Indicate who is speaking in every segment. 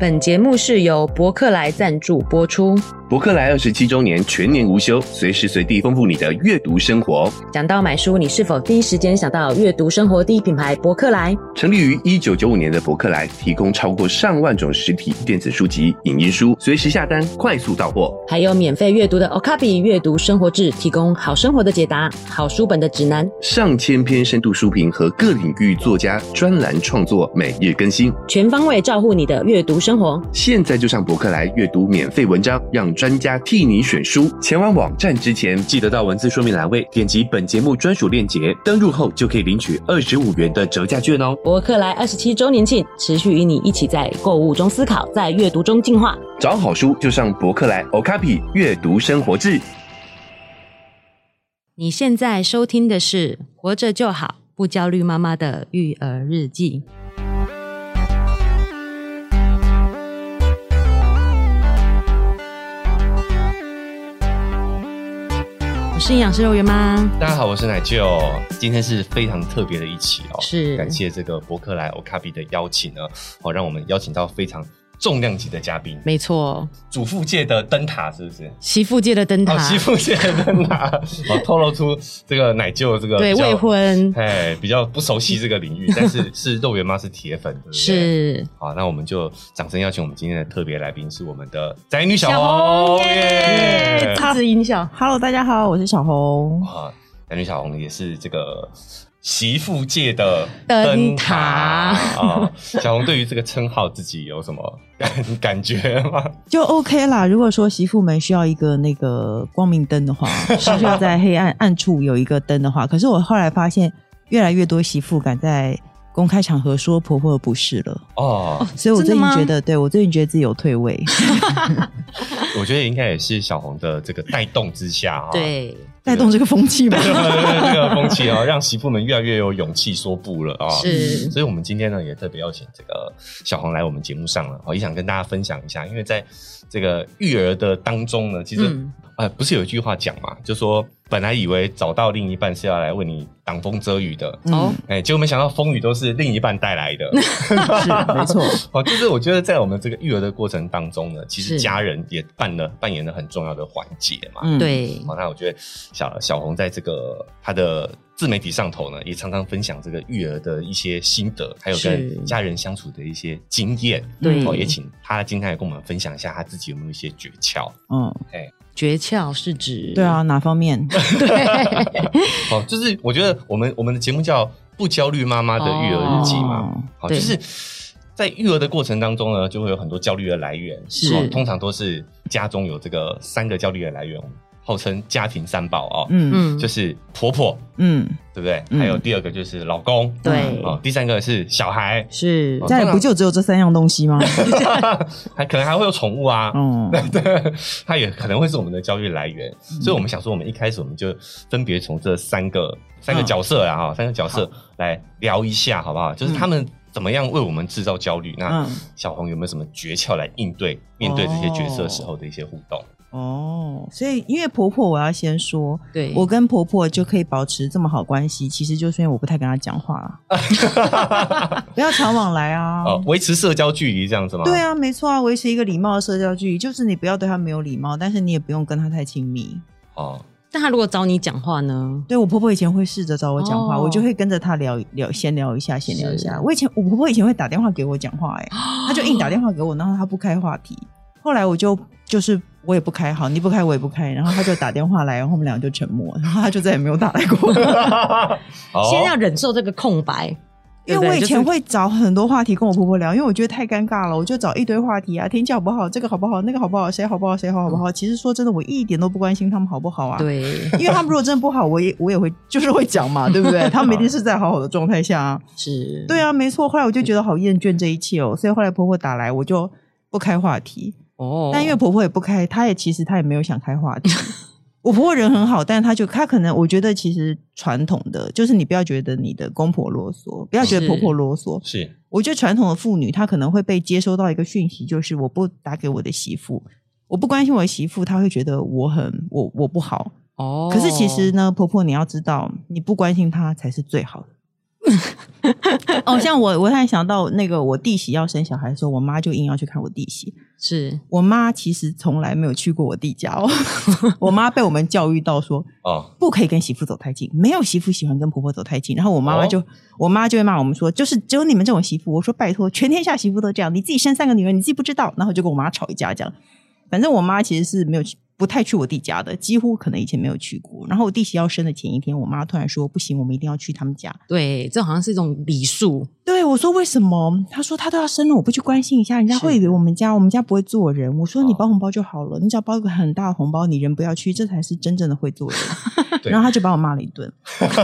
Speaker 1: 本节目是由博客来赞助播出。
Speaker 2: 博客来二十七周年，全年无休，随时随地丰富你的阅读生活。哦
Speaker 1: 讲到买书，你是否第一时间想到阅读生活第一品牌博客来？
Speaker 2: 成立于一九九五年的博客来，提供超过上万种实体电子书籍、影音书，随时下单，快速到货。
Speaker 1: 还有免费阅读的 Okabi 阅读生活志，提供好生活的解答、好书本的指南。
Speaker 2: 上千篇深度书评和各领域作家专栏创作，每日更新。
Speaker 1: 全方位照顾你的阅读生活。
Speaker 2: 现在就上博客来阅读免费文章，让专家替你选书。前往网站之前，记得到文字说明栏位点击本节目专属链接，登入后就可以领取二十五元的折价券哦。
Speaker 1: 博客来二十七周年庆，持续与你一起在购物中思考，在阅读中进化。
Speaker 2: 找好书就上博客来 Okapi 阅读生活志。
Speaker 1: 你现在收听的是《活着就好，不焦虑妈妈的育儿日记》。我是营养师肉圆妈，
Speaker 3: 大家好，我是奶舅，今天是非常特别的一期哦，
Speaker 1: 是
Speaker 3: 感谢这个博客来 Okabi 的邀请呢，哦，让我们邀请到非常重量级的嘉宾，
Speaker 1: 没错，
Speaker 3: 主妇界的灯塔是不是？
Speaker 1: 媳妇界的灯塔，
Speaker 3: 哦，媳妇界的 灯塔，哦，透露出这个奶舅这个
Speaker 1: 对
Speaker 3: 比较
Speaker 1: 未婚
Speaker 3: 哎，比较不熟悉这个 领域，但是是肉圆妈是铁粉，对不对？。
Speaker 1: 是
Speaker 3: 好，那我们就掌声邀请我们今天的特别来宾是我们的宅女
Speaker 1: 小
Speaker 3: 小
Speaker 1: 红
Speaker 3: 红，
Speaker 1: 耶，自制音效，
Speaker 4: Hello，大家好，我是小红。
Speaker 3: 啊，男女小红也是这个媳妇界的
Speaker 1: 灯
Speaker 3: 灯
Speaker 1: 塔
Speaker 3: 塔啊。小红对于这个称号自己有什么感 感觉吗？
Speaker 4: 就 OK 啦。如果说媳妇们需要一个那个光明灯 的话，是需要在黑暗暗处有一个灯的话，可是我后来发现，越来越多媳妇敢在公开场合说婆婆的不是了，
Speaker 3: 哦，
Speaker 4: 所以我最
Speaker 1: 真的
Speaker 4: 近
Speaker 1: 吗
Speaker 4: 觉得，对我最近觉得自己有退位，
Speaker 3: 我觉得应该也是小红的这个带动之下啊，
Speaker 1: 对，
Speaker 4: 带动这个风气吧。
Speaker 3: 这个这个风气啊，让媳妇们越来越有勇气说不了啊。
Speaker 1: 是
Speaker 3: 所以，我们今天呢也特别邀请这个小红来我们节目上了，哦，也想跟大家分享一下，因为在这个育儿的当中呢，其实、
Speaker 1: 嗯
Speaker 3: 呃，不是有一句话讲嘛，就说本来以为找到另一半是要来为你挡风遮雨的，
Speaker 4: 嗯
Speaker 1: 哦，
Speaker 3: 哎、结果没想到风雨都是另一半带来的，
Speaker 4: 是没错。
Speaker 3: 哦，就是我觉得在我们这个育儿的过程当中呢，其
Speaker 1: 是
Speaker 3: 实家人也扮了扮演了很重要的环节嘛，
Speaker 4: 嗯，
Speaker 1: 对，
Speaker 3: 好，那我觉得小小红在这个她的自媒体上头呢，也常常分享这个育儿的一些心得，还有
Speaker 1: 是
Speaker 3: 跟家人相处的一些经验。
Speaker 1: 对
Speaker 3: 哦，也请她今天来跟我们分享一下她自己有没有一些诀窍。
Speaker 4: 嗯，
Speaker 1: 诀窍是指
Speaker 4: 对，啊，哪方面？
Speaker 1: 对，
Speaker 3: 哦，就是我觉得我们我们的节目叫《不焦虑妈妈的育儿日记》嘛，
Speaker 4: 哦
Speaker 3: 好，
Speaker 1: 对
Speaker 3: 就是。在育儿的过程当中呢，就会有很多焦虑的来源，
Speaker 1: 是
Speaker 3: 哦通常都是家中有这个三个焦虑的来源，号称家庭三宝哦，
Speaker 4: 嗯
Speaker 1: 嗯，
Speaker 3: 就是婆婆，
Speaker 4: 嗯，
Speaker 3: 对不对？
Speaker 4: 嗯
Speaker 3: 还有第二个就是老公，
Speaker 1: 对，
Speaker 3: 哦，第三个是小孩
Speaker 1: 是
Speaker 3: 哦
Speaker 4: 家里不就只有这三样东 西吗？
Speaker 3: 还可能还会有宠物啊，
Speaker 4: 嗯，
Speaker 3: 对，它也可能会是我们的焦虑来源。所以我们想说，我们一开始我们就分别从这三个三
Speaker 4: 嗯
Speaker 3: 个角色啊，哈、三个角色来聊一下，好不好？就是他们怎么样为我们制造焦虑？那
Speaker 4: 嗯
Speaker 3: 小红有没有什么诀窍来应对面对这些角色时候的一些互动？
Speaker 4: 哦，所以因为婆婆，我要先说，
Speaker 1: 对，
Speaker 4: 我跟婆婆就可以保持这么好关系，其实就是因为我不太跟她讲话啦，不要常往来啊。
Speaker 3: 哦，维持社交距离这样子吗？
Speaker 4: 对，啊，没错啊，维持一个礼貌的社交距离，就是你不要对她没有礼貌，但是你也不用跟她太亲密。
Speaker 3: 哦，
Speaker 1: 但他如果找你讲话呢？
Speaker 4: 对我婆婆以前会试着找我讲话，
Speaker 1: 哦
Speaker 4: 我就会跟着她聊聊，闲聊一下，闲聊一下
Speaker 1: 是。
Speaker 4: 我以前我婆婆以前会打电话给我讲话、 欸，她就硬打电话给我，然后她不开话题。后来我就就是我也不开，好，你不开我也不开，然后她就打电话来，然后我们俩就沉默，然后她就再也没有打来过。哦
Speaker 3: 好
Speaker 1: 先要忍受这个空白，对
Speaker 4: 因为
Speaker 1: 不
Speaker 4: 我
Speaker 1: 对
Speaker 4: 以
Speaker 1: 就是
Speaker 4: 前会找很多话题跟我婆婆聊，因为我觉得太尴尬了，我就找一堆话题啊，天气好不好，这个好不好，那个好不好，谁好不好，谁好不好。其实说真的，我一点都不关心他们好不好啊。，
Speaker 1: 嗯对，
Speaker 4: 因为他们如果真的不好，我也我也会就是会讲嘛，对 不对？他们一定是在好好的状态下啊。
Speaker 1: 是，
Speaker 4: 对啊，没错。后来我就觉得好厌倦这一切哦，所以后来婆婆打来，我就不开话题。
Speaker 1: 哦，
Speaker 4: 但因为婆婆也不开，她也其实她也没有想开 话题。我婆婆人很好，但她就她可能我觉得其实传统的就是你不要觉得你的公婆啰嗦，不要觉得婆婆啰嗦。
Speaker 3: 是
Speaker 4: 我觉得传统的妇女她可能会被接收到一个讯息，就是我不打给我的媳妇，我不关心我的媳妇，她会觉得我很我我不好。
Speaker 1: 哦，
Speaker 4: 可是其实呢，婆婆你要知道，你不关心她才是最好的。哦，像我，我突然想到那个我弟媳要生小孩的时候，我妈就硬要去看我弟媳。
Speaker 1: 是
Speaker 4: 我妈其实从来没有去过我弟家哦， 我妈被我们教育到说
Speaker 3: 哦，
Speaker 4: 不可以跟媳妇走太近，没有媳妇喜欢跟婆婆走太近。然后我妈妈就，我妈就会骂我们说，就是只有你们这种媳妇。我说拜托，全天下媳妇都这样，你自己生三个女儿，你自己不知道。然后就跟我妈吵一架这样。反正我妈其实是没有去，不太去我弟家的，几乎可能以前没有去过。然后我弟媳要生的前一天，我妈突然说不行，我们一定要去他们家。
Speaker 1: 对，这好像是一种礼数，
Speaker 4: 对我说为什么？她说她都要生了，我不去关心一下，人家
Speaker 1: 是
Speaker 4: 会以为我们家我们家不会做人。我说
Speaker 3: 哦
Speaker 4: 你包红包就好了，你只要包一个很大的红包，你人不要去，这才是真正的会做人。
Speaker 3: 对
Speaker 4: 然后他就把我骂了一顿。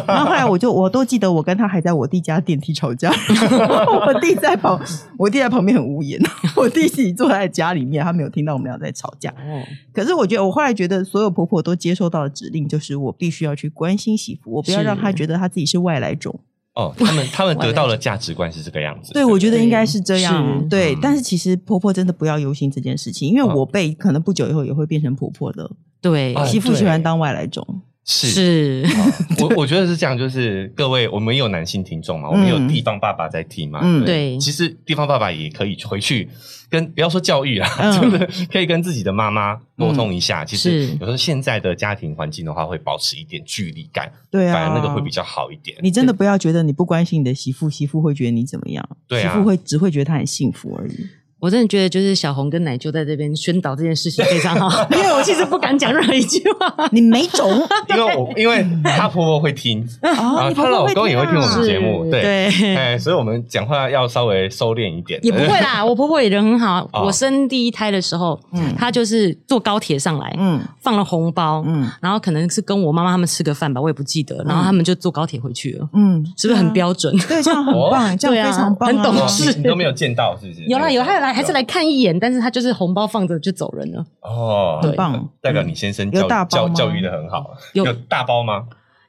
Speaker 4: 然后后来我就我都记得，我跟他还在我弟家电梯吵架， 然后我弟在旁，我弟在旁边很无言， 我弟自己坐在家里面，他没有听到我们俩在吵架。
Speaker 1: 哦，
Speaker 4: 可是我觉得，我后来觉得，所有婆婆都接收到的指令就是，我必须要去关心媳妇，我不要
Speaker 1: 是
Speaker 4: 让她觉得她自己是外来种。
Speaker 3: 哦，他们他们得到的价值观是这个样子。
Speaker 4: 对，
Speaker 3: 不
Speaker 4: 我觉得应该是这
Speaker 1: 是
Speaker 4: 样。对
Speaker 3: 嗯，
Speaker 4: 但是其实婆婆真的不要忧心这件事情，因为
Speaker 3: 嗯
Speaker 4: 我被可能不久以后也会变成婆婆的。
Speaker 1: 对，
Speaker 3: 哦
Speaker 4: 媳妇
Speaker 3: 对
Speaker 4: 喜欢当外来种，
Speaker 3: 是
Speaker 1: 是
Speaker 3: 哦 我我觉得是这样，就是各位，我们也有男性听众嘛，我们也有
Speaker 4: 嗯
Speaker 3: 地方爸爸在听嘛，
Speaker 4: 嗯
Speaker 1: 对
Speaker 3: 其实地方爸爸也可以回去跟不要说教育啊，
Speaker 4: 嗯
Speaker 3: 就是可以跟自己的妈妈沟通一下。其
Speaker 1: 嗯
Speaker 3: 实
Speaker 1: 是
Speaker 3: 有时候现在的家庭环境的话，会保持一点距离感，
Speaker 4: 对啊，
Speaker 3: 反而那个会比较好一点。
Speaker 4: 你真的不要觉得你不关心你的媳妇，媳妇会觉得你怎么样？
Speaker 3: 对啊
Speaker 4: 媳妇会只会觉得她很幸福而已。
Speaker 1: 我真的觉得就是小红跟奶就在这边宣导这件事情非常好， 因为我其实不敢讲任何一句话。
Speaker 4: 你没 种
Speaker 3: 因为 我因为她婆婆会听，
Speaker 4: 啊！
Speaker 1: 哦
Speaker 3: 啊
Speaker 4: 你
Speaker 3: 她
Speaker 4: 婆
Speaker 3: 老
Speaker 4: 婆
Speaker 3: 公也会听我们
Speaker 1: 是
Speaker 3: 节目，对。
Speaker 4: 对，
Speaker 3: 哎，所以我们讲话要稍微收敛一点，
Speaker 1: 也不会啦，我婆婆也人很好。
Speaker 3: 哦
Speaker 1: 我生第一胎的时候，
Speaker 4: 嗯
Speaker 1: 她就是坐高铁上来，
Speaker 4: 嗯
Speaker 1: 放了红包，
Speaker 4: 嗯
Speaker 1: 然后可能是跟我妈妈他们吃个饭吧，我也不记得，然后他们就坐高铁回去了，
Speaker 4: 嗯，
Speaker 1: 是不是很标准？
Speaker 4: 对啊？对，这样很
Speaker 3: 哦
Speaker 4: 棒，这样非常棒啊，
Speaker 1: 对啊很懂
Speaker 3: 哦
Speaker 1: 事
Speaker 3: 你你都没有见到，是不是？
Speaker 1: 有啦有，她有来还是
Speaker 3: 有
Speaker 1: 来看一眼，但是她就是红包放着就走人了。
Speaker 3: 哦，
Speaker 1: 对
Speaker 4: 很棒。
Speaker 1: 嗯
Speaker 3: 代表你先生教
Speaker 4: 有大包
Speaker 3: 教
Speaker 4: 吗
Speaker 3: 教育的很好，
Speaker 1: 有
Speaker 3: 有大包吗？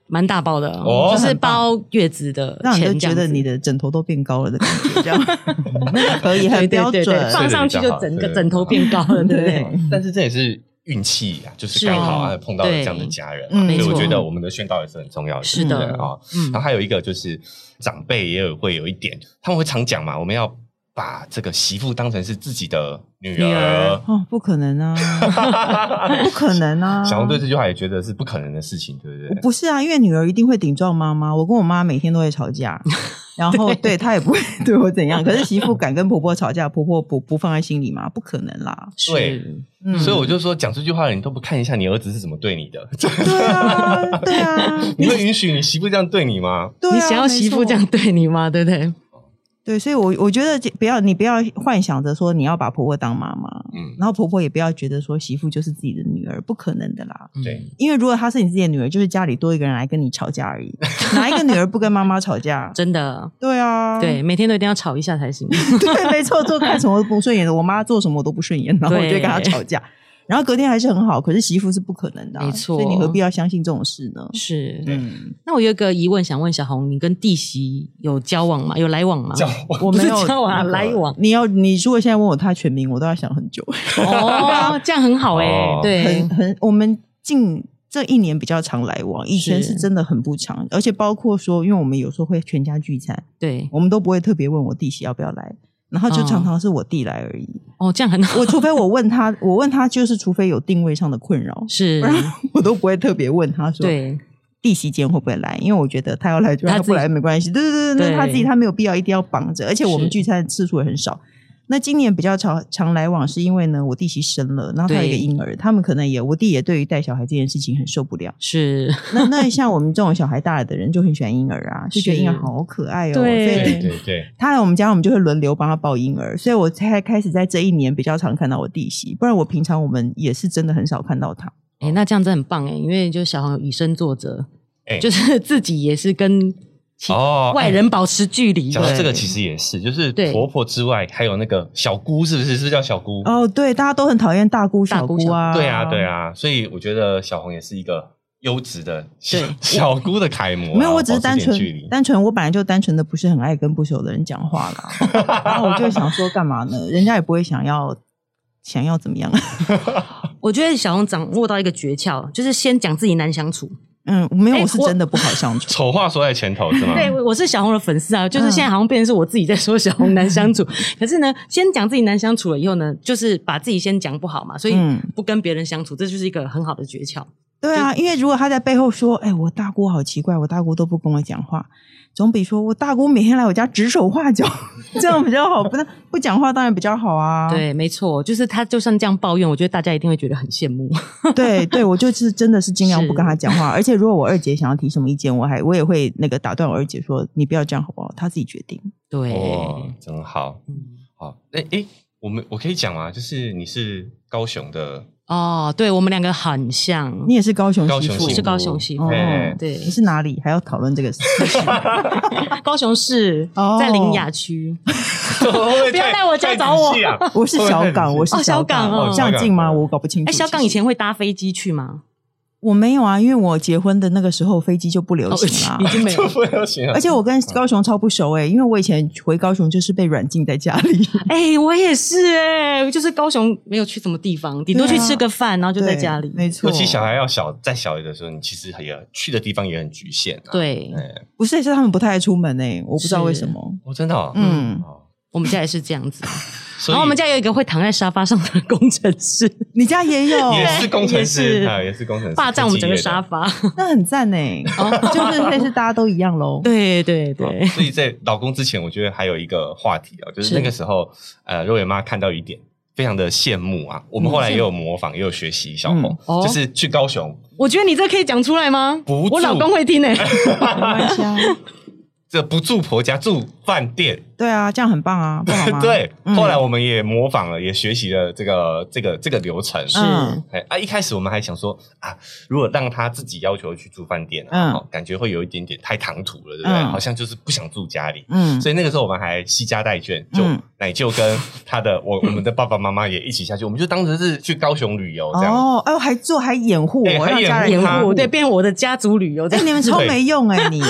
Speaker 1: 蛮大包的，啊
Speaker 3: 哦
Speaker 1: 就是包月子的
Speaker 4: 让
Speaker 1: 钱，
Speaker 4: 人就觉得你
Speaker 1: 的
Speaker 4: 的枕头都变高了的感 觉，这样那个可以很标准。
Speaker 1: 放上去就整个枕头变高了，对不对？
Speaker 3: 但是这也是运气啊，就是
Speaker 1: 是
Speaker 3: 刚好
Speaker 1: 啊
Speaker 3: 啊碰到了这样的
Speaker 1: 对
Speaker 3: 家人
Speaker 4: 嗯
Speaker 3: 嘛，所以
Speaker 4: 没
Speaker 3: 我
Speaker 4: 错
Speaker 3: 觉得我们的宣导也是很重要的。
Speaker 1: 是的
Speaker 3: 对啊，
Speaker 1: 嗯
Speaker 3: 然后还有一个就是长辈也有会有一点，他们会常讲嘛，我们要把这个媳妇当成是自己的女
Speaker 1: 女
Speaker 3: 儿
Speaker 1: 儿。
Speaker 4: 哦，不可能 啊， 不可能啊！
Speaker 3: 小红对这句话也觉得是不可能的事情，对不对？
Speaker 4: 不是啊，因为女儿一定会顶撞妈妈。我跟我妈每天都会吵 架，然后对她也不会 对我怎样。可是媳妇敢跟婆婆吵架，婆婆不不放在心里吗？不可能啦。
Speaker 1: 是
Speaker 3: 对
Speaker 4: 嗯
Speaker 3: 所以我就说，讲这句话的你都不看一下你儿子是怎么对你的，
Speaker 4: 对啊， 对啊，
Speaker 3: 你会允许你媳妇这样对你吗？
Speaker 4: 对啊
Speaker 1: 你想要媳妇这？
Speaker 4: 没
Speaker 1: 样
Speaker 4: 错
Speaker 1: 对你吗？对不对？
Speaker 4: 对，所以我我觉得这不要你不要幻想着说你要把婆婆当妈妈，
Speaker 3: 嗯，
Speaker 4: 然后婆婆也不要觉得说媳妇就是自己的女儿，不可能的啦。
Speaker 3: 对，
Speaker 1: 嗯
Speaker 4: 因为如果她是你自己的女儿，就是家里多一个人来跟你吵架而已。哪一个女儿不跟妈妈 吵架？
Speaker 1: 真的，
Speaker 4: 对啊，
Speaker 1: 对，每天都一定要吵一下才行。
Speaker 4: 对，没错，做看什么都不顺眼的，我妈做什么我都不顺眼，然后我就跟她吵架，然后隔天还是很好，可是媳妇是不可能的啊、
Speaker 1: 没错
Speaker 4: 所以你何必要相信这种事呢？
Speaker 1: 是，
Speaker 4: 嗯，
Speaker 1: 那我有一个疑问想问小红，你跟弟媳有交往吗？有来往吗？
Speaker 3: 叫我
Speaker 4: 我没有
Speaker 1: 不是交往啊
Speaker 4: 那个
Speaker 1: 来 往
Speaker 4: 你要你如果现在问我她全名，我都要想很久，
Speaker 1: 哦，这样很好哎、
Speaker 3: 哦
Speaker 1: 对
Speaker 4: 很，很，我们近。这一年比较常来往，以前
Speaker 1: 是
Speaker 4: 是真的很不常，而且包括说，因为我们有时候会全家聚餐，
Speaker 1: 对，
Speaker 4: 我们都不会特别问我弟媳要不要来，然后就
Speaker 1: 嗯
Speaker 4: 常常是我弟来而已。
Speaker 1: 哦，这样很好，
Speaker 4: 我除非我问他，我问他就是除非有定位上的困扰，
Speaker 1: 是
Speaker 4: 不，然我都不会特别问他说
Speaker 1: 嗯对，
Speaker 4: 弟媳间会不会来，因为我觉得他要来就让
Speaker 1: 他
Speaker 4: 他
Speaker 1: 自己
Speaker 4: 不来没关系。对对对，对
Speaker 1: 对
Speaker 4: 那他自己他没有必要一定要绑着，而且我们
Speaker 1: 是
Speaker 4: 聚餐的次数也很少。那今年比较常常来往，是因为呢，我弟媳生了，然后他有一个
Speaker 1: 对
Speaker 4: 婴儿，他们可能也我弟也对于带小孩这件事情很受不了。
Speaker 1: 是，
Speaker 4: 那那像我们这种小孩大了的人就很喜欢婴儿啊，就觉得
Speaker 1: 是
Speaker 4: 婴儿好可爱哦。
Speaker 1: 对
Speaker 4: 所以
Speaker 3: 对对对，
Speaker 4: 他来我们家，我们就会轮流帮他抱婴儿，所以我才开始在这一年比较常看到我弟媳，不然我平常我们也是真的很少看到他。
Speaker 1: 哎、那这样真的很棒哎、因为就小红有以身作则，
Speaker 3: 哎
Speaker 1: 就是自己也是跟其
Speaker 3: 哦哎
Speaker 1: 外人保持距离。
Speaker 3: 讲到
Speaker 4: 对
Speaker 3: 这个，其实也是，就是
Speaker 1: 对
Speaker 3: 婆婆之外，还有那个小姑，是不是？是不是叫小姑？
Speaker 4: 哦，对，大家都很讨厌大姑小姑啊，
Speaker 3: 对啊，对。啊。所以我觉得小红也是一个优质的小
Speaker 1: 对
Speaker 3: 小姑的楷模啊。
Speaker 4: 没有，我只是
Speaker 3: 保
Speaker 4: 单
Speaker 3: 持点
Speaker 4: 纯
Speaker 3: 距离。
Speaker 4: 单纯，我本来就单纯的不是很爱跟不熟的人讲话啦。然后我就想说，干嘛呢？人家也不会想要想要怎么样。啊
Speaker 1: 我觉得小红掌握到一个诀窍，就是先讲自己难相处，
Speaker 4: 嗯，没有，
Speaker 1: 哎
Speaker 4: 我是
Speaker 1: 我
Speaker 4: 真的不好相处。
Speaker 3: 丑话说在前头是吗？
Speaker 1: 对，我是小红的粉丝啊，就是
Speaker 4: 嗯
Speaker 1: 现在好像变成是我自己在说小红难相处。可是呢，先讲自己难相处了以后呢，就是把自己先讲不好嘛，所以
Speaker 4: 嗯
Speaker 1: 不跟别人相处，这就是一个很好的诀窍。
Speaker 4: 对啊，因为如果他在背后说：“哎，我大姑好奇怪，我大姑都不跟我讲话。”总比说我大姑每天来我家指手画脚， 这样比较好。不不讲话当然比较好啊。
Speaker 1: 对，没错，就是他就算这样抱怨，我觉得大家一定会觉得很羡慕。
Speaker 4: 对对，我就是真的是尽量不跟他讲话。而且如果我二姐想要提什么意见，我还我也会那个打断我二姐说：“你不要这样好不好？她自己决定。
Speaker 1: 对，
Speaker 3: 哦，真好，
Speaker 1: 嗯
Speaker 3: 好，哎、哎、我们我可以讲吗？就是你是高雄 的，
Speaker 1: 哦，对我们两个很像，
Speaker 4: 你也是高雄
Speaker 3: 高
Speaker 4: 媳
Speaker 3: 雄
Speaker 4: 妇，哦
Speaker 1: 我
Speaker 3: 媳
Speaker 1: 是
Speaker 3: 妇
Speaker 1: 高雄媳妇，
Speaker 3: 哎
Speaker 1: 对
Speaker 4: 你，是哪里？还要讨论这个事情？
Speaker 1: 高雄市
Speaker 4: 哦
Speaker 1: 在林雅区，
Speaker 3: 不
Speaker 1: 不要来我家找我
Speaker 3: 啊
Speaker 4: 我是小港，我是
Speaker 1: 哦小港
Speaker 4: 港，
Speaker 1: 哦
Speaker 4: 这样近吗？我搞不清楚。
Speaker 1: 哎，小港以前会搭飞机去吗？
Speaker 4: 我没有啊，因为我结婚的那个时候飞机就不
Speaker 1: 哦
Speaker 4: 流行啦
Speaker 1: 已。经没有
Speaker 3: 就
Speaker 1: 了。
Speaker 3: 不啊流行了
Speaker 4: 而。且我
Speaker 3: 哦
Speaker 4: 跟高雄超不熟哎、因为我以前回高雄就是被软禁在家里，
Speaker 1: 哎，我也是哎，就是高雄没有去什么地方，顶多去
Speaker 4: 对啊
Speaker 1: 吃个饭，然 后就在家里
Speaker 4: 对。没错。
Speaker 3: 尤其小孩要小，再小一点的时候，你其实也去的地方也很局限、啊。，
Speaker 1: 对，
Speaker 3: 哎，
Speaker 4: 不是是他们不太爱出门哎、我不知道为什么。
Speaker 3: 我、真的、哦，
Speaker 4: 嗯，
Speaker 3: 哦，
Speaker 1: 我们家也是这样子。
Speaker 3: 所
Speaker 1: 然
Speaker 3: 以
Speaker 1: 后我们家有一个会躺在沙发上的工程师，
Speaker 4: 你家也有，
Speaker 3: 也是工程
Speaker 1: 也
Speaker 3: 师
Speaker 1: 是，
Speaker 3: 啊也是工程师，
Speaker 1: 霸占我们整个沙
Speaker 3: 发。
Speaker 1: 发。
Speaker 4: 那很赞哎、 就是类似大家都一样喽。
Speaker 1: 对对对
Speaker 3: 哦，所以在老公之前，我觉得还有一个话题啊，就是
Speaker 1: 是
Speaker 3: 那个时候，呃，肉圆妈看到一点，非常的羡慕啊。我们后
Speaker 1: 嗯
Speaker 3: 来也有模仿，也有学习小红
Speaker 4: 嗯，
Speaker 1: 哦
Speaker 3: 就是去高雄，
Speaker 1: 我觉得你这可以讲出来吗？
Speaker 3: 不
Speaker 1: 我老
Speaker 3: 住
Speaker 1: 公会听欸诶。
Speaker 4: 没关系啊，
Speaker 3: 这不住婆家，住饭店。
Speaker 4: 对啊，这样很棒啊，不好吗？
Speaker 3: 对，
Speaker 4: 嗯
Speaker 3: 后来我们也模仿了，也学习了这个这个这个流程。
Speaker 1: 是
Speaker 4: 嗯
Speaker 3: 哎啊，一开始我们还想说啊，如果让他自己要求去住饭店啊，
Speaker 4: 嗯
Speaker 3: 哦感觉会有一点点太唐突了，对不对？
Speaker 4: 嗯
Speaker 3: 好像就是不想住家里。
Speaker 4: 嗯，
Speaker 3: 所以那个时候我们还惜家带眷，就
Speaker 4: 嗯
Speaker 3: 奶舅跟他的我我们的爸爸妈妈也一起下去，我们就当成是去高雄旅游这样。
Speaker 4: 哦，哎，我还做还掩护
Speaker 3: 哎
Speaker 4: 我，
Speaker 3: 还
Speaker 4: 让家
Speaker 3: 掩
Speaker 4: 人
Speaker 1: 掩
Speaker 3: 护他
Speaker 1: 护对，变我的家族旅游这
Speaker 4: 哎，
Speaker 1: 样。
Speaker 4: 你们超
Speaker 3: 对
Speaker 4: 没用哎、 你没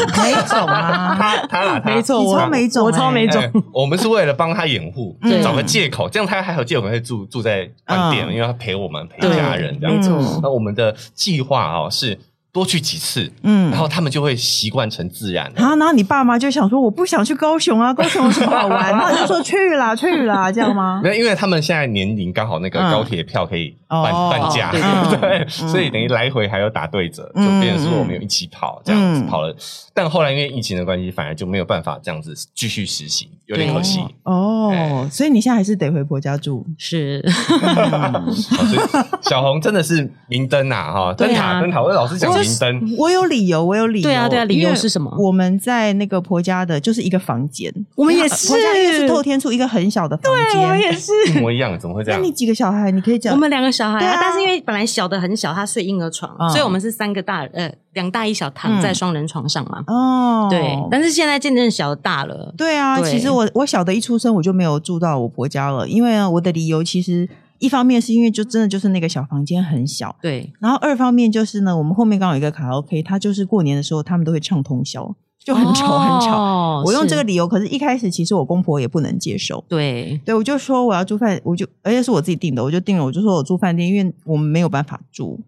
Speaker 4: 种啊，
Speaker 3: 他他 啦，他
Speaker 1: 没错，
Speaker 4: 你
Speaker 1: 我
Speaker 4: 超没种
Speaker 1: 我
Speaker 4: 欸
Speaker 1: 超没种
Speaker 3: 哎。我们是为了帮他掩护
Speaker 4: 嗯，
Speaker 3: 找个借口，这样他还有借口可以住住在饭店，
Speaker 4: 嗯
Speaker 3: 因为他陪我们陪
Speaker 1: 对
Speaker 3: 家人这样
Speaker 1: 没
Speaker 3: 子。
Speaker 1: 错
Speaker 3: 那我们的计划哦是多去几次，
Speaker 4: 嗯
Speaker 3: 然。后他们就会习惯成自然了。
Speaker 4: 然后，然后你爸妈就想说，我不想去高雄啊，高雄有什么好玩？然后就说去啦，去啦，这样吗？
Speaker 3: 没有，因为他们现在年龄刚好那个
Speaker 4: 嗯
Speaker 3: 高铁票可以半
Speaker 4: 哦
Speaker 3: 半价，
Speaker 1: 对
Speaker 4: 对对
Speaker 3: 对，所以等于来回还有打对折，就
Speaker 4: 嗯
Speaker 3: 变成说我们有一起跑这样子
Speaker 4: 嗯
Speaker 3: 跑了，但后来因为疫情的关系，反而就没有办法这样子继续实行，有点可惜。
Speaker 4: 哦
Speaker 3: 哎，
Speaker 4: 所以你现在还是得回婆家住。
Speaker 1: 是，
Speaker 4: 嗯
Speaker 3: 好所以小红真的是明灯啊，哈，灯
Speaker 1: 对啊
Speaker 3: 塔灯塔，我老是讲明灯，
Speaker 4: 我有理由，我有理由。
Speaker 1: 对啊对啊理由是什么
Speaker 4: 因为我们在那个婆家的就是一个房间，
Speaker 1: 我们也
Speaker 4: 啊
Speaker 1: 是
Speaker 4: 婆家也是透天处一个很小的房间。
Speaker 1: 是。
Speaker 3: 一模一样，怎么会这
Speaker 4: 那
Speaker 3: 样？
Speaker 4: 你几个小孩？你可以讲。
Speaker 1: 我们两个小孩、
Speaker 4: 对
Speaker 1: 啊
Speaker 4: 啊
Speaker 1: 但是因为本来小的很小，他睡婴儿床，
Speaker 4: 嗯
Speaker 1: 所以我们是三个大人呃两大一小躺在
Speaker 4: 嗯
Speaker 1: 双人床上嘛。
Speaker 4: 哦，
Speaker 1: 对，但是现在渐渐小大了，
Speaker 4: 对啊，
Speaker 1: 对
Speaker 4: 其实我我小的一出生我就没有住到我婆家了，因为呢我的理由其实一方面是因为就真的就是那个小房间很小，
Speaker 1: 对，
Speaker 4: 然后二方面就是呢，我们后面刚好有一个卡拉 OK，它就是过年的时候他们都会唱通宵，就很吵很吵。
Speaker 1: 吵
Speaker 4: 我用这个理由，可是一开始其实我公婆也不能接受。
Speaker 1: 对
Speaker 4: 对，我就说我要住饭，我就而且是我自己订的，我就订了，我就说我住饭店，因为我们没有办法住。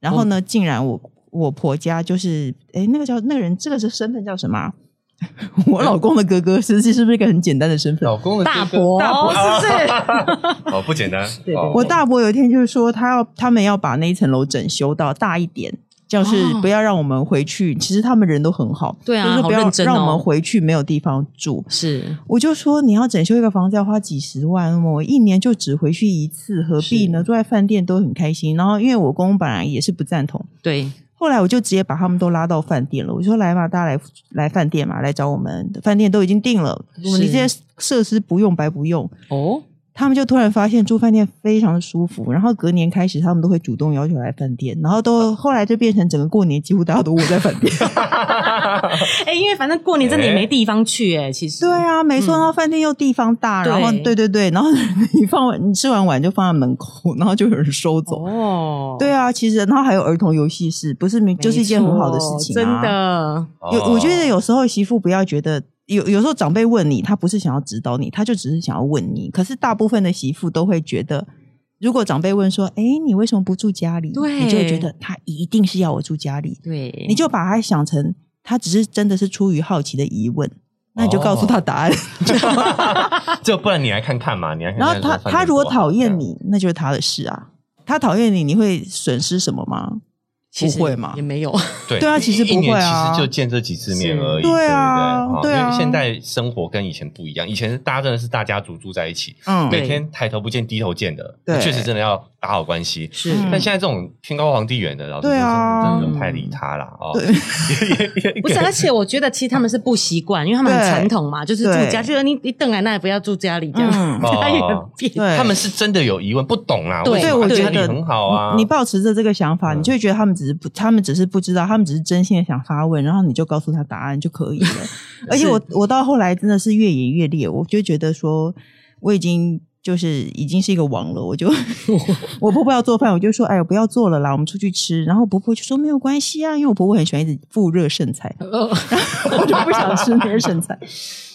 Speaker 4: 然后
Speaker 1: 嗯
Speaker 4: 呢，竟然我我婆家就是，哎，那个叫那个人，这个是身份叫什么啊、 我老公的哥哥，实际是不是一个很简单的身份？
Speaker 3: 老公的
Speaker 1: 大
Speaker 3: 哥哥
Speaker 1: 伯
Speaker 4: 大伯
Speaker 1: 是不是？
Speaker 3: 哦，不简单，
Speaker 1: 对
Speaker 3: 哦
Speaker 4: 我 大伯有一天就是说，他要他们要把那一层楼整修到大一点，就是
Speaker 1: 哦
Speaker 4: 不要让我们回去。其实他们人都很好，
Speaker 1: 对啊
Speaker 4: 就是不
Speaker 1: 好
Speaker 4: 要
Speaker 1: 认真哦
Speaker 4: 让我们回去没有地方住。
Speaker 1: 是
Speaker 4: 我就说你要整修一个房子要花几十万，哦我一年就只回去一次，何必呢？住在饭店都很开心。然后因为我公公本来也是不赞同，
Speaker 1: 对，
Speaker 4: 后来我就直接把他们都拉到饭店了。我说来嘛，大家来来饭店嘛，来找我们，饭店都已经定了，我们
Speaker 1: 是
Speaker 4: 这些设施不用白不用。
Speaker 1: 哦，
Speaker 4: 他们就突然发现住饭店非常的舒服，然后隔年开始他们都会主动要求来饭店，然后都后来就变成整个过年几乎大家都窝在饭店。
Speaker 1: 哎、因为反正过年真的也没地方去、哎、其实
Speaker 4: 对，啊，没错，然后饭店又地方大，然后
Speaker 1: 嗯对
Speaker 4: 对对对，然后你放完你吃完碗就放在门口，然后就有人收走。
Speaker 1: 哦，
Speaker 4: 对啊，其实然后还有儿童游戏室，不是明
Speaker 1: 没错，
Speaker 4: 就是一件很好的事情、啊，
Speaker 1: 真。的，
Speaker 4: 有我觉得
Speaker 3: 哦
Speaker 4: 有时候媳妇不要觉得有有时候长辈问你，他不是想要指导你，他就只是想要问你。可是大部分的媳妇都会觉得。如果长辈问说：“哎，你为什么不住家里？”
Speaker 1: 对哦
Speaker 4: 你就会觉得他一定是要我住家里，
Speaker 1: 对，
Speaker 4: 你就把他想成他只是真的是出于好奇的疑问，那你就告诉他答案。
Speaker 3: 就不然你来看看嘛，你来看
Speaker 4: 然
Speaker 3: 看这个
Speaker 4: 后他
Speaker 3: 饭店多好。
Speaker 4: 他如果讨
Speaker 3: 这
Speaker 4: 厌
Speaker 3: 样，
Speaker 4: 你，那就是他的事啊。他讨厌你，你会损失什么吗？
Speaker 1: 其实
Speaker 4: 不会嘛
Speaker 1: 也没有，
Speaker 3: 对
Speaker 4: 对啊其实
Speaker 3: 一
Speaker 4: 不会
Speaker 3: 年
Speaker 4: 啊
Speaker 3: 其实就见这几次面
Speaker 1: 是
Speaker 3: 而已，
Speaker 4: 对
Speaker 3: 对
Speaker 4: 啊
Speaker 3: 不
Speaker 4: 对啊
Speaker 3: 因为现在生活跟以前不一样，以前大家真的是大家族住在一起，
Speaker 4: 嗯，
Speaker 1: 对
Speaker 3: 每天抬头不见低头见的，
Speaker 4: 对
Speaker 3: 确实真的要打好关系。
Speaker 1: 是
Speaker 4: 嗯
Speaker 3: 但现在这种天高皇帝远的，老师
Speaker 4: 对
Speaker 3: 说
Speaker 4: 啊
Speaker 3: 真的真的不太理他啦。哦，
Speaker 4: 对
Speaker 1: 不 是，而且我觉得其实他们是不习惯，因为他们很
Speaker 4: 对
Speaker 1: 传统嘛，就是住
Speaker 4: 对
Speaker 1: 家，就是你你邓奶奶不要住家里这样，
Speaker 4: 嗯
Speaker 1: 家里很
Speaker 3: 哦
Speaker 1: 变
Speaker 4: 对
Speaker 3: 他们是真的有疑问，不懂啦。
Speaker 1: 对
Speaker 3: 为什么
Speaker 1: 对我觉
Speaker 3: 家里
Speaker 4: 得
Speaker 3: 很好啊，
Speaker 4: 你保持着这个想法，
Speaker 3: 嗯
Speaker 4: 你就会觉得他们只是不，他们只是不知道，他们只是真心的想发问，然后你就告诉他答案就 可以了。而且我我到后来真的是越演越烈，我就觉得说我已经就是已经是一个王了， 我就我婆婆要做饭，我就说哎我不要做了啦，我们出去吃。然后婆婆就说没有关系啊，因为我婆婆很喜欢一直复热 剩菜，
Speaker 3: 哦
Speaker 1: 呃
Speaker 4: 我就不想吃那些剩菜。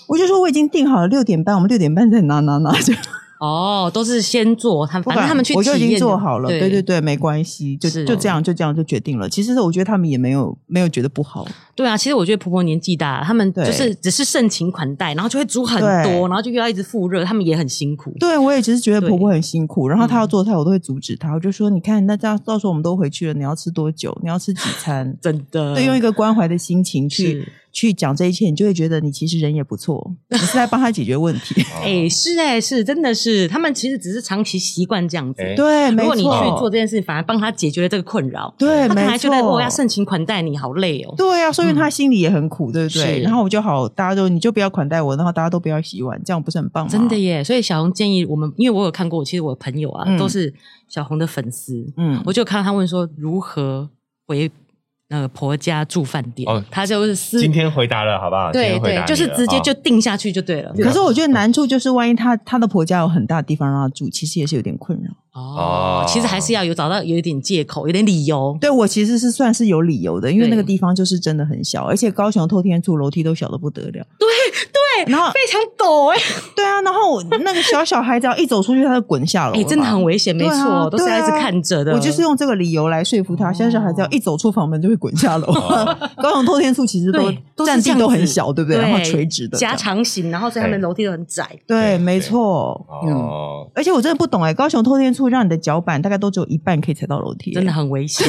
Speaker 4: 我就说我已经订好了六点半，我们六点半再拿拿拿，就
Speaker 1: 哦，都是先做，他们
Speaker 4: 不
Speaker 1: 反正
Speaker 4: 管
Speaker 1: 他们去
Speaker 4: 我就已
Speaker 1: 体验
Speaker 4: 经
Speaker 1: 的
Speaker 4: 做好了，对对对，没关系，就是
Speaker 1: 哦
Speaker 4: 就这样就这样就决定了。其实我觉得他们也没有没有觉得不好，
Speaker 1: 对啊，其实我觉得婆婆年纪大，他们
Speaker 4: 对
Speaker 1: 就是只是盛情款待，然后就会煮很
Speaker 4: 对
Speaker 1: 多，然后就又要一直复热，他们也很辛苦。
Speaker 4: 对我也只是觉得
Speaker 1: 对？
Speaker 4: 婆婆很辛苦，然后她要做菜我都会阻止她，我就说你看那这样到时候我们都回去了，你要吃多久？你要吃几餐
Speaker 1: 真的，
Speaker 4: 对，用一个关怀的心情
Speaker 1: 嗯是
Speaker 4: 去去讲这一切，你就会觉得你其实人也不错，你是在帮她解决问题。
Speaker 3: 哦
Speaker 1: 哎、是哎、是，真的是，他们其实只是长期习惯这样子。
Speaker 3: 哎
Speaker 4: 对，没
Speaker 1: 如果
Speaker 4: 错，
Speaker 1: 你去做这件事，反而帮他解决了这个困扰。
Speaker 4: 对，
Speaker 1: 他可能还
Speaker 4: 没
Speaker 1: 觉
Speaker 4: 错，
Speaker 1: 得我要盛情款待你，好累哦。
Speaker 4: 对啊，说明他心里也很苦，对不
Speaker 1: 是
Speaker 4: 对？然后我就好，大家都你就不要款待我，然后大家都不要洗碗，这样不是很棒吗？
Speaker 1: 真的耶，所以小红建议我们，因为我有看过，其实我的朋友啊、
Speaker 4: 嗯
Speaker 1: 都是小红的粉丝，
Speaker 4: 嗯，
Speaker 1: 我就看到他问说如何回那个婆家住饭店，
Speaker 3: 哦
Speaker 1: 他就是私
Speaker 3: 今天回答了好不好？今
Speaker 1: 对
Speaker 3: 天回
Speaker 1: 对
Speaker 3: 答，你
Speaker 1: 就是
Speaker 3: 了
Speaker 1: 直接
Speaker 3: 哦
Speaker 1: 就定下去就对啊了。
Speaker 4: 可是我觉得难处就是，万一她她的婆家有很大地方让她住，其实也是有点困扰。
Speaker 1: 哦
Speaker 3: 哦，
Speaker 1: 其实还是要有找到有一点借口，有点理由。
Speaker 4: 对我其实是算是有理由的，因为
Speaker 1: 对
Speaker 4: 那个地方就是真的很小，而且高雄透天处楼梯都小的不得了。对对，然 后
Speaker 1: 非常陡哎、
Speaker 4: 对啊，然后我那个小小孩只要一走出去，他就滚下楼了
Speaker 1: 哎、
Speaker 4: 吧，
Speaker 1: 真的很危险，没
Speaker 4: 对
Speaker 1: 错，
Speaker 4: 啊
Speaker 1: 都是要一直
Speaker 4: 对啊
Speaker 1: 看着的。
Speaker 4: 我就是用这个理由来说服他，
Speaker 1: 哦
Speaker 4: 小小孩只要一走出房门就会滚下楼。
Speaker 3: 哦
Speaker 4: 高雄透天处其实都
Speaker 1: 对都是
Speaker 4: 占
Speaker 1: 这
Speaker 4: 地
Speaker 1: 样
Speaker 4: 都很
Speaker 1: 子
Speaker 4: 小，对不对？然后垂直的这
Speaker 1: 加
Speaker 4: 样，
Speaker 1: 长型，然后所以他们
Speaker 3: 对
Speaker 1: 楼梯都很窄。
Speaker 4: 对，
Speaker 3: 对
Speaker 4: 没
Speaker 3: 对
Speaker 4: 错。
Speaker 3: 哦，
Speaker 4: 而且我真的不懂哎、高雄透天处让你的脚板大概都只有一半可以踩到楼梯、哎
Speaker 1: 真的很危险，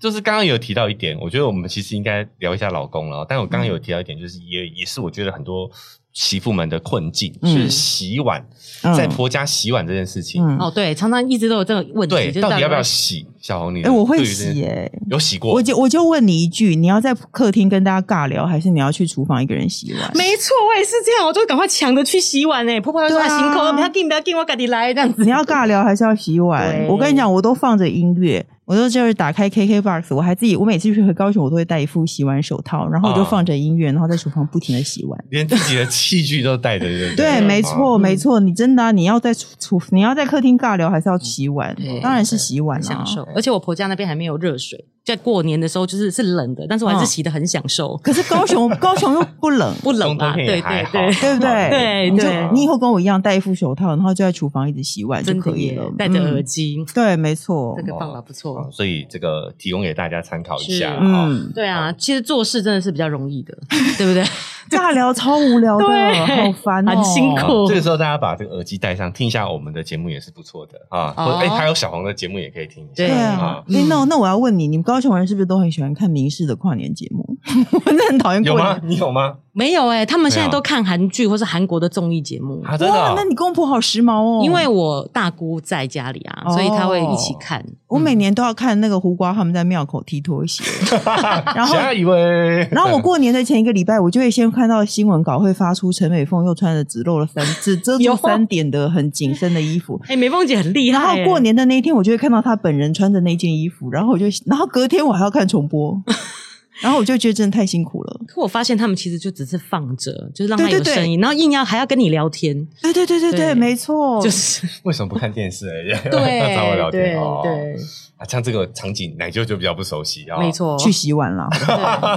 Speaker 3: 就是刚刚有提到一点，我觉得我们其实应该聊一下老公了。但我刚
Speaker 4: 嗯
Speaker 3: 刚有提到一点，就是也也是我觉得很多媳妇们的困境，
Speaker 4: 嗯
Speaker 3: 就是洗碗，
Speaker 4: 嗯
Speaker 3: 在婆家洗碗这件事情，
Speaker 4: 嗯，
Speaker 1: 哦，对，常常一直都有这个问题，
Speaker 3: 对，
Speaker 1: 就是
Speaker 3: 到底要不要洗？小红你
Speaker 4: 哎、
Speaker 3: 的
Speaker 4: 我会
Speaker 3: 对于这
Speaker 4: 洗哎、
Speaker 3: 有洗过
Speaker 4: 我，就我就问你一句，你要在客厅跟大家尬聊，还是你要去厨房一个人洗碗？
Speaker 1: 没错，我也是这样，我就赶快抢着去洗碗哎，婆婆要说
Speaker 4: 对啊
Speaker 1: 啊辛苦，不要给，不要给，我赶紧来这样子
Speaker 4: 你。要尬聊还是要洗碗？
Speaker 1: 对
Speaker 4: 我跟你讲，我都放着音乐，我都就是打开 KKBOX，我还自己，我每次去回高雄，我都会带一副洗碗手套，然后我就
Speaker 3: 啊
Speaker 4: 放着音乐，然后在厨房不停的洗碗。
Speaker 3: 连自己的器具都带着，对不啊哦
Speaker 4: 对，没错，
Speaker 1: 嗯
Speaker 4: 没错，你真的啊、你要在厨厨，你要在客厅尬聊，还
Speaker 3: 嗯
Speaker 4: 是要洗碗
Speaker 1: 对？
Speaker 4: 当然是洗碗
Speaker 1: 很
Speaker 4: 啊
Speaker 1: 享。受，而且我婆家那边还没有热水，在过年的时候就是是冷的，但是我还是洗的很享受，
Speaker 4: 可是高雄，高雄又不冷，
Speaker 1: 不冷
Speaker 3: 冬
Speaker 1: 吧？
Speaker 3: 天
Speaker 1: 对
Speaker 3: 也还
Speaker 1: 对对，
Speaker 3: 好
Speaker 4: 对不 对？
Speaker 1: 对
Speaker 4: 你就
Speaker 1: 对
Speaker 4: 你以后跟我一样戴一副手套，然后就在厨房一直洗碗就
Speaker 1: 真
Speaker 4: 可
Speaker 1: 的
Speaker 4: 以
Speaker 1: 耶
Speaker 4: 了，，
Speaker 1: 戴着耳
Speaker 4: 嗯
Speaker 1: 机，
Speaker 4: 对，没错
Speaker 1: 这，个方法不错
Speaker 3: 哦。所以这个提供给大家参考一
Speaker 1: 是
Speaker 3: 下啊。
Speaker 4: 嗯，
Speaker 1: 对啊，其实做事真的是比较容易的， 对不对？
Speaker 4: 尬聊超无聊的，
Speaker 1: 对
Speaker 4: 好烦哦，
Speaker 1: 很辛
Speaker 3: 啊
Speaker 1: 苦
Speaker 3: 这个时候大家把这个耳机戴上，听一下我们的节目也是不错的啊。
Speaker 1: 哦
Speaker 3: 或哎，还有小红的节目也可以听一
Speaker 1: 对
Speaker 4: 对
Speaker 3: 下
Speaker 4: 啊
Speaker 3: 啊，。
Speaker 4: 哎、那我那我要问你，你们高雄人是不是都很喜欢看民视的跨年节目？ 我真的很讨 厌
Speaker 3: 有
Speaker 4: 过
Speaker 3: 吗
Speaker 4: 年。？
Speaker 3: 你有吗？
Speaker 1: 没有哎，他们现在
Speaker 3: 没有
Speaker 1: 都看韩剧或是韩国的综艺节目。
Speaker 3: 啊，真的
Speaker 4: 哇，
Speaker 3: 哦
Speaker 4: 那。你公婆好时髦哦！
Speaker 1: 因为我大姑在家里啊，
Speaker 4: 哦
Speaker 1: 所以她会一起看。嗯
Speaker 4: 我
Speaker 3: 嗯
Speaker 4: 每年都要看那个胡瓜他们在庙口踢 拖鞋，然后
Speaker 3: 下一位，
Speaker 4: 然后我过年的前一个礼拜，我就会先看到新闻稿会发出陈美凤又穿着只露了三只遮住
Speaker 1: 有
Speaker 4: 三点的很紧身的衣服，
Speaker 1: 哎、梅凤姐很厉害、
Speaker 4: 然后
Speaker 1: 哎
Speaker 4: 过年的那一天，我就会看到她本人穿着那件衣服，然后我就，然后隔天我还要看重播，然后我就觉得真的太辛苦了。
Speaker 1: 可我发现他们其实就只是放着，就是让他
Speaker 4: 对
Speaker 1: 有
Speaker 4: 对对
Speaker 1: 声音，然后硬要还要跟你聊天，
Speaker 4: 对对对对对，
Speaker 1: 对
Speaker 4: 没错，
Speaker 1: 就是
Speaker 3: 为什么不看电视而已？
Speaker 1: 对
Speaker 3: 找我聊
Speaker 1: 对
Speaker 3: 天哦。
Speaker 1: 对
Speaker 3: 啊，像这个场景，奶舅就比较不熟悉啊、
Speaker 1: 没。错，
Speaker 4: 去洗碗啦。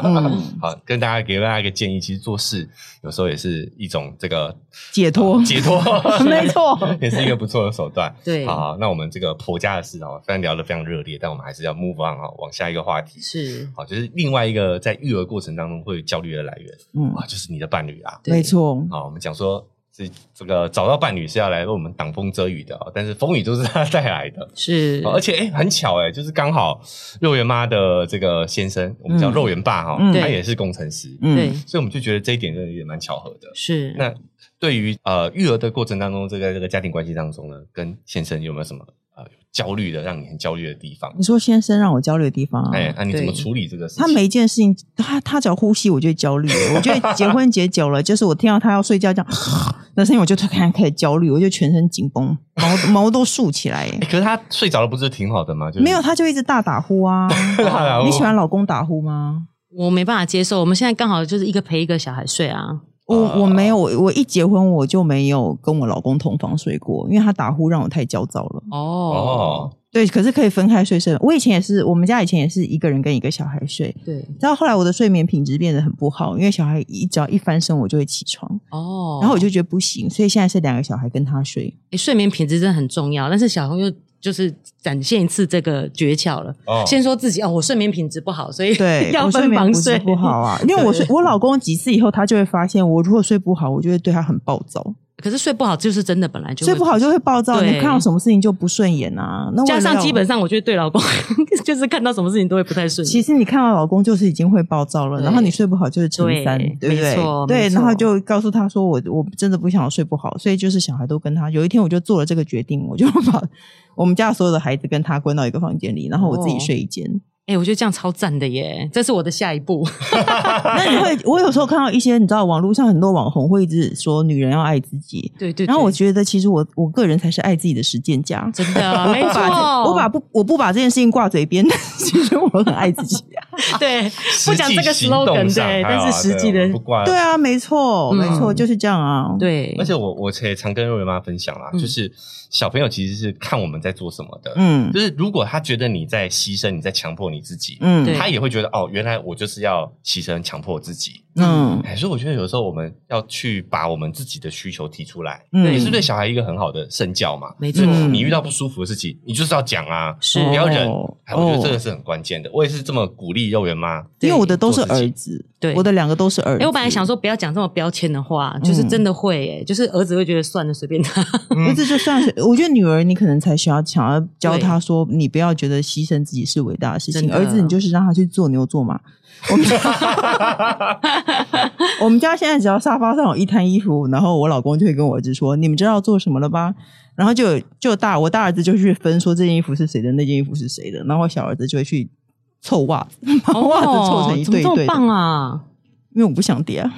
Speaker 4: 嗯
Speaker 3: 好，跟大家给大家一个建议，其实做事有时候也是一种这个
Speaker 4: 解脱，
Speaker 3: 呃解脱
Speaker 4: 没 错
Speaker 3: 也是一个不错的手段。
Speaker 1: 对
Speaker 3: 好好，那我们这个婆家的事哦，虽然聊得非常热烈，但我们还是要 move on 啊，往下一个话题。
Speaker 1: 是，
Speaker 3: 好，就是另外一个在育儿过程当中会有焦虑的来源
Speaker 4: 嗯，
Speaker 3: 啊，就是你的伴侣啊。
Speaker 1: 对
Speaker 4: 没错，
Speaker 3: 好，我们讲说是这个找到伴侣是要来为我们挡风遮雨的哦，但是风雨都是他 带来的。
Speaker 1: 是
Speaker 3: 哦，而且哎、诶很巧哎、就是刚好肉圆妈的这个先生，我们叫
Speaker 4: 嗯
Speaker 3: 肉圆爸哈、
Speaker 4: 嗯
Speaker 3: 他
Speaker 1: 对
Speaker 3: 也是工程师，
Speaker 1: 对
Speaker 4: 嗯，
Speaker 3: 所以我们就觉得这一点真的也蛮巧合的。
Speaker 1: 是
Speaker 3: 那对于呃育儿的过程当中，这个这个家庭关系当中呢，跟先生有没有什么呃有焦虑的，让你很焦虑的地方？
Speaker 4: 你说先生让我焦虑的地方啊，
Speaker 3: 哎、那、你怎么
Speaker 1: 对
Speaker 3: 处理这个事情？
Speaker 4: 他每一件事情，他他只要呼吸，我就会焦虑。我觉得结婚结久了，就是我听到他要睡觉这样 那声音，我就突然开始焦虑，我就全身紧绷，毛毛都竖起来。
Speaker 3: 诶可是他睡着了，不是挺好的吗？就是
Speaker 4: 没有，他就一直大打呼啊！
Speaker 3: 大打呼
Speaker 4: 你喜欢老公打呼吗？
Speaker 1: 我没办法接受。我们现在刚好就是一个陪一个小孩睡啊，
Speaker 4: 我我没有，我我一结婚我就没有跟我老公同房睡过，因为他打呼让我太焦躁了。
Speaker 1: 哦，
Speaker 3: 哦，
Speaker 4: 对，可是可以分开睡是。我以前也是，我们家以前也是一个人跟一个小孩睡，
Speaker 1: 对，
Speaker 4: 到后来我的睡眠品质变得很不好，因为小孩一只要一翻身我就会起床，
Speaker 1: 哦，
Speaker 4: 然后我就觉得不行，所以现在是两个小孩跟他睡。
Speaker 1: 诶睡眠品质真的很重要，但是小红又就是展现一次这个诀窍了。
Speaker 3: 哦
Speaker 1: 先说自己哦，我睡眠品质不好，所以，
Speaker 4: 对
Speaker 1: 要
Speaker 4: 我睡
Speaker 1: 分
Speaker 4: 眠
Speaker 1: 房
Speaker 4: 不是
Speaker 1: 睡
Speaker 4: 不好。啊，因为我睡我老公几次以后，他就会发现我如果睡不好，我就会对他很暴躁，
Speaker 1: 可是睡不好就是真的本来就会
Speaker 4: 睡不好就会暴躁，
Speaker 1: 对
Speaker 4: 你看到什么事情就不顺眼啊。那为
Speaker 1: 加
Speaker 4: 了
Speaker 1: 上
Speaker 4: 要
Speaker 1: 基本。上，我觉得对老公 就是看到什么事情都会不太顺眼。
Speaker 4: 其实你看到老公就是已经会暴躁了，
Speaker 1: 对
Speaker 4: 然后你睡不好就是乘三，
Speaker 1: 对
Speaker 4: 对不
Speaker 1: 没
Speaker 4: 对？
Speaker 1: 错
Speaker 4: 对，
Speaker 1: 没错
Speaker 4: 然后就告诉他说我我真的不想要睡不好，所以就是小孩都跟他。有一天我就做了这个决定，我就把 我们家所有的孩子跟他关到一个房间里，然后我自己
Speaker 1: 哦
Speaker 4: 睡一间。
Speaker 1: 哎、我觉得这样超赞的耶，这是我的下一步。
Speaker 4: 那你会，我有时候看到一些你知道网络上很多网红会一直说女人要爱自己，
Speaker 1: 对对对
Speaker 4: 然后我觉得，其实我我个人才是爱自己的实践家。
Speaker 1: 真的啊没
Speaker 4: 我
Speaker 1: 错
Speaker 4: 把，这我把不我不把这件事情挂嘴边， 但是其实我很爱自己啊。
Speaker 1: 对不讲这个
Speaker 3: 实际行动
Speaker 1: slogan
Speaker 3: 上
Speaker 1: 对，
Speaker 3: 还好啊
Speaker 1: 但是实际的
Speaker 3: 对不挂
Speaker 4: 对啊，没错，没错，就是这样啊。，
Speaker 1: 嗯对，
Speaker 3: 而且我我也常跟瑞文妈分享啦，
Speaker 1: 嗯
Speaker 3: 就是小朋友其实是看我们在做什么的，
Speaker 4: 嗯
Speaker 3: 就是如果他觉得你在牺牲，你在强迫你自己，
Speaker 4: 嗯
Speaker 1: 对
Speaker 3: 他也会觉得哦，原来我就是要牺牲、强迫自己。
Speaker 4: 嗯
Speaker 3: 哎，所以我觉得有时候我们要去把我们自己的需求提出来，
Speaker 4: 嗯
Speaker 3: 也是对小孩一个很好的身教嘛。
Speaker 1: 没错
Speaker 3: 就是你遇到不舒服的事情，你就是要讲啊，
Speaker 1: 嗯是
Speaker 3: 不要忍
Speaker 4: 哦。
Speaker 3: 哎，我觉得这个是很关键的。我也是这么鼓励幼圆妈。
Speaker 4: 因为我的都是
Speaker 3: 做自己
Speaker 4: 儿子，
Speaker 1: 对
Speaker 4: 我的两个都是儿
Speaker 1: 哎、
Speaker 4: 子。
Speaker 1: 我本来想说不要讲这么标签的话，就是
Speaker 4: 嗯
Speaker 1: 真的会、耶，就是儿子会觉得算了，随便 他。
Speaker 4: 儿子就算是，我觉得女儿你可能才需要想要教
Speaker 1: 嗯对
Speaker 4: 她说，你不要觉得牺牲自己是伟大的事
Speaker 1: 真
Speaker 4: 情，
Speaker 1: 的
Speaker 4: 儿子你就是让他去做牛做马。我们 家我们家现在只要沙发上有一摊衣服，然后我老公就会跟我儿子说：“你们知道做什么了吧？”然后就有就有大我大儿子就去分说这件衣服是谁的，那件衣服是谁的，然后我小儿子就会去凑袜子，把袜子凑成一
Speaker 1: 哦怎么
Speaker 4: 对一
Speaker 1: 这么
Speaker 4: 对的，
Speaker 1: 棒啊！
Speaker 4: 因为我不想叠、啊。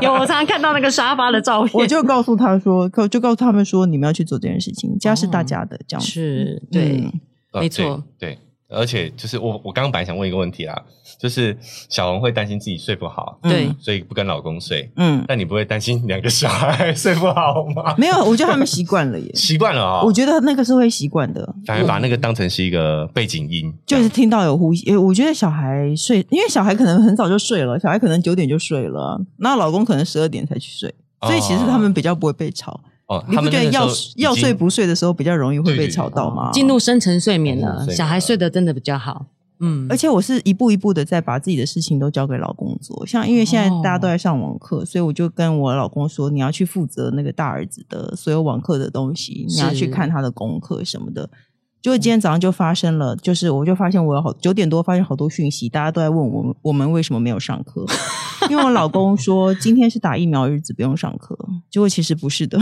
Speaker 1: 有，我常常看到那个沙发的照片。
Speaker 4: 我就告诉他说，告就告诉他们说，你们要去做这件事情，家是大
Speaker 1: 哦
Speaker 4: 家的，这样子
Speaker 1: 是对、
Speaker 4: 嗯
Speaker 3: 呃
Speaker 1: 没错
Speaker 3: 对，对而且就是我我刚刚本来想问一个问题啦，就是小红会担心自己睡不好，
Speaker 1: 对，
Speaker 3: 所以不跟老公睡，
Speaker 4: 嗯，
Speaker 3: 但你不会担心两个小孩 睡不好吗？。
Speaker 4: 没有，我觉得他们习惯了耶
Speaker 3: 习惯了啊、
Speaker 4: 我觉得那个是会习惯的，
Speaker 3: 反而把那个当成是一个背景音，
Speaker 4: 就是听到有呼吸。呃我觉得小孩睡，因为小孩可能很早就睡了，小孩可能九点就睡了，那老公可能十二点才去睡，
Speaker 3: 哦
Speaker 4: 所以其实他们比较不会被吵。
Speaker 3: 哦，
Speaker 4: 你
Speaker 3: 他
Speaker 4: 不
Speaker 3: 们
Speaker 4: 觉
Speaker 3: 那
Speaker 4: 得
Speaker 3: 个时
Speaker 4: 要
Speaker 3: 候
Speaker 4: 要
Speaker 3: 已经
Speaker 4: 睡 不睡的时候比较容易会被吵到吗？
Speaker 1: 进入深层睡眠了
Speaker 3: 嗯，
Speaker 1: 小孩睡得真的比较好。嗯，
Speaker 4: 而且我是一步一步的在把自己的事情都交给老公做，像因为现在
Speaker 1: 哦
Speaker 4: 大家都在上网课，所以我就跟我老公说，你要去负责那个大儿子的所有网课的东西，你
Speaker 1: 是
Speaker 4: 要去看他的功课什么的。结果今天早上就发生了，就是我就发现我有好九点多发现好多讯息，大家都在问我们我们为什么没有上课，因为我老公说今天是打疫苗日子，不用上课。结果其实不是的，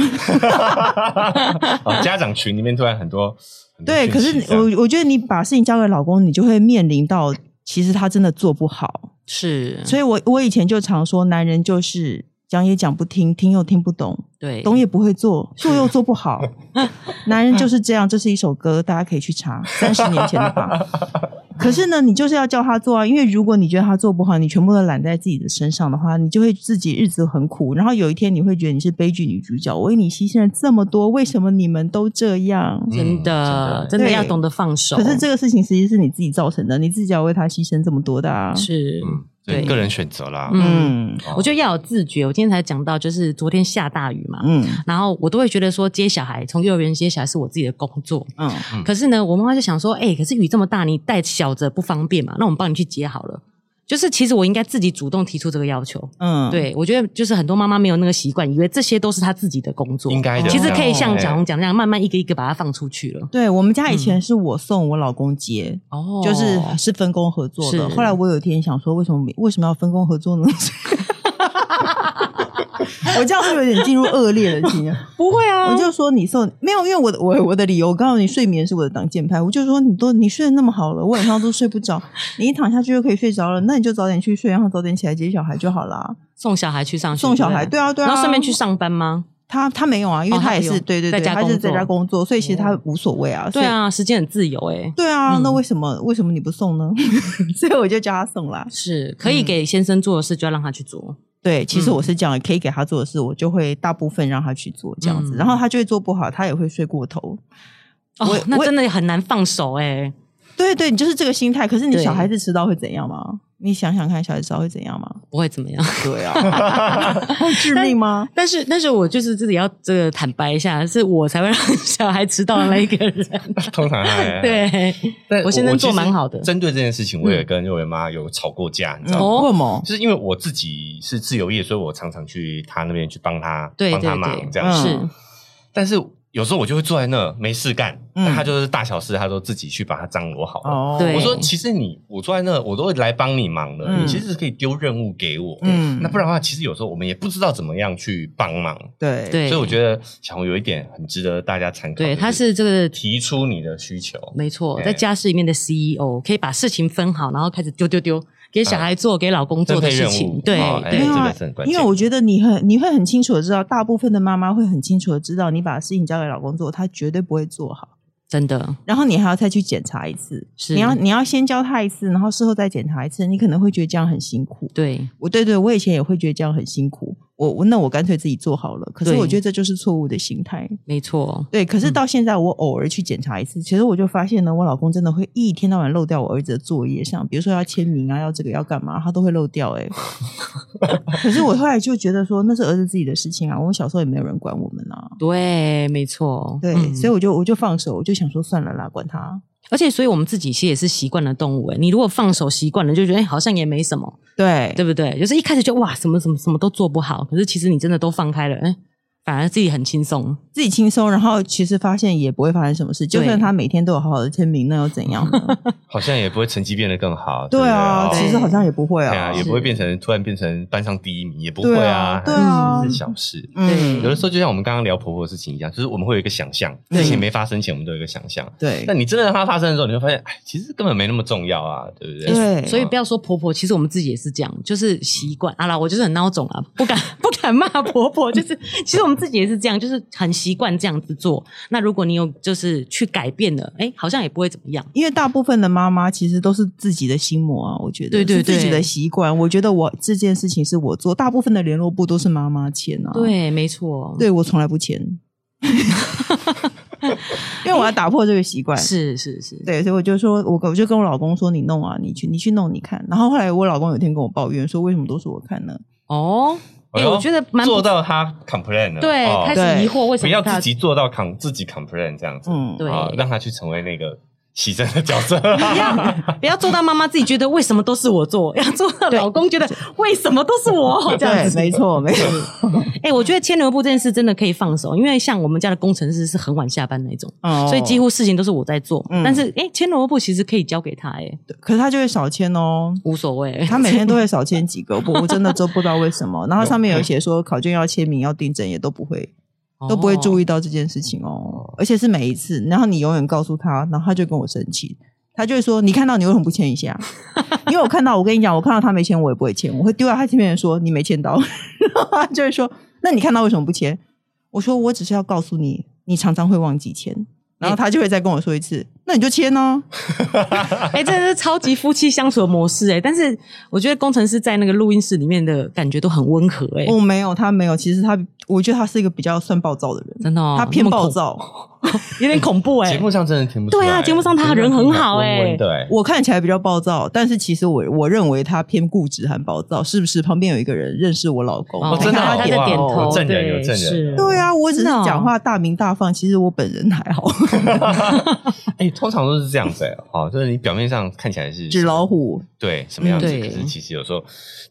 Speaker 3: 哦，家长群里面突然很多很多
Speaker 4: 对，可是
Speaker 3: 讯息这样
Speaker 4: 我我觉得你把事情交给老公，你就会面临到其实他真的做不好，
Speaker 1: 是，
Speaker 4: 所以我我以前就常说，男人就是讲也讲不听，听又听不懂，
Speaker 1: 对，
Speaker 4: 懂也不会做，做又做不好。男人就是这样，这是一首歌，大家可以去查三十年前的吧。可是呢，你就是要叫他做啊，因为如果你觉得他做不好，你全部都揽在自己的身上的话，你就会自己日子很苦。然后有一天你会觉得你是悲剧女主角，我为你牺牲了这么多，为什么你们都这样？
Speaker 1: 真的，
Speaker 3: 嗯真
Speaker 1: 真
Speaker 4: 的
Speaker 1: 的要懂得放手。
Speaker 4: 可是这个事情实际是你自己造成的，你自己要为他牺牲这么多的啊。
Speaker 1: 是，
Speaker 3: 嗯，所以
Speaker 1: 对
Speaker 3: 个人选择啦。
Speaker 1: 嗯
Speaker 4: 嗯
Speaker 3: 哦
Speaker 1: 我觉得要有自觉。我今天才讲到，就是昨天下大雨嘛，
Speaker 4: 嗯
Speaker 1: 然后我都会觉得说接小孩，从幼儿园接小孩是我自己的工作。
Speaker 4: 嗯，
Speaker 3: 嗯
Speaker 1: 可是呢，我妈妈就想说，哎、可是雨这么大，你带小着不方便嘛，那我们帮你去接好了。就是其实我应该自己主动提出这个要求。
Speaker 4: 嗯，
Speaker 1: 对，我觉得就是很多妈妈没有那个习惯，以为这些都是她自己的工作。
Speaker 3: 应该的，
Speaker 1: 其实可以
Speaker 4: 哦
Speaker 1: 像
Speaker 3: 哎
Speaker 1: 蒋红讲那样，慢慢一个一个把它放出去了。
Speaker 4: 对我们家以前是我送我老公接，
Speaker 1: 嗯哦
Speaker 4: 就是是分工合作的。
Speaker 1: 是
Speaker 4: 后来我有一天想说，为什么为什么要分工合作呢？ 我这样会不会有点进入恶劣的情况。
Speaker 1: 不会啊
Speaker 4: 我就说你送没有，因为我的我我的理由，我告诉你，睡眠是我的挡箭牌。我就说你都你睡得那么好了，我晚上都睡不着，你一躺下去就可以睡着了，那你就早点去睡，然后早点起来接小孩就好啦。
Speaker 1: 送小孩去上学，
Speaker 4: 送小孩，
Speaker 1: 对
Speaker 4: 对啊对
Speaker 1: 不对，
Speaker 4: 啊，
Speaker 1: 然后顺便去上班吗？
Speaker 4: 他他没有啊，因为
Speaker 1: 哦他
Speaker 4: 他也
Speaker 1: 不
Speaker 4: 是、
Speaker 1: 用
Speaker 4: 对对
Speaker 1: 在
Speaker 4: 对，
Speaker 1: 家
Speaker 4: 他
Speaker 1: 工
Speaker 4: 是在
Speaker 1: 作哦
Speaker 4: 家工作，所以其实他无所谓啊。所
Speaker 1: 对
Speaker 4: 以
Speaker 1: 啊，时间很自由哎、
Speaker 4: 对啊，
Speaker 1: 嗯
Speaker 4: 那为什么为什么你不送呢？ 所以我就叫他送啦。
Speaker 1: 是可以给先生做的事就要让他去做，
Speaker 4: 对，其实
Speaker 1: 嗯
Speaker 4: 我是讲可以给他做的事，我就会大部分让他去做这样子，
Speaker 1: 嗯
Speaker 4: 然后他就会做不好，他也会睡过头。我
Speaker 1: 哦，那
Speaker 4: 我
Speaker 1: 真的很难放手哎、
Speaker 4: 对对，你就是这个心态。可是你
Speaker 1: 对
Speaker 4: 小孩子迟到会怎样吗？你想想看，小孩子迟到会怎样吗？
Speaker 1: 不会怎么样。
Speaker 4: 对啊，会 致命吗？
Speaker 1: 但是，但是我就是自己要这个坦白一下，是我才会让小孩迟到的那一个 人。
Speaker 3: 通常还，
Speaker 1: 对，
Speaker 3: 但
Speaker 1: 我先生做蛮好的
Speaker 3: 其实针对这件事情，
Speaker 4: 嗯
Speaker 3: 我也跟肉圆妈有吵过架，你知道吗？
Speaker 1: 哦
Speaker 4: 为什么？
Speaker 3: 就是因为我自己是自由业，所以我常常去他那边去帮他
Speaker 1: 对
Speaker 3: 帮他
Speaker 1: 对
Speaker 3: 忙
Speaker 1: 对
Speaker 3: 这样子。
Speaker 1: 是
Speaker 3: 但是有时候我就会坐在那没事干，
Speaker 4: 嗯
Speaker 3: 那他就是大小事他都自己去把它张罗好了。
Speaker 4: 哦，
Speaker 1: 对
Speaker 3: 我说，其实你我坐在那，我都会来帮你忙的。
Speaker 4: 嗯
Speaker 3: 你其实可以丢任务给我，
Speaker 4: 嗯
Speaker 3: 那不然的话，其实有时候我们也不知道怎么样去帮忙。
Speaker 4: 对
Speaker 1: 对，
Speaker 3: 所以我觉得嗯小红有一点很值得大家参考，
Speaker 1: 对，
Speaker 3: 就
Speaker 1: 他是这个
Speaker 3: 提出你的需求，
Speaker 1: 没错，
Speaker 3: 哎
Speaker 1: 在家事里面的 CEO 可以把事情分好，然后开始丢丢丢，给小孩做，给老公做的事情。
Speaker 3: 分配
Speaker 1: 对
Speaker 3: 任务哦哎
Speaker 1: 对
Speaker 4: 没有啊
Speaker 3: 这个是很关键
Speaker 4: 因为我觉得你很，你会很清楚的知道，大部分的妈妈会很清楚的知道，你把事情交给老公做，他绝对不会做好，
Speaker 1: 真的
Speaker 4: 然后你还要再去检查一次，
Speaker 1: 是
Speaker 4: 你要你要先教他一次，然后事后再检查一次，你可能会觉得这样很辛苦。
Speaker 1: 对，
Speaker 4: 我对对，我以前也会觉得这样很辛苦，我我那我干脆自己做好了。可是
Speaker 1: 对嗯
Speaker 4: 我觉得这就是错误的心态。
Speaker 1: 没错，
Speaker 4: 对，可是到现在我偶尔去检查一次，其实我就发现呢，我老公真的会一天到晚漏掉我儿子的作业上，比如说要签名啊，要这个要干嘛，他都会漏掉、 欸。可是我后来就觉得说，那是儿子自己的事情啊，我们小时候也没有人管我们啊。
Speaker 1: 对，没错，
Speaker 4: 对，
Speaker 1: 嗯
Speaker 4: 所以我就我就放手，我就想说算了啦，管他。
Speaker 1: 而且，所以我们自己其实也是习惯了动物、欸。你如果放手习惯了，就觉得、哎好像也没什么，
Speaker 4: 对
Speaker 1: 对不对？就是一开始就哇，什么什么什么都做不好，可是其实你真的都放开了，哎、反而自己很轻松。
Speaker 4: 自己轻松，然后其实发现也不会发生什么事。就
Speaker 1: 对
Speaker 4: 算他每天都有好好的签名，那又怎样 呢？
Speaker 3: 好像也不会成绩变得更好。
Speaker 4: 对啊，
Speaker 3: 不哦
Speaker 1: 对
Speaker 4: 其实好像也不会
Speaker 3: 对
Speaker 4: 啊
Speaker 3: 啊，，也不会变成突然变成班上第一名，也不会
Speaker 4: 对
Speaker 3: 啊
Speaker 4: 啊，，对啊
Speaker 3: 还是，小事。
Speaker 1: 对
Speaker 3: 有
Speaker 4: 嗯
Speaker 3: 的时候就像我们刚刚聊婆婆的事情一样，就是我们会有一个想象，
Speaker 4: 对
Speaker 3: 事情没发生前我们都有一个想象，
Speaker 4: 对
Speaker 3: 但你真的让它发生的时候，你会发现，哎，其实根本没那么重要啊，对不对？
Speaker 4: 对
Speaker 1: 所以不要说婆婆，其实我们自己也是这样，就是习惯。啊啦，我就是很孬种啊，不敢不敢骂婆婆，就是其实我们自己也是这样，就是很习惯这样子做。那如果你有就是去改变了，哎、好像也不会怎么样。
Speaker 4: 因为大部分的妈妈其实都是自己的心魔啊，我觉得
Speaker 1: 对对
Speaker 4: 是自己
Speaker 1: 对
Speaker 4: 的习惯。我觉得我这件事情是我做，大部分的联络部都是妈妈签啊。，
Speaker 1: 对，没错，
Speaker 4: 对我从来不签， 因为我要打破这个习惯。
Speaker 1: 是是是，
Speaker 4: 对，所以我就说，我我就跟我老公说，你弄啊，你去，你去弄，你看。然后后来我老公有一天跟我抱怨说，为什么都是我看呢？
Speaker 1: 哦，哎、
Speaker 3: 哎呦
Speaker 1: 我觉得蛮不
Speaker 3: 做到他 complain 了，
Speaker 1: 对，
Speaker 3: 哦
Speaker 1: 开始疑惑为什
Speaker 3: 不
Speaker 1: 么
Speaker 3: 要
Speaker 1: 他
Speaker 3: 自己做到 com 自己 complain 这样子，
Speaker 4: 嗯，
Speaker 1: 对
Speaker 3: 哦让他去成为那个牺牲的角 色。
Speaker 1: 不要不要做到妈妈自己觉得为什么都是我做， 要做到老公觉得为什么都是我这样
Speaker 4: 对，
Speaker 1: 子。
Speaker 4: 没错，没错。
Speaker 1: 哎、我觉得牵牛步这件事真的可以放手，因为像我们家的工程师是很晚下班那种，
Speaker 4: 哦
Speaker 1: 所以几乎事情都是我在做。
Speaker 4: 嗯
Speaker 1: 但是哎，牵牛步其实可以交给他、哎，
Speaker 4: 可是他就会少签 哦。
Speaker 1: 无所谓。
Speaker 4: 他每天都会少签几个，我我真的都不知道为什么。然后上面有写说考卷要签名、要订正，也都不会，都不会注
Speaker 1: 意。
Speaker 4: 意到这件事情哦。而且是每一次，然后你永远告诉他，然后他就跟我生气，他就会说：“你看到你为什么不签一下？” 因为我看到，我跟你讲，我看到他没签，我也不会签，我会丢在他前面说：“你没签到。” 然后他就会说：“那你看到为什么不签？”我说：“我只是要告诉你，你常常会忘记签。”然后他就会再跟我说一次：“那你就签哦呢、
Speaker 1: 哎、这是超级夫妻相处的模式哎、但是我觉得工程师在那个录音室里面的感觉都很温和哎、
Speaker 4: 我、哦没有，他没有。其实他，我觉得他是一个比较算暴躁的人，
Speaker 1: 真的、哦，
Speaker 4: 他偏
Speaker 1: 那么
Speaker 4: 暴
Speaker 1: 恐，
Speaker 4: 躁。
Speaker 1: 有点恐怖哎、
Speaker 3: 节目上真的听不出来。
Speaker 1: 对啊节目上他人很好哎
Speaker 3: 温温的哎，
Speaker 4: 我看起来比较暴躁，但是其实我我认为他偏固执和暴躁，是不是？旁边有一个人认识我老公，
Speaker 1: 哦
Speaker 4: 我
Speaker 3: 哦真的
Speaker 4: 看
Speaker 3: 哦
Speaker 1: 他
Speaker 4: 他
Speaker 1: 在
Speaker 3: 哇
Speaker 1: 点
Speaker 3: 哦
Speaker 1: 头，
Speaker 3: 有证人
Speaker 1: 对
Speaker 3: 有证人
Speaker 1: 是
Speaker 4: 对啊，我只是
Speaker 1: 真的哦
Speaker 4: 讲话大鸣大放，其实我本人还 好，
Speaker 3: 哎、通常都是这样子哎、哦，就是你表面上看起来是
Speaker 4: 纸老虎。
Speaker 3: 对什么样子，
Speaker 1: 嗯对
Speaker 3: 可是其实有时候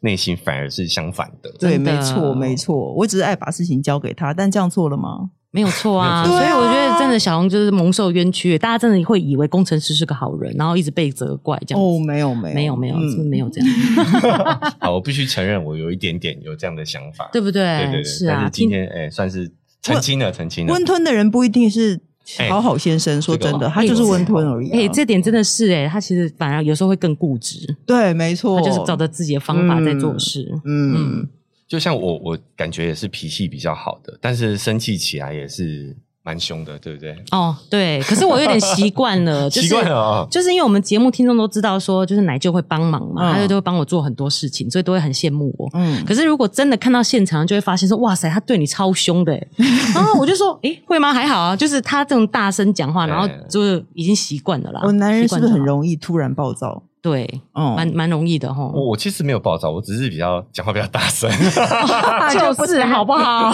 Speaker 3: 内心反而是相反 的。
Speaker 4: 对，
Speaker 1: 真的
Speaker 4: 没错，没错，我只是爱把事情交给他，但这样错了吗？
Speaker 1: 没有错啊，
Speaker 4: 没有
Speaker 1: 所
Speaker 4: 错
Speaker 1: 以我觉得真的小红就是蒙受冤屈，大家真的会以为工程师是个好人，然后一直被责怪这样子。
Speaker 4: 哦，没有，没有，
Speaker 1: 没有没有，
Speaker 4: 嗯
Speaker 1: 是没有这样，
Speaker 3: 好，我必须承认，我有一点点有这样的想法。
Speaker 1: 对不对？
Speaker 3: 对对对，
Speaker 1: 是
Speaker 3: 但
Speaker 1: 啊，
Speaker 3: 是今
Speaker 1: 听
Speaker 3: 天哎、算是澄清了，澄清了。
Speaker 4: 温吞的人不一定是
Speaker 3: 哎
Speaker 4: 好好先生，说真
Speaker 3: 这
Speaker 4: 的，
Speaker 3: 个
Speaker 4: 他就是温吞而已啊。
Speaker 1: 哎，这点真的是哎，他其实反而有时候会更固执，
Speaker 4: 对，没错，
Speaker 1: 他就是找着自己的方法在做事。
Speaker 4: 嗯，
Speaker 3: 就像我，我感觉也是脾气比较好的，但是生气起来也是蛮凶的，对不对？
Speaker 1: 哦，对，可是我有点习惯 了，就是
Speaker 3: 习惯了啊、
Speaker 1: 就是因为我们节目听众都知道说，就是奶舅会帮忙嘛，
Speaker 4: 嗯
Speaker 1: 他就都会帮我做很多事情，所以都会很羡慕我。
Speaker 4: 嗯，
Speaker 1: 可是如果真的看到现场，就会发现说，哇塞，他对你超凶的欸。 然后我就说，诶，会吗？还好啊，就是他这种大声讲话，
Speaker 3: 对
Speaker 1: 然后就是已经习惯了啦。
Speaker 4: 我哦男人是不是很
Speaker 1: 易？
Speaker 4: 容易突然暴躁？
Speaker 1: 对，
Speaker 4: 嗯，
Speaker 1: 蛮蛮容易的哈。
Speaker 4: 哦
Speaker 3: 我我其实没有暴躁，我只是比较讲话比较大 声，
Speaker 1: 啊 就是好不好？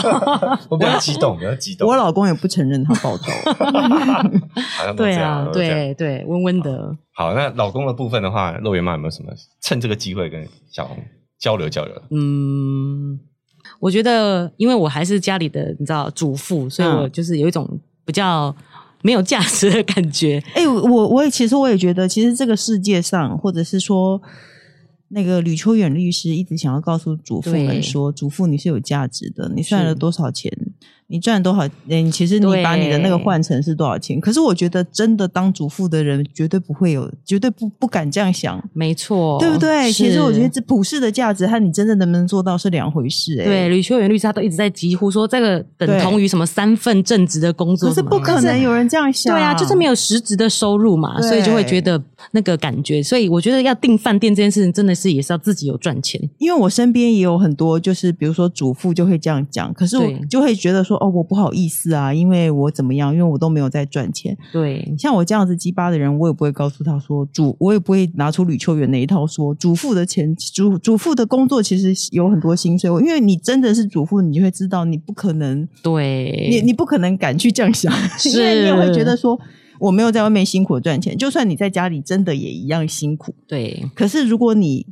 Speaker 3: 我比较激动，比较激动。
Speaker 4: 我老公也不承认他暴 躁。
Speaker 3: 好像都
Speaker 1: 对
Speaker 3: 这样
Speaker 1: 啊，。
Speaker 3: 都这样
Speaker 1: 对对，温温的。
Speaker 3: 好，那老公的部分的话，肉圆妈有没有什么趁这个机会跟小红交流交流？
Speaker 1: 嗯，我觉得，因为我还是家里的你知道主妇，所以
Speaker 4: 嗯
Speaker 1: 我就是有一种比较没有价值的感觉。
Speaker 4: 哎、我我也其实我也觉得，其实这个世界上，或者是说那个吕秋远律师一直想要告诉主妇
Speaker 1: 对
Speaker 4: 们说，主妇你是有价值的，你赚了多少钱，你赚了多少，嗯，其实
Speaker 1: 对
Speaker 4: 你把你的那个换成是多少钱。可是我觉得，真的当主妇的人绝对不会有，绝对不不敢这样想。
Speaker 1: 没错，
Speaker 4: 对不对？其
Speaker 1: 哦
Speaker 4: 实
Speaker 1: 是
Speaker 4: 我觉得这普世的价值和你真正能不能做到是两回事、哎，
Speaker 1: 对，，吕秋元律师他都一直在疾呼说，这个等
Speaker 4: 对
Speaker 1: 同于什么三份正职的工作
Speaker 4: 可是
Speaker 1: 什么的，
Speaker 4: 不可
Speaker 1: 但
Speaker 4: 能
Speaker 1: 是。
Speaker 4: 有人这样想。
Speaker 1: 对啊，就是没有实质的收入嘛，
Speaker 4: 对
Speaker 1: 所以就会觉得那个感觉。所以我觉得要订饭店这件事情，真的是也是要自己有赚钱。
Speaker 4: 因为我身边也有很多，就是比如说主妇就会这样讲，可是我
Speaker 1: 对
Speaker 4: 就会觉得说，哦，我不好意思啊，因为我怎么样，因为我都没有在赚钱。
Speaker 1: 对，
Speaker 4: 像我这样子鸡巴的人，我也不会告诉他说主，我也不会拿出吕秋元那一套说主妇的钱，主主妇的工作其实有很多薪水，因为你真的是主妇，你就会知道你不可能，
Speaker 1: 对，
Speaker 4: 你你不可能敢去这样 想，因为你也会觉得说。我没有在外面辛苦地赚钱，就算你在家里真的也一样辛苦。
Speaker 1: 对，
Speaker 4: 可是如果你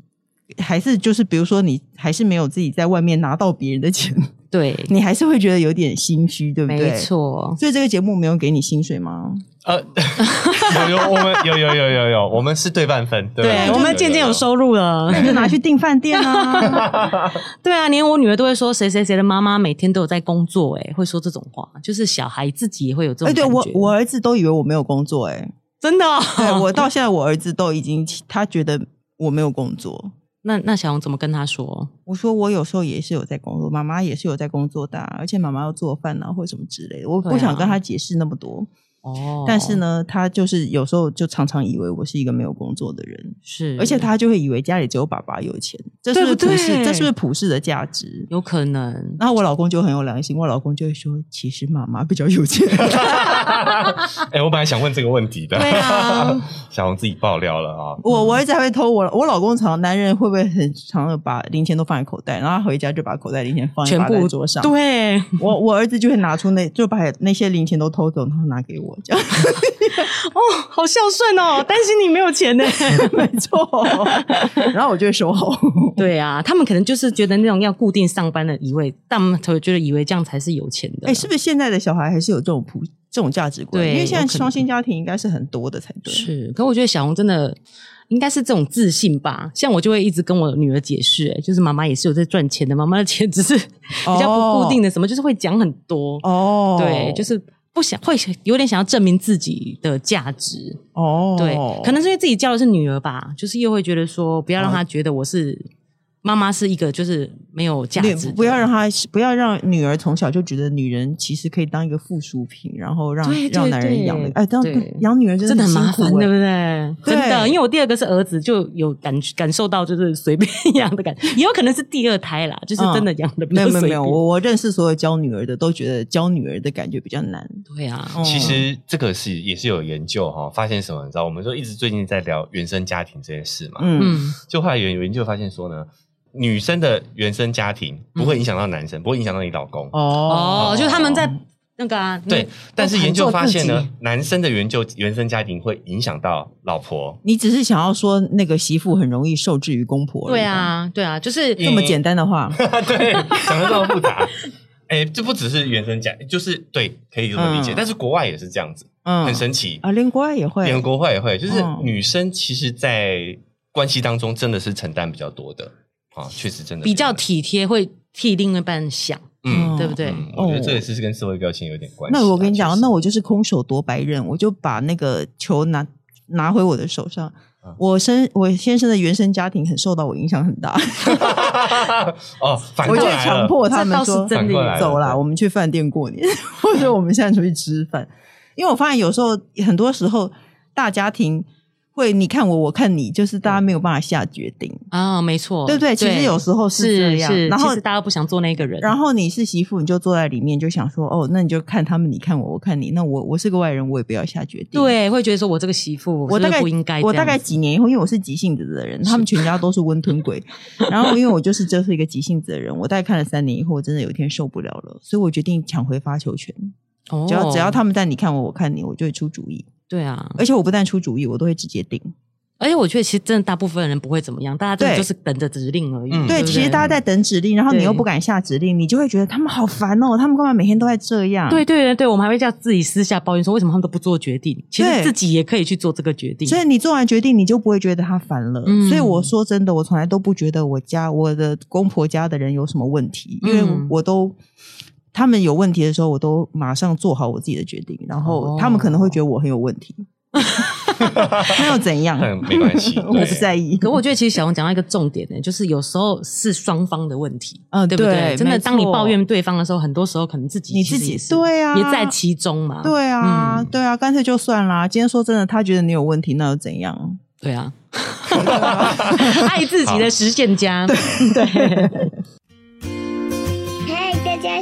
Speaker 4: 还是就是，比如说你还是没有自己在外面拿到别人的钱，
Speaker 1: 对，
Speaker 4: 你还是会觉得有点心虚，对不嗯对？
Speaker 1: 没。错，
Speaker 4: 所以这个节目没有给你薪水吗？
Speaker 3: 呃，有有我们有有有有有，我们是对半分，对半
Speaker 1: 对，啊
Speaker 3: 分
Speaker 1: 我们渐渐有。收入了。
Speaker 4: 就拿去订饭店啊！
Speaker 1: 对啊，连我女儿都会说，谁谁谁的妈妈每天都有在工作，哎，会说这种话，就是小孩自己也会 有这种
Speaker 4: 哎，
Speaker 1: 感觉。
Speaker 4: 对我我儿子都以为我没有工作、 哎，
Speaker 1: 真的哦，
Speaker 4: 对我到现在我儿子都已经他觉得我没有工作。
Speaker 1: 那那小红怎么跟他说？
Speaker 4: 我说我有时候也是有在工作，妈妈也是有在工作的啊、而且妈妈要做饭啊，或什么之类的。我
Speaker 1: 对啊
Speaker 4: 不想跟他解释那么多，
Speaker 1: 哦，
Speaker 4: 但是呢，他就是有时候就常常以为我是一个没有工作的人。
Speaker 1: 是，
Speaker 4: 而且他就会以为家里只有爸爸有钱，这是不是
Speaker 1: 嗯对不
Speaker 4: 普世？
Speaker 1: 对
Speaker 4: 这是不是普世的价值？
Speaker 1: 有可能，
Speaker 4: 然后我老公就很有良心，我老公就会说，其实妈妈比较有钱。
Speaker 3: 哎、我本来想问这个问题的，
Speaker 4: 对啊，
Speaker 3: 小红自己爆料了啊、
Speaker 1: 哦
Speaker 4: 我我儿子还会偷我，我老公常男人会不会很常的把零钱都放在口袋，然后他回家就把口袋零钱放在
Speaker 1: 全
Speaker 4: 放
Speaker 1: 部
Speaker 4: 在桌上。，
Speaker 1: 对，哦
Speaker 4: 我我儿子就会拿出那就把那些零钱都偷走，然后拿给我，这样
Speaker 1: 哦，好孝顺哦，担心你没有钱呢。
Speaker 4: 没错。 然后我就会收好。
Speaker 1: 对啊，他们可能就是觉得那种要固定上班的一位，但他们就觉得以为这样才是有钱的。
Speaker 4: 哎、是不是现在的小孩还是有这种普这种价值观？
Speaker 1: 对
Speaker 4: 因为现
Speaker 1: 有
Speaker 4: 在
Speaker 1: 可能
Speaker 4: 双薪家庭应该是很多的才对。
Speaker 1: 是，可我觉得小红真的应该是这种自信吧。像我就会一直跟我女儿解释、哎，就是妈妈也是有在赚钱的，妈妈的钱只是比较不固定的，什么就是会讲很多。
Speaker 4: 哦，
Speaker 1: 对，就是不想会有点想要证明自己的价值。
Speaker 4: 哦，哦
Speaker 1: 对，可能是因为自己教的是女儿吧，就是又会觉得说，不要让她觉得我是、妈妈是一个就是没有价
Speaker 4: 女
Speaker 1: 值的，
Speaker 4: 不要让她不要让女儿从小就觉得女人其实可以当一个附属品，然后让
Speaker 1: 对对
Speaker 4: 让男人养的
Speaker 1: 对，
Speaker 4: 哎，当
Speaker 1: 对
Speaker 4: 养女人真
Speaker 1: 真的
Speaker 4: 的
Speaker 1: 很麻
Speaker 4: 辛
Speaker 1: 烦，
Speaker 4: 苦
Speaker 1: 对
Speaker 4: 哎
Speaker 1: 不对？
Speaker 4: 对
Speaker 1: 真的，因为我第二个是儿子，就有感感受到就是随便养的感 觉，也有可能是第二胎啦，就是真的养的比
Speaker 4: 没
Speaker 1: 较
Speaker 4: 有没
Speaker 1: 随
Speaker 4: 有嗯没
Speaker 1: 便
Speaker 4: 有，。我我认识所有教女儿的都觉得教女儿的感觉比较难。
Speaker 1: 对啊，
Speaker 4: 嗯
Speaker 3: 其实这个是也是有研究哈、发现什么？你知道，我们说一直最近在聊原生家庭这件事嘛，
Speaker 4: 嗯
Speaker 1: 嗯，
Speaker 3: 就后来有有研究发现说呢，女生的原生家庭不会影响到男生，不会影响到你老公。
Speaker 1: 哦，就是他们在那个啊，
Speaker 3: 对，但是研究发现
Speaker 1: 哦做自己，
Speaker 3: 呢男生的原就原生家庭会影响到老婆。
Speaker 4: 你只是想要说那个媳妇很容易受制于公婆，
Speaker 1: 对，啊，对啊，就是
Speaker 4: 这么简单的话，
Speaker 3: 对， 想的这么复杂。哎，这不只是原生家，就是对，可以这么理解。
Speaker 4: 嗯
Speaker 3: 但是国外也是这样子，
Speaker 4: 嗯，
Speaker 3: 很神奇。
Speaker 4: 啊，连国外也会，
Speaker 3: 联合国会也会，就是
Speaker 4: 嗯
Speaker 3: 女生其实，在关系当中真的是承担比较多的啊，确实真的
Speaker 1: 比较
Speaker 3: 是
Speaker 1: 体贴，会替另一半想，
Speaker 3: 嗯。
Speaker 1: 对不对？
Speaker 3: 嗯我觉得这也是跟社会标签有点关系啊。
Speaker 4: 哦那我跟你讲，
Speaker 3: 确实
Speaker 4: 那我就是空手夺白刃，我就把那个球拿拿回我的手上
Speaker 3: 嗯。
Speaker 4: 我生我先生的原生家庭很受到我影响很大，
Speaker 3: 哦，反
Speaker 4: 我
Speaker 3: 过
Speaker 4: 就
Speaker 3: 来
Speaker 4: 强
Speaker 3: 了，
Speaker 4: 迫他
Speaker 1: 这
Speaker 4: 们
Speaker 1: 倒是
Speaker 4: 说
Speaker 1: 真
Speaker 3: 反
Speaker 1: 的
Speaker 3: 过来
Speaker 1: 耶，
Speaker 3: 了
Speaker 4: 走啦，
Speaker 3: 对
Speaker 4: 我们去饭店过 年，或者我们现在出去吃饭。因为我发现有时候很多时候大家庭会你看我我看你，就是大家
Speaker 3: 嗯
Speaker 4: 没有办法下决定，
Speaker 1: 啊，没
Speaker 3: 哦
Speaker 1: 错，
Speaker 4: 对不对？其实有时候
Speaker 1: 是
Speaker 4: 这样，
Speaker 1: 是
Speaker 4: 然后
Speaker 1: 其实大家不想做那个人，
Speaker 4: 然后你是媳妇，你就坐在里面就想说，哦，那你就看他们，你看我，我看你，那我我是个外人，我也不要下决定。。
Speaker 1: 对，会觉得说我这个媳妇，
Speaker 4: 我
Speaker 1: 是
Speaker 4: 大
Speaker 1: 不
Speaker 4: 概
Speaker 1: 是不应该这样子，
Speaker 4: 我大概几年以后，因为我是急性子的人，他们全家都是温 吞鬼，然后因为我就是就是一个急性子的人，我大概看了三年以后，我真的有一天受不了了，所以我决定抢回发球权。
Speaker 1: 哦
Speaker 4: 只要只要他们在你看我，我看你，我就会出主意，
Speaker 1: 对啊，
Speaker 4: 而且我不但出主意，我都会直接定。
Speaker 1: 而且我觉得其实真的大部分人不会怎么样，大家真的
Speaker 4: 对
Speaker 1: 就是等着指令而已。
Speaker 3: 嗯
Speaker 1: 对
Speaker 4: 对，
Speaker 1: 不对，
Speaker 4: 其实大家在等指令，然后你
Speaker 1: 对
Speaker 4: 又不敢下指令，你就会觉得他们好烦哦，他们干嘛每天都在这样？
Speaker 1: 对对对对，我们还会叫自己私下抱怨说为什么他们都不做决定，其实
Speaker 4: 对
Speaker 1: 自己也可以去做这个决定。
Speaker 4: 所以你做完决定，你就不会觉得他烦了。
Speaker 1: 嗯
Speaker 4: 所以我说真的，我从来都不觉得我家我的公婆家的人有什么问题，因为
Speaker 1: 嗯
Speaker 4: 我都他们有问题的时候，我都马上做好我自己的决定，然后
Speaker 1: 哦
Speaker 4: 他们可能会觉得我很有问 题，那又怎样？
Speaker 3: 嗯没关系
Speaker 4: 我不
Speaker 3: 对
Speaker 4: 在意。
Speaker 1: 可我觉得其实小红讲到一个重点呢、就是有时候是双方的问题，
Speaker 4: 嗯
Speaker 1: 对不
Speaker 4: 对
Speaker 1: 真的，
Speaker 4: 没
Speaker 1: 当你
Speaker 4: 错
Speaker 1: 抱怨对方的时候，很多时候可能自己
Speaker 4: 你
Speaker 1: 其实
Speaker 4: 自己
Speaker 1: 也是
Speaker 4: 对啊
Speaker 1: 也在其中嘛。
Speaker 4: 对啊，
Speaker 1: 嗯
Speaker 4: 对啊，干脆就算啦。今天说真的，他觉得你有问题，那又怎样？
Speaker 1: 对 啊，爱自己的实践家。
Speaker 5: 嗨，大家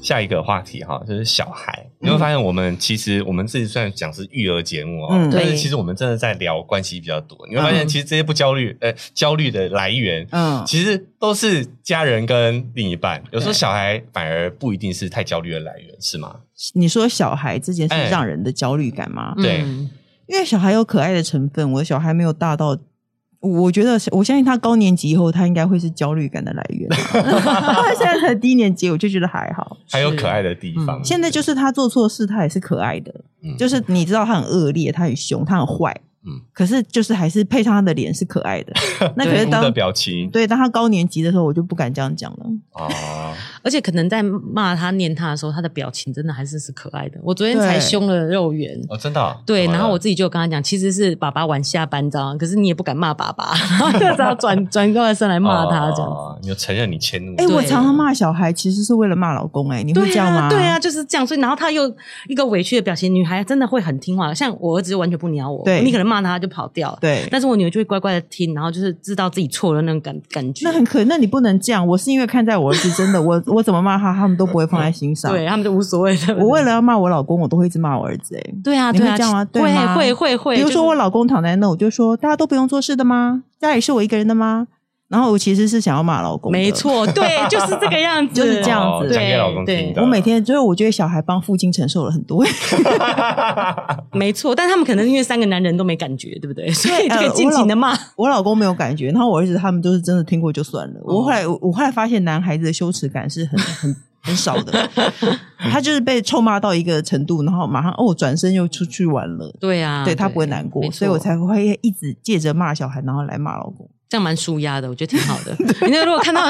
Speaker 3: 下一个话题哈，就是小孩。你会发现，我们其实我们自己虽然讲是育儿节目哦
Speaker 4: 嗯，
Speaker 3: 但
Speaker 1: 对
Speaker 3: 是其实我们真的在聊关系比较多。你会发现，
Speaker 4: 嗯
Speaker 3: 其实这些不焦虑，呃，焦虑的来源。
Speaker 4: 嗯，
Speaker 3: 其实都是家人跟另一半，有时候
Speaker 4: 对
Speaker 3: 小孩反而不一定是太焦虑的来源，是吗？
Speaker 4: 你说小孩这件事
Speaker 3: 哎
Speaker 4: 让人的焦虑感吗？
Speaker 3: 对
Speaker 1: 嗯
Speaker 4: 因为小孩有可爱的成分，我的小孩没有大到，我觉得我相信他高年级以后，他应该会是焦虑感的来源。 他现在才低年级，我就觉得还好。
Speaker 3: 还有可爱的地
Speaker 1: 嗯
Speaker 3: 方。
Speaker 4: 现在就是他做错事，他也是可爱的，
Speaker 3: 嗯
Speaker 4: 就是你知道他很恶劣，他很凶，他很坏，
Speaker 3: 嗯
Speaker 4: 可是就是还是配上他的脸是可爱的。那可
Speaker 3: 对
Speaker 4: 是
Speaker 3: 哭的
Speaker 4: 当
Speaker 3: 表情
Speaker 4: 对当他高年级的时候，我就不敢这样讲了。
Speaker 3: 哦，
Speaker 1: 而且可能在骂他、念他的时候，他的表情真的还是是可爱的。我昨天才
Speaker 4: 对
Speaker 1: 凶了肉圆。
Speaker 3: 哦，真的哦、
Speaker 1: 对，
Speaker 4: 啊
Speaker 3: 怎么了
Speaker 1: 然后我自己就有跟他讲，其实是爸爸晚下班，你知道吗？可是你也不敢骂爸 爸，然后就只好转转过来身来骂他这样子。
Speaker 3: 哦，你就承认你迁怒。
Speaker 4: 哎、我
Speaker 1: 对
Speaker 4: 常常骂小孩，其实是为了骂老公、哎，你会
Speaker 1: 对
Speaker 4: 这样吗？
Speaker 1: 啊，对啊，，就是这样。所以，然后他又一个委屈的表情，女孩真的会很听话。像我儿子就完全不鸟我，
Speaker 4: 对
Speaker 1: 你可能骂他他就跑掉了，
Speaker 4: 对。
Speaker 1: 但是我女儿就会乖乖的听，然后就是知道自己错了那种感感觉
Speaker 4: 那。很可，那你不能这样。我是因为看在我儿子真的，我我怎么骂他，他们都不会放在心上。
Speaker 1: 对他们就无所谓的。
Speaker 4: 我为了要骂我老公，我都会一直骂我儿子、欸。
Speaker 1: 对啊，
Speaker 4: 你会
Speaker 1: 对啊，
Speaker 4: 这样吗对吗
Speaker 1: 会会会会。
Speaker 4: 比如
Speaker 1: 就是
Speaker 4: 说我老公躺在那，我就说大家都不用做事的吗？家里是我一个人的吗？然后我其实是想要骂老公，
Speaker 1: 没。错，对，就是这个样子，
Speaker 4: 就是这样
Speaker 3: 哦
Speaker 4: 子
Speaker 3: 讲给老公
Speaker 1: 对
Speaker 3: 听的。
Speaker 4: 我每天就是我觉得小孩帮父亲承受了很多，
Speaker 1: 没错。但他们可能因为三个男人都没感觉，对不对？所以就可以
Speaker 4: 呃
Speaker 1: 尽情的骂。
Speaker 4: 我老公没有感
Speaker 1: 哦
Speaker 4: 觉，然后我儿子他们都是真的听过就算了。我后来我我后来发现男孩子的羞耻感是很很很少 的。他就是被臭骂到一个程度，然后马上哦转身又出去玩了。
Speaker 1: 对啊，
Speaker 4: 对他不会难过
Speaker 1: 没，
Speaker 4: 所以我
Speaker 1: 错
Speaker 4: 才会一直借着骂小孩，然后来骂老公。
Speaker 1: 这样蛮舒压的，我觉得挺好 的。你那如果看到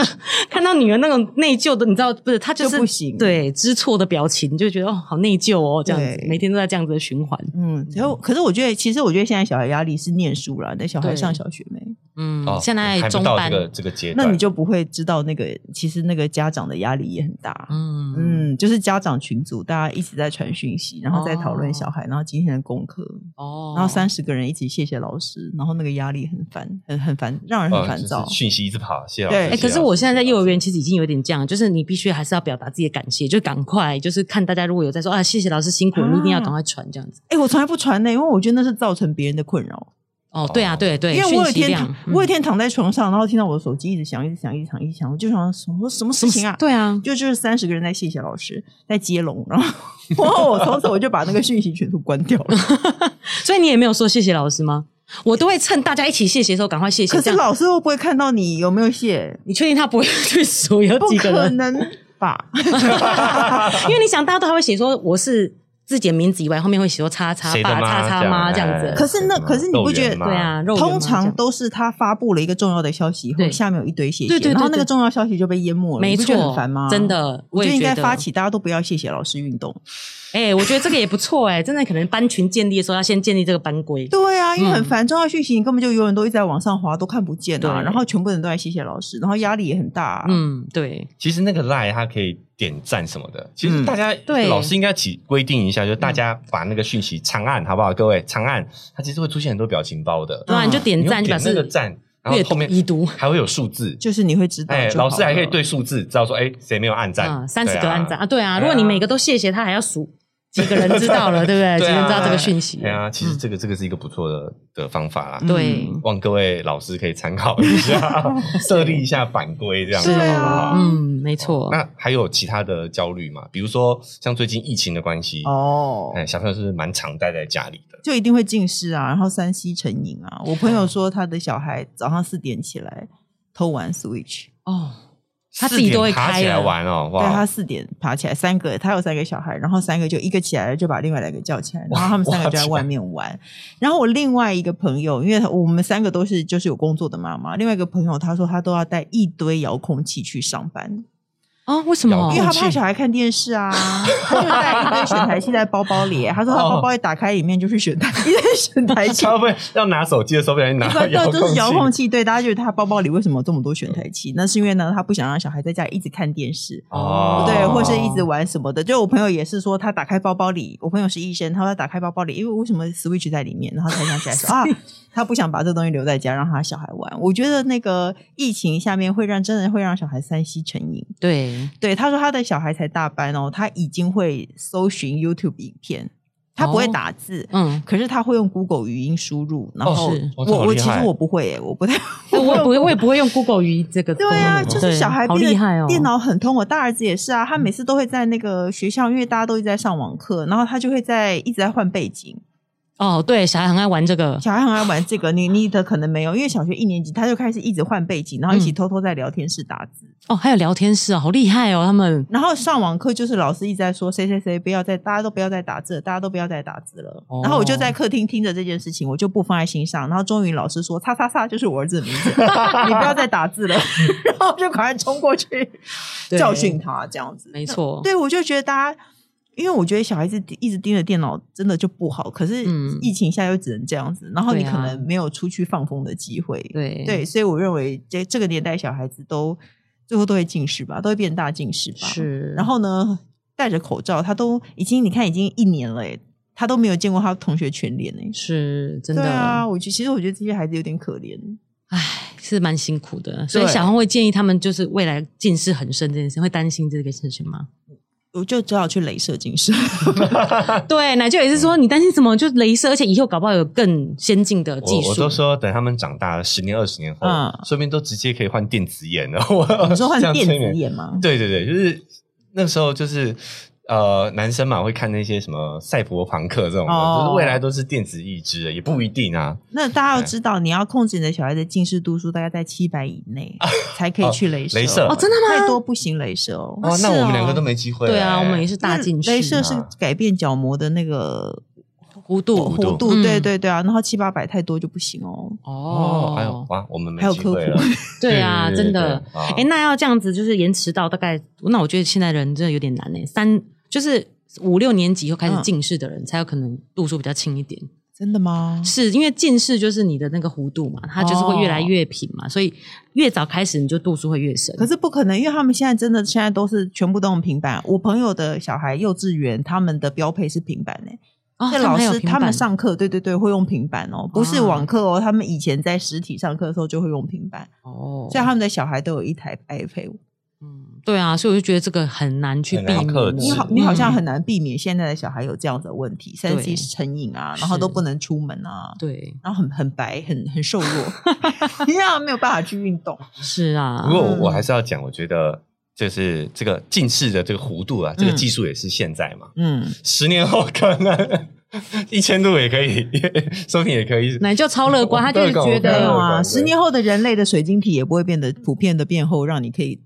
Speaker 1: 看到女儿那种内疚的，你知道不是？她就是
Speaker 4: 就不行
Speaker 1: 对知错的表情，你就觉得哦，好内疚哦，这样子，
Speaker 4: 对
Speaker 1: 每天都在这样子的循环。
Speaker 4: 嗯，然后可是我觉得，其实我觉得现在小孩压力是念书啦，那小孩
Speaker 1: 对
Speaker 4: 上小学没，
Speaker 1: 嗯，
Speaker 3: 哦
Speaker 1: 现在
Speaker 3: 还不
Speaker 1: 中
Speaker 3: 到
Speaker 1: 班
Speaker 3: 这，个这个阶
Speaker 4: 那
Speaker 3: 段，
Speaker 4: 你就不会知道那个其实那个家长的压力也很大。
Speaker 1: 嗯嗯，
Speaker 4: 嗯，就是家长群组，大家一直在传讯息，然后再讨论小孩，然后今天的功课，
Speaker 1: 哦，
Speaker 4: 然后三十个人一起谢谢老师，然后那个压力很烦，很很烦，让人
Speaker 3: 呃
Speaker 1: 哦
Speaker 4: 很烦躁
Speaker 3: 就是。讯息一直跑，谢谢老师。
Speaker 4: 对
Speaker 1: 哎、
Speaker 3: 谢谢
Speaker 1: 可
Speaker 3: 老
Speaker 1: 是
Speaker 3: 师
Speaker 1: 我现在在幼儿园，其实已经有点这样，就是你必须还是要表达自己的感谢，就赶快，就是看大家如果有在说啊，谢谢老师辛苦，你一定要赶快传这样子。
Speaker 4: 哎、我从来不传呢、因为我觉得那是造成别人的困扰。
Speaker 1: 哦，对啊，对对，
Speaker 4: 因为我有一天躺，我有一
Speaker 1: 天
Speaker 4: 天躺在床上，然后听到我的手机一直响，一直响，一直响，一直响，我就想什么什么事情啊？
Speaker 1: 对啊，
Speaker 4: 就就是三十个人在谢谢老师，在接龙，然后然后我从此我就把那个讯息全部 关掉了。
Speaker 1: 所以你也没有说谢谢老师吗？我都会趁大家一起谢谢的时候赶快谢谢。
Speaker 4: 可
Speaker 1: 这
Speaker 4: 是
Speaker 1: 样
Speaker 4: 老师会不会看到你有没有 谢？
Speaker 1: 你确定他不会去数有
Speaker 4: 不
Speaker 1: 几个
Speaker 4: 可
Speaker 1: 人？
Speaker 4: 能 吧？
Speaker 1: 因为你想，大家都还会写说我是自己的名字以外，后面会写说叉叉
Speaker 3: 谁的
Speaker 1: 爸、
Speaker 3: 妈
Speaker 1: 叉叉妈这样
Speaker 3: 哎
Speaker 1: 子。
Speaker 4: 可是那
Speaker 3: 谁的妈
Speaker 4: 可是你不觉
Speaker 3: 肉
Speaker 4: 得
Speaker 3: 圆妈
Speaker 1: 对啊，肉圆妈
Speaker 4: 通
Speaker 1: 这
Speaker 4: 常
Speaker 1: 样
Speaker 4: 都是他发布了一个重要的消息以后，
Speaker 1: 对
Speaker 4: 下面有一堆谢谢，
Speaker 1: 对对对
Speaker 4: 然后那
Speaker 1: 对
Speaker 4: 个重要消息就被淹没了，
Speaker 1: 没
Speaker 4: 你不觉得
Speaker 1: 错
Speaker 4: 很烦吗？
Speaker 1: 真。的，
Speaker 4: 我
Speaker 1: 我
Speaker 4: 就
Speaker 1: 也
Speaker 4: 应该
Speaker 1: 觉得
Speaker 4: 发起，大家都不要谢谢老师运动。
Speaker 1: 哎、我觉得这个也不错哎、真的可能班群建立的时候要先建立这个班规。
Speaker 4: 对啊，因为很
Speaker 1: 嗯
Speaker 4: 烦，重要讯息你根本就永远都一直在往上滑，都看不见啊。
Speaker 1: 对
Speaker 4: 然后全部人都在谢谢老师，然后压力也很大、啊。
Speaker 1: 嗯，对，
Speaker 3: 其实那个 line 它可以点赞什么的，其实
Speaker 4: 嗯
Speaker 3: 大家、
Speaker 1: 对
Speaker 3: 老师应该起规定一下，就是大家把那个讯息长按好不好？各位长按，它其实会出现很多表情包
Speaker 4: 嗯
Speaker 3: 的，
Speaker 1: 对啊，你就点赞
Speaker 3: 你
Speaker 1: 就表
Speaker 3: 用点那个
Speaker 1: 示
Speaker 3: 赞，然后
Speaker 1: 阅
Speaker 3: 后面
Speaker 1: 读已读
Speaker 3: 还会有数字，
Speaker 4: 就是你会知道就好
Speaker 3: 哎，
Speaker 4: 了。
Speaker 3: 老师还可以对数字知道说，哎，谁没有按赞？
Speaker 1: 啊，三十
Speaker 3: 对
Speaker 1: 个按赞啊，对啊，
Speaker 3: 对啊
Speaker 1: 如果你每个都谢谢他，还要数几个人知道 了，对不对？几
Speaker 3: 对
Speaker 1: 个
Speaker 3: 啊
Speaker 1: 人知道这个讯息
Speaker 3: 对？啊，其实这个这个是一个不错的的方法啦
Speaker 4: 嗯。
Speaker 1: 对，
Speaker 3: 望各位老师可以参考一下，设立一下版规这样子，
Speaker 4: 是
Speaker 3: 好
Speaker 4: 啊
Speaker 3: 不好？
Speaker 1: 嗯，没错。
Speaker 3: 那还有其他的焦虑嘛？比如说像最近疫情的关系，
Speaker 4: 哦，
Speaker 3: 哎，小朋友是不是蛮常待在家里的。
Speaker 4: 就一定会近视啊，然后三 C 成瘾啊。我
Speaker 3: 哦
Speaker 4: 朋友说他的小孩早上四点起来偷玩 Switch，
Speaker 1: 哦，他自己都会
Speaker 3: 四点爬起
Speaker 1: 开
Speaker 3: 来
Speaker 1: 了
Speaker 3: 玩哦，
Speaker 4: 对
Speaker 3: 哇！
Speaker 4: 他四点爬起来，三个他有三个小孩，然后三个就一个起来了就把另外两个叫起来，然后他们三个就在外面玩。然后我另外一个朋友，因为我们三个都是就是有工作的妈妈，另外一个朋友他说他都要带一堆遥控器去上班，
Speaker 1: 哦，为什
Speaker 3: 遥
Speaker 1: 么
Speaker 4: 因为？他怕小孩看电视啊，他就带一堆选台器在包包 里。他说他包包一打开，里面就是选台，一堆选台 器
Speaker 3: 他会不会要拿手机的时候不小心拿到
Speaker 4: 对
Speaker 3: 遥
Speaker 4: 对，就是哦遥控
Speaker 3: 器？
Speaker 4: 器。对，大家觉得他包包里为什么有这么多选台器？那是因为呢，他不想让小孩在家里一直看电视，
Speaker 3: 哦
Speaker 4: 对，或是一直玩什么的。就我朋友也是说，他打开包包里，我朋友是医生，他说他打开包包里，因为为什么 Switch 在里面，然后才想起 来说啊，他不想把这东西留在家，让他小孩玩。我觉得那个疫情下面会让真的会让小孩三西成瘾。
Speaker 1: 对，
Speaker 4: 对，他说他的小孩才大班哦，他已经会搜寻 YouTube 影片，他不会
Speaker 1: 哦
Speaker 4: 打字。
Speaker 1: 嗯，
Speaker 4: 可是他会用 Google 语音输入，然后
Speaker 1: 是
Speaker 4: 我、
Speaker 3: 哦这好
Speaker 4: 我
Speaker 3: 厉
Speaker 4: 其
Speaker 3: 害
Speaker 4: 实我不会耶、我不太
Speaker 1: 哎我也不会，我也不会用 Google 语这个功
Speaker 4: 对
Speaker 1: 能。
Speaker 4: 啊，就是
Speaker 1: 对
Speaker 4: 小孩
Speaker 1: 好
Speaker 4: 变得
Speaker 1: 厉害哦，
Speaker 4: 电脑很通。我大儿子也是啊，
Speaker 1: 嗯
Speaker 4: 他每次都会在那个学校，因为大家都一直在上网课，然后他就会在一直在换背景。
Speaker 1: 哦，对，小孩很爱玩这个，
Speaker 4: 小孩很爱玩这个，你你的可能没有，因为小学一年级他就开始一直换背景，然后一起
Speaker 1: 嗯
Speaker 4: 偷偷在聊天室打字。
Speaker 1: 哦，还有聊天室哦，好厉害哦，他们
Speaker 4: 然后上网课就是老师一直在说谁谁谁不要再，大家都不要再打字了，大家都不要再打字了。
Speaker 1: 哦
Speaker 4: 然后我就在客厅听着这件事情，我就不放在心上。然后终于老师说“叉叉叉”就是我儿子的名 字，你不要再打字了。 然后我就赶快冲过去
Speaker 1: 对
Speaker 4: 教训他，这样子。
Speaker 1: 没错，
Speaker 4: 对，我就觉得大家，因为我觉得小孩子一直盯着电脑真的就不好。可是
Speaker 1: 嗯
Speaker 4: 疫情下又只能这样子，然后你
Speaker 1: 对啊
Speaker 4: 可能没有出去放风的机会。
Speaker 1: 对
Speaker 4: 对，所以我认为这这个年代小孩子都最后都会近视吧，都会变大近视吧。，
Speaker 1: 是，
Speaker 4: 然后呢，戴着口罩，他都已经你看已经一年了、欸，他都没有见过他同学全脸哎、欸。
Speaker 1: 是真
Speaker 4: 对
Speaker 1: 的
Speaker 4: 啊，我觉其实我觉得这些孩子有点可怜。
Speaker 1: 唉，是蛮辛苦的，所以
Speaker 4: 对
Speaker 1: 小红会建议他们就是未来近视很深这件事，会担心这个事情吗？
Speaker 4: 我就只好去镭射 近视，
Speaker 1: 对，奶舅也是说，你担心什么？就镭射，而且以后搞不好有更先进的技
Speaker 3: 我我
Speaker 1: 术
Speaker 3: 都。说等他们长大了，十年二十年后
Speaker 4: 嗯，
Speaker 3: 说不定都直接可以换电子眼了。我
Speaker 4: 你说换
Speaker 3: 这样
Speaker 4: 电
Speaker 3: 催眠
Speaker 4: 子眼吗？
Speaker 3: 呃对对对，就是那时候就是呃，男生嘛会看那些什么赛博朋克这种的，
Speaker 4: 哦
Speaker 3: 就是未来都是电子意志的，也不一定啊。
Speaker 4: 那大家要知道，你要控制你的小孩的近视度数大概在七百以内，才可以去镭射。
Speaker 3: 哦镭射
Speaker 1: 哦，真的
Speaker 4: 太
Speaker 1: 吗？
Speaker 4: 多不行，镭射哦。
Speaker 3: 哇，
Speaker 1: 是
Speaker 3: 那我
Speaker 1: 哦
Speaker 3: 们两个都没机会了欸。
Speaker 1: 对啊，我们也是大近视啊，
Speaker 4: 镭射是改变角膜的那个
Speaker 1: 弧度
Speaker 4: 弧
Speaker 2: 弧
Speaker 4: 度，
Speaker 1: 嗯
Speaker 4: 对对对啊。然后七八百太多就不行哦。
Speaker 3: 哦，哎呦，哇，我们没
Speaker 4: 还有
Speaker 3: 机会
Speaker 4: 科
Speaker 3: 了
Speaker 4: 普。
Speaker 1: 对啊，真的。。
Speaker 3: 哎
Speaker 1: 哎、那要这样子，就是延迟到大概，那我觉得现在人真的有点难呢、三就是五六年级以后开始
Speaker 4: 嗯
Speaker 1: 近视的人，才有可能度数比较轻一点。
Speaker 4: 真的吗？
Speaker 1: 是因为近视就是你的那个弧度嘛，它就是会越来越平嘛，所以越早开始你就度数会越深。
Speaker 4: 可是不可能，因为他们现在真的现在都是全部都用平板。我朋友的小孩幼稚园，他们的标配是平板诶、
Speaker 1: 哦他
Speaker 4: 这
Speaker 1: 们
Speaker 4: 老
Speaker 1: 还有
Speaker 4: 师
Speaker 1: 平
Speaker 4: 他们
Speaker 1: 板
Speaker 4: 上课，对对对，会用平板哦，不是
Speaker 1: 啊
Speaker 4: 网课哦。他们以前在实体上课的时候就会用平板，
Speaker 1: 哦，
Speaker 4: 所以他们的小孩都有一台 iPad。
Speaker 1: 嗯对啊，所以我就觉得这个很难去
Speaker 3: 很
Speaker 1: 避
Speaker 3: 难
Speaker 1: 免
Speaker 3: 克
Speaker 1: 了。
Speaker 3: 制
Speaker 4: 你好，你好
Speaker 1: 嗯
Speaker 4: 像很难避免现在的小孩有这样子的问
Speaker 3: 嗯
Speaker 4: 题，三 C
Speaker 1: 对
Speaker 4: 成瘾啊，然后
Speaker 1: 是
Speaker 4: 都不能出门啊，
Speaker 1: 对，
Speaker 4: 然后很很白，很很瘦弱， 你这样没有办法去运动。
Speaker 1: 是啊
Speaker 3: 不。过我我还是要讲，我觉得就是这个近视的这个弧度啊，
Speaker 1: 嗯
Speaker 3: 这个技术也是现在嘛，
Speaker 4: 嗯，
Speaker 3: 十年后可能一千度也可以， 说不定也可以。
Speaker 1: 奶就超乐观，他就是觉
Speaker 4: 没
Speaker 3: 对
Speaker 4: 有
Speaker 1: 得
Speaker 4: 啊，
Speaker 3: 对
Speaker 4: 十年后的人类的水晶体也不会变得普遍的变厚，让你 可以。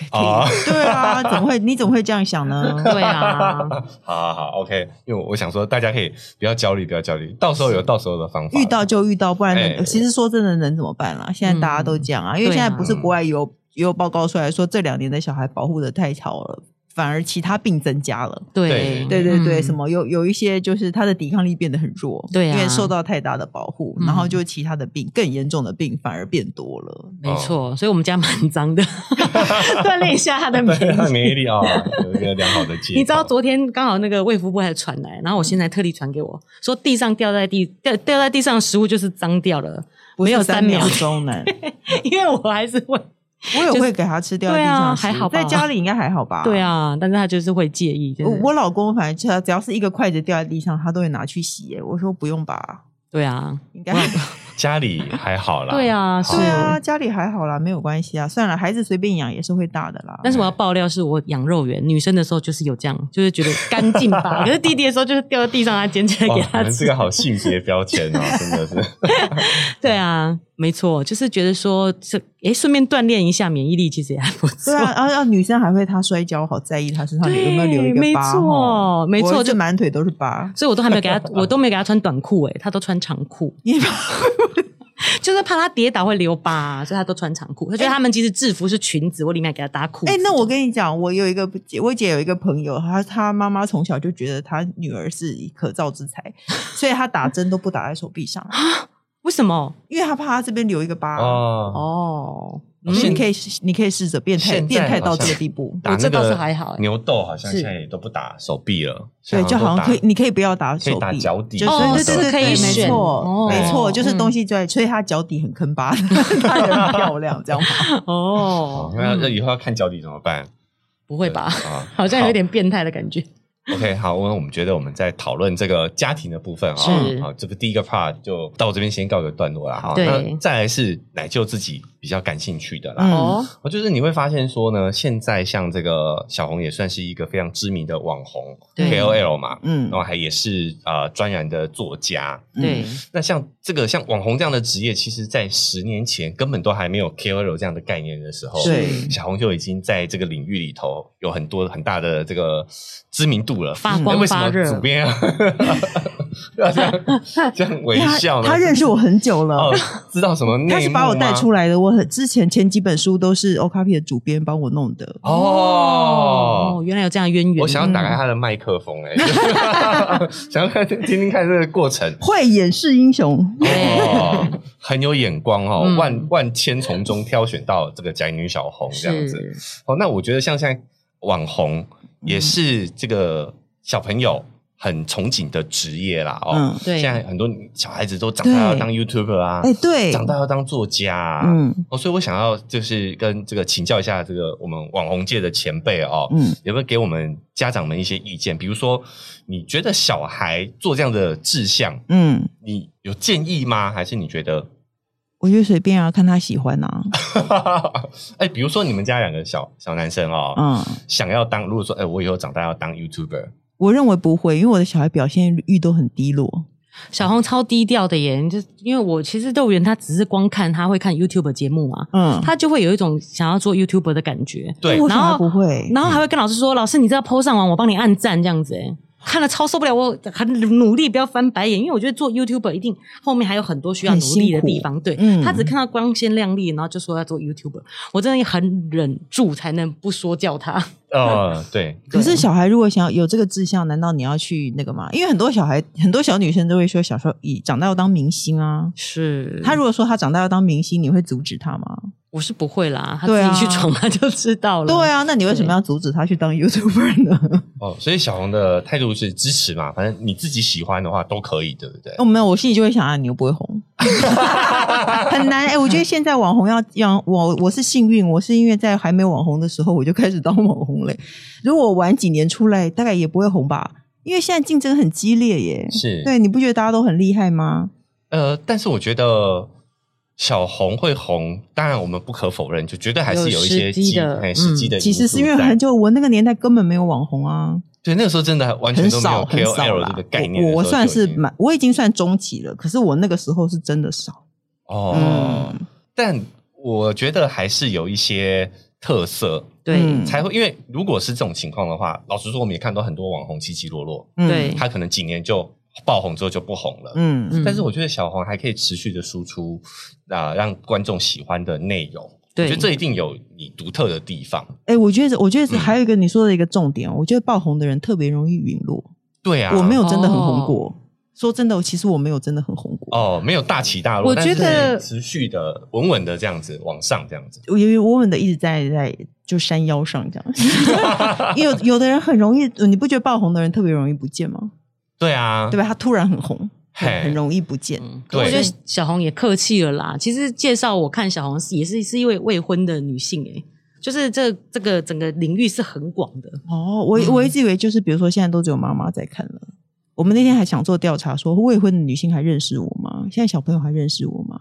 Speaker 4: 可以
Speaker 3: 啊
Speaker 4: 对啊，怎么会？你怎么会这样想呢？
Speaker 1: 对啊，
Speaker 3: 好好好，OK，因为我想说，大家可以不要焦虑，不要焦虑，到时候有到时候的方法。
Speaker 4: 遇到就遇到，不然
Speaker 3: 哎
Speaker 4: 能其实说真的能怎么办啦？现在大家都这样啊，因为现在不是
Speaker 3: 对啊
Speaker 4: 国外也有也有报告出来说，这两年的小孩保护的太好了，反而其他病增加了。
Speaker 1: 对
Speaker 4: 对对对，什
Speaker 1: 么
Speaker 4: 么有有一些就是他的抵抗力变得很弱，
Speaker 1: 嗯对啊
Speaker 4: 因为受到太大的保护，
Speaker 1: 嗯
Speaker 4: 然后就其他的病更严重的病反而变多了。
Speaker 1: 没错，所以我们家蛮脏 的，锻炼一下他的免
Speaker 3: 对他的
Speaker 1: 疫
Speaker 3: 免疫力啊，有一个良好的戒。
Speaker 1: 你知道昨天刚好那个卫福部还传来，然后我现在特地传给我说，地上掉在地掉掉在地上的食物就是脏掉了，
Speaker 4: 不
Speaker 1: 没有
Speaker 4: 是
Speaker 1: 三
Speaker 4: 三
Speaker 1: 秒
Speaker 4: 秒 钟呢，
Speaker 1: 因为我还是会，
Speaker 4: 我也
Speaker 1: 就是
Speaker 4: 会给他吃掉
Speaker 1: 对
Speaker 4: 地
Speaker 1: 啊
Speaker 4: 上食物
Speaker 1: 还好吧
Speaker 4: 在家里应该还好吧？
Speaker 1: 对。啊，但是他就是会介意，就
Speaker 4: 我
Speaker 1: 是
Speaker 4: 我老公反正只要只要是一个筷子掉在地上，他都会拿去洗耶。我说不用吧，
Speaker 1: 对啊，
Speaker 4: 应该
Speaker 3: 家里还好啦，
Speaker 1: 对啊，是
Speaker 4: 对啊，家里还好啦，没有关系啊。算了，孩子随便养也是会大的啦。
Speaker 1: 但是我要爆料，是我养肉圆，女生的时候就是有这样，就是觉得干净 吧。可是弟弟的时候就是掉在地上，他捡起来
Speaker 3: 哇，
Speaker 1: 给
Speaker 3: 你
Speaker 1: 他
Speaker 3: 们
Speaker 1: 吃
Speaker 3: 这。个好性别标签 啊，真的是。
Speaker 1: 对啊，没错，就是觉得说这诶，顺便锻炼一下免疫力，其实也还不错。
Speaker 4: 对啊，然后、啊女生还会她摔跤，好在意她身上有
Speaker 1: 对
Speaker 4: 没有留一个疤
Speaker 1: 没错
Speaker 4: 哦。
Speaker 1: 没错
Speaker 4: 我儿子
Speaker 1: 就
Speaker 4: 满腿都是疤。
Speaker 1: 所以我都还没有给 他，我都没有给他穿短裤、诶，他都穿长裤，
Speaker 4: 你
Speaker 1: 就是怕他跌倒会留疤、啊所以他都穿长裤。他觉得他们其实制服是裙子，我里面还给他搭裤子。
Speaker 4: 哎、那我跟你讲，我有一个姐，我姐有一个朋友，她她妈妈从小就觉得她女儿是可造之材，所以她打针都不打在手 臂上，
Speaker 1: 为什么？
Speaker 4: 因为她怕她这边留一个疤。
Speaker 3: 哦，
Speaker 1: 啊哦，
Speaker 4: 嗯你可以试，你可以试着变态，
Speaker 3: 现在
Speaker 4: 变态到
Speaker 3: 好像
Speaker 4: 这个地步。
Speaker 3: 打
Speaker 1: 这
Speaker 3: 那
Speaker 1: 倒是
Speaker 3: 个
Speaker 1: 还好欸
Speaker 3: 牛痘好像
Speaker 1: 是
Speaker 3: 现在也都不打手臂了，
Speaker 4: 对，就好像可以，你可以不要打
Speaker 3: 可以
Speaker 4: 手
Speaker 3: 打
Speaker 4: 臂，
Speaker 3: 脚底
Speaker 4: 就是
Speaker 1: 哦
Speaker 4: 对对对
Speaker 1: 是可以
Speaker 4: 对没
Speaker 1: 选
Speaker 4: 错，
Speaker 1: 哦
Speaker 4: 没错，
Speaker 1: 嗯
Speaker 4: 就是东西在，所以她脚底很坑疤，她也很漂亮， 这样吗？
Speaker 1: 哦嗯
Speaker 3: 哦，，那那以后要看脚底怎么办？
Speaker 1: 不会吧？
Speaker 3: 啊
Speaker 1: 好像有点变态的感觉。
Speaker 3: 好 OK，好，我我们觉得我们在讨论这个家庭的部分啊，
Speaker 1: 是
Speaker 3: 好，这个第一个 part 就到这边先告一个段落了哈。
Speaker 1: 对
Speaker 3: 那再来是奶舅自己比较感兴趣的啦，
Speaker 4: 嗯
Speaker 1: 哦，
Speaker 3: 我就是你会发现说呢，现在像这个小红也算是一个非常知名的网红
Speaker 1: 对
Speaker 3: KOL 嘛，
Speaker 4: 嗯
Speaker 3: 然，后还也是呃专栏的作家。
Speaker 4: 嗯
Speaker 1: 对，
Speaker 3: 那像这个像网红这样的职业，其实在十年前根本都还没有 KOL 这样的概念的时候，
Speaker 4: 对
Speaker 3: 小红就已经在这个领域里头有很多很大的这个知名度了。
Speaker 1: 发
Speaker 3: 那
Speaker 1: 光
Speaker 3: 为什
Speaker 1: 发
Speaker 3: 么
Speaker 1: 热
Speaker 3: 主，编 要要这样这样微
Speaker 4: 因为
Speaker 3: 笑
Speaker 4: 她
Speaker 3: 呢？
Speaker 4: 她认识我很久了，
Speaker 3: 哦，知道什么内幕
Speaker 4: 他是把我带
Speaker 3: 吗
Speaker 4: 出来的。我很之前前几本书都是 OKP 的主编帮我弄的。
Speaker 3: 哦
Speaker 1: 哦，原来有这样渊源。
Speaker 3: 我想要打开他的麦克风、欸， 哎，想要看听听看这个过程。
Speaker 4: 会掩饰英雄，
Speaker 3: 哦，很有眼光哦，
Speaker 1: 嗯
Speaker 3: 万万千从中挑选到这个宅女小红这样子。
Speaker 1: 是
Speaker 3: 哦，那我觉得像现在网红
Speaker 4: 嗯
Speaker 3: 也是这个小朋友很憧憬的职业啦。哦，
Speaker 4: 嗯，
Speaker 1: 对
Speaker 3: 现在很多小孩子都长大要
Speaker 4: 对
Speaker 3: 当 YouTuber 啊，
Speaker 4: 哎，对，
Speaker 3: 长大要当作家、啊。
Speaker 4: 嗯
Speaker 3: 哦，所以我想要就是跟这个请教一下这个我们网红界的前辈哦，
Speaker 4: 嗯，
Speaker 3: 有没有给我们家长们一些意见？比如说，你觉得小孩做这样的志向，
Speaker 4: 嗯，
Speaker 3: 你有建议吗？还是你觉得
Speaker 4: 我觉得随便啊，看他喜欢啊。
Speaker 3: 哎，比如说你们家两个小小男生哦，
Speaker 4: 嗯，
Speaker 3: 想要当，如果说，哎，我以后长大要当 YouTuber，
Speaker 4: 我认为不会，因为我的小孩表现欲都很低落。
Speaker 1: 小红超低调的耶，就因为我其实幼儿园他只是光看他会看 YouTube 节目嘛，
Speaker 4: 嗯，
Speaker 1: 他就会有一种想要做 YouTube 的感觉，
Speaker 3: 对
Speaker 4: 我
Speaker 1: 然
Speaker 4: 小孩
Speaker 1: 后
Speaker 4: 不会。
Speaker 1: 然后还会跟老师说：“老师，你这要 PO 上完，我帮你按赞这样子。”
Speaker 3: 嗯
Speaker 1: 哎，看了超受不了，我很努力不要翻白眼，因为我觉得做 YouTuber 一定后面还有很多需要
Speaker 4: 很
Speaker 1: 努力
Speaker 4: 辛
Speaker 1: 的
Speaker 4: 苦
Speaker 1: 地方。对、
Speaker 4: 嗯
Speaker 1: 他只看到光鲜亮丽，然后就说要做 YouTuber，我真的很忍住才能不说教他。
Speaker 4: 嗯
Speaker 3: 呃，对，
Speaker 4: 可是小孩如果想要有这个志向，难道你要去那个吗？因为很多小孩，很多小女生都会说，小时候以长大要当明星啊。
Speaker 1: 是
Speaker 4: 他
Speaker 1: 他
Speaker 4: 如果说他长大要当明星，你会阻止他吗？
Speaker 1: 我是不会啦，他
Speaker 4: 对
Speaker 1: 自
Speaker 4: 啊
Speaker 1: 己去闯他就知道了。
Speaker 4: 对，啊，那你为什么要阻止他去当 YouTuber 呢？
Speaker 3: 哦，所以小红的态度是支持嘛，反正你自己喜欢的话都可以，对不对？
Speaker 4: 哦，没有，我心里就会想啊，你又不会 红，很难。哎、我觉得现在网红要让我，我是幸运，我是因为在还没网红的时候我就开始当网红嘞。如果我晚几年出来，大概也不会红吧，因为现在竞争很激烈耶。
Speaker 3: 是
Speaker 4: 对，你不觉得大家都很厉害吗？
Speaker 3: 呃，但是我觉得小红会红，当然我们不可否认，就绝对还是有一些
Speaker 1: 有时机
Speaker 3: 机
Speaker 1: 的
Speaker 3: 哎时机的因素在、
Speaker 4: 嗯其实是因为很久，我那个年代根本没有网红啊，
Speaker 3: 对那个时候真的完全
Speaker 4: 很
Speaker 3: 都没
Speaker 4: 少
Speaker 3: 有
Speaker 4: 很少
Speaker 3: KOL
Speaker 4: 啦
Speaker 3: 这个概。念的时候就已经。
Speaker 4: 我我算是蛮，我已经算中期了，可是我那个时候是真的少。
Speaker 3: 哦，
Speaker 4: 嗯，
Speaker 3: 但我觉得还是有一些特色
Speaker 1: 对、
Speaker 4: 嗯
Speaker 3: 才会，因为如果是这种情况的话，老实说，我们也看到很多网红起起落落，
Speaker 4: 嗯
Speaker 1: 对
Speaker 3: 他可能几年就爆红之后就不红了。
Speaker 4: 嗯
Speaker 1: 嗯
Speaker 3: 但是我觉得小黄还可以持续的输出啊、让观众喜欢的内容。
Speaker 1: 对
Speaker 3: 我觉得这一定有你独特的地方。
Speaker 4: 哎、我觉得，我觉得
Speaker 3: 嗯
Speaker 4: 还有一个你说的一个重点，哦我觉得爆红的人特别容易陨落。
Speaker 3: 对啊，
Speaker 4: 我没有真的很红
Speaker 1: 哦
Speaker 4: 过，说真的，其实我没有真的很红过。
Speaker 3: 哦，没有大起大落，
Speaker 1: 我觉得
Speaker 3: 但是持续的稳稳的这样子往上这样子。
Speaker 4: 我因为我稳的一直在在就山腰上 这样，因为有有的人很容易，你不觉得爆红的人特别容易不见吗？
Speaker 3: 对啊，
Speaker 4: 对吧？他突然很红，
Speaker 3: 嘿
Speaker 4: 很容易不见。
Speaker 1: 嗯
Speaker 3: 对
Speaker 1: 我觉得小红也客气了啦。其实介绍我看小红是也是是一位未婚的女性、欸，就是这这个整个领域是很广的。
Speaker 4: 哦，我
Speaker 1: 嗯
Speaker 4: 我一直以为就是，比如说现在都只有妈妈在看了。我们那天还想做调查说未婚的女性还认识我吗？现在小朋友还认识我吗？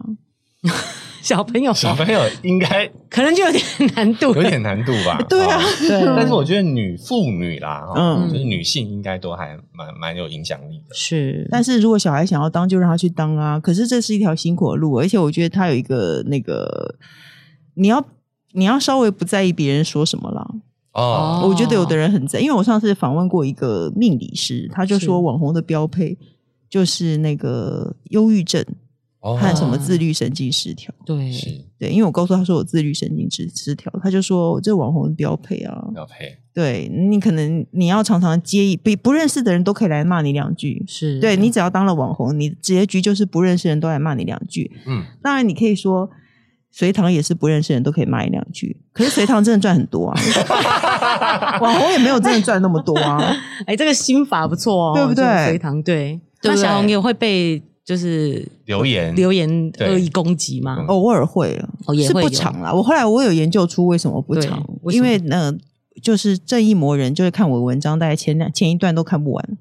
Speaker 1: 小朋友
Speaker 3: 小朋友应该
Speaker 1: 可能就有点难度了，
Speaker 3: 有点难度吧？
Speaker 4: 对啊
Speaker 3: 哦
Speaker 4: 对
Speaker 3: 但是我觉得女妇女啦，哦
Speaker 4: 嗯
Speaker 3: 就是女性应该都还蛮蛮有影响力的。
Speaker 1: 是，
Speaker 4: 但是如果小孩想要当，就让他去当啊。可是这是一条辛苦的路，而且我觉得他有一个那个，你要你要稍微不在意别人说什么啦。
Speaker 3: 哦，
Speaker 4: 我觉得有的人很在，因为我上次访问过一个命理师，他就是说网红的标配就是那个忧郁症
Speaker 3: 哦
Speaker 4: 和什么
Speaker 1: 字
Speaker 4: 自律神经失调。
Speaker 1: 对
Speaker 3: 是
Speaker 4: 对，因为我告诉他说我自律神经失失调，他就说这网红的标配啊。
Speaker 3: 要配
Speaker 4: 对你可能你要常常接一不不认识的人都可以来骂你两句，
Speaker 1: 是，
Speaker 4: 对你只要当了网红，你结局就是不认识人都来骂你两句。
Speaker 3: 嗯，
Speaker 4: 当然，你可以说隋唐也是不认识人都可以骂你两句，可是隋唐真的赚很多啊， 网红也没有真的赚那么多啊。
Speaker 1: 哎，这个心法不错哦，
Speaker 4: 对不
Speaker 1: 这
Speaker 4: 对
Speaker 1: 个隋唐对，
Speaker 4: 对不
Speaker 1: 那
Speaker 4: 对
Speaker 1: 小红也会被就是
Speaker 3: 留言
Speaker 1: 留言
Speaker 3: 对
Speaker 1: 恶意攻击吗？
Speaker 3: 嗯
Speaker 4: 偶尔会啊，
Speaker 1: 哦也
Speaker 4: 是
Speaker 1: 会
Speaker 4: 不
Speaker 1: 有
Speaker 4: 长啦。我后来我有研究出为什么不
Speaker 1: 对
Speaker 4: 长，
Speaker 1: 为
Speaker 4: 因
Speaker 1: 什
Speaker 4: 为
Speaker 1: 么
Speaker 4: 呢、就是正义魔人，就是看我的文章，大概前两前一段都看不完，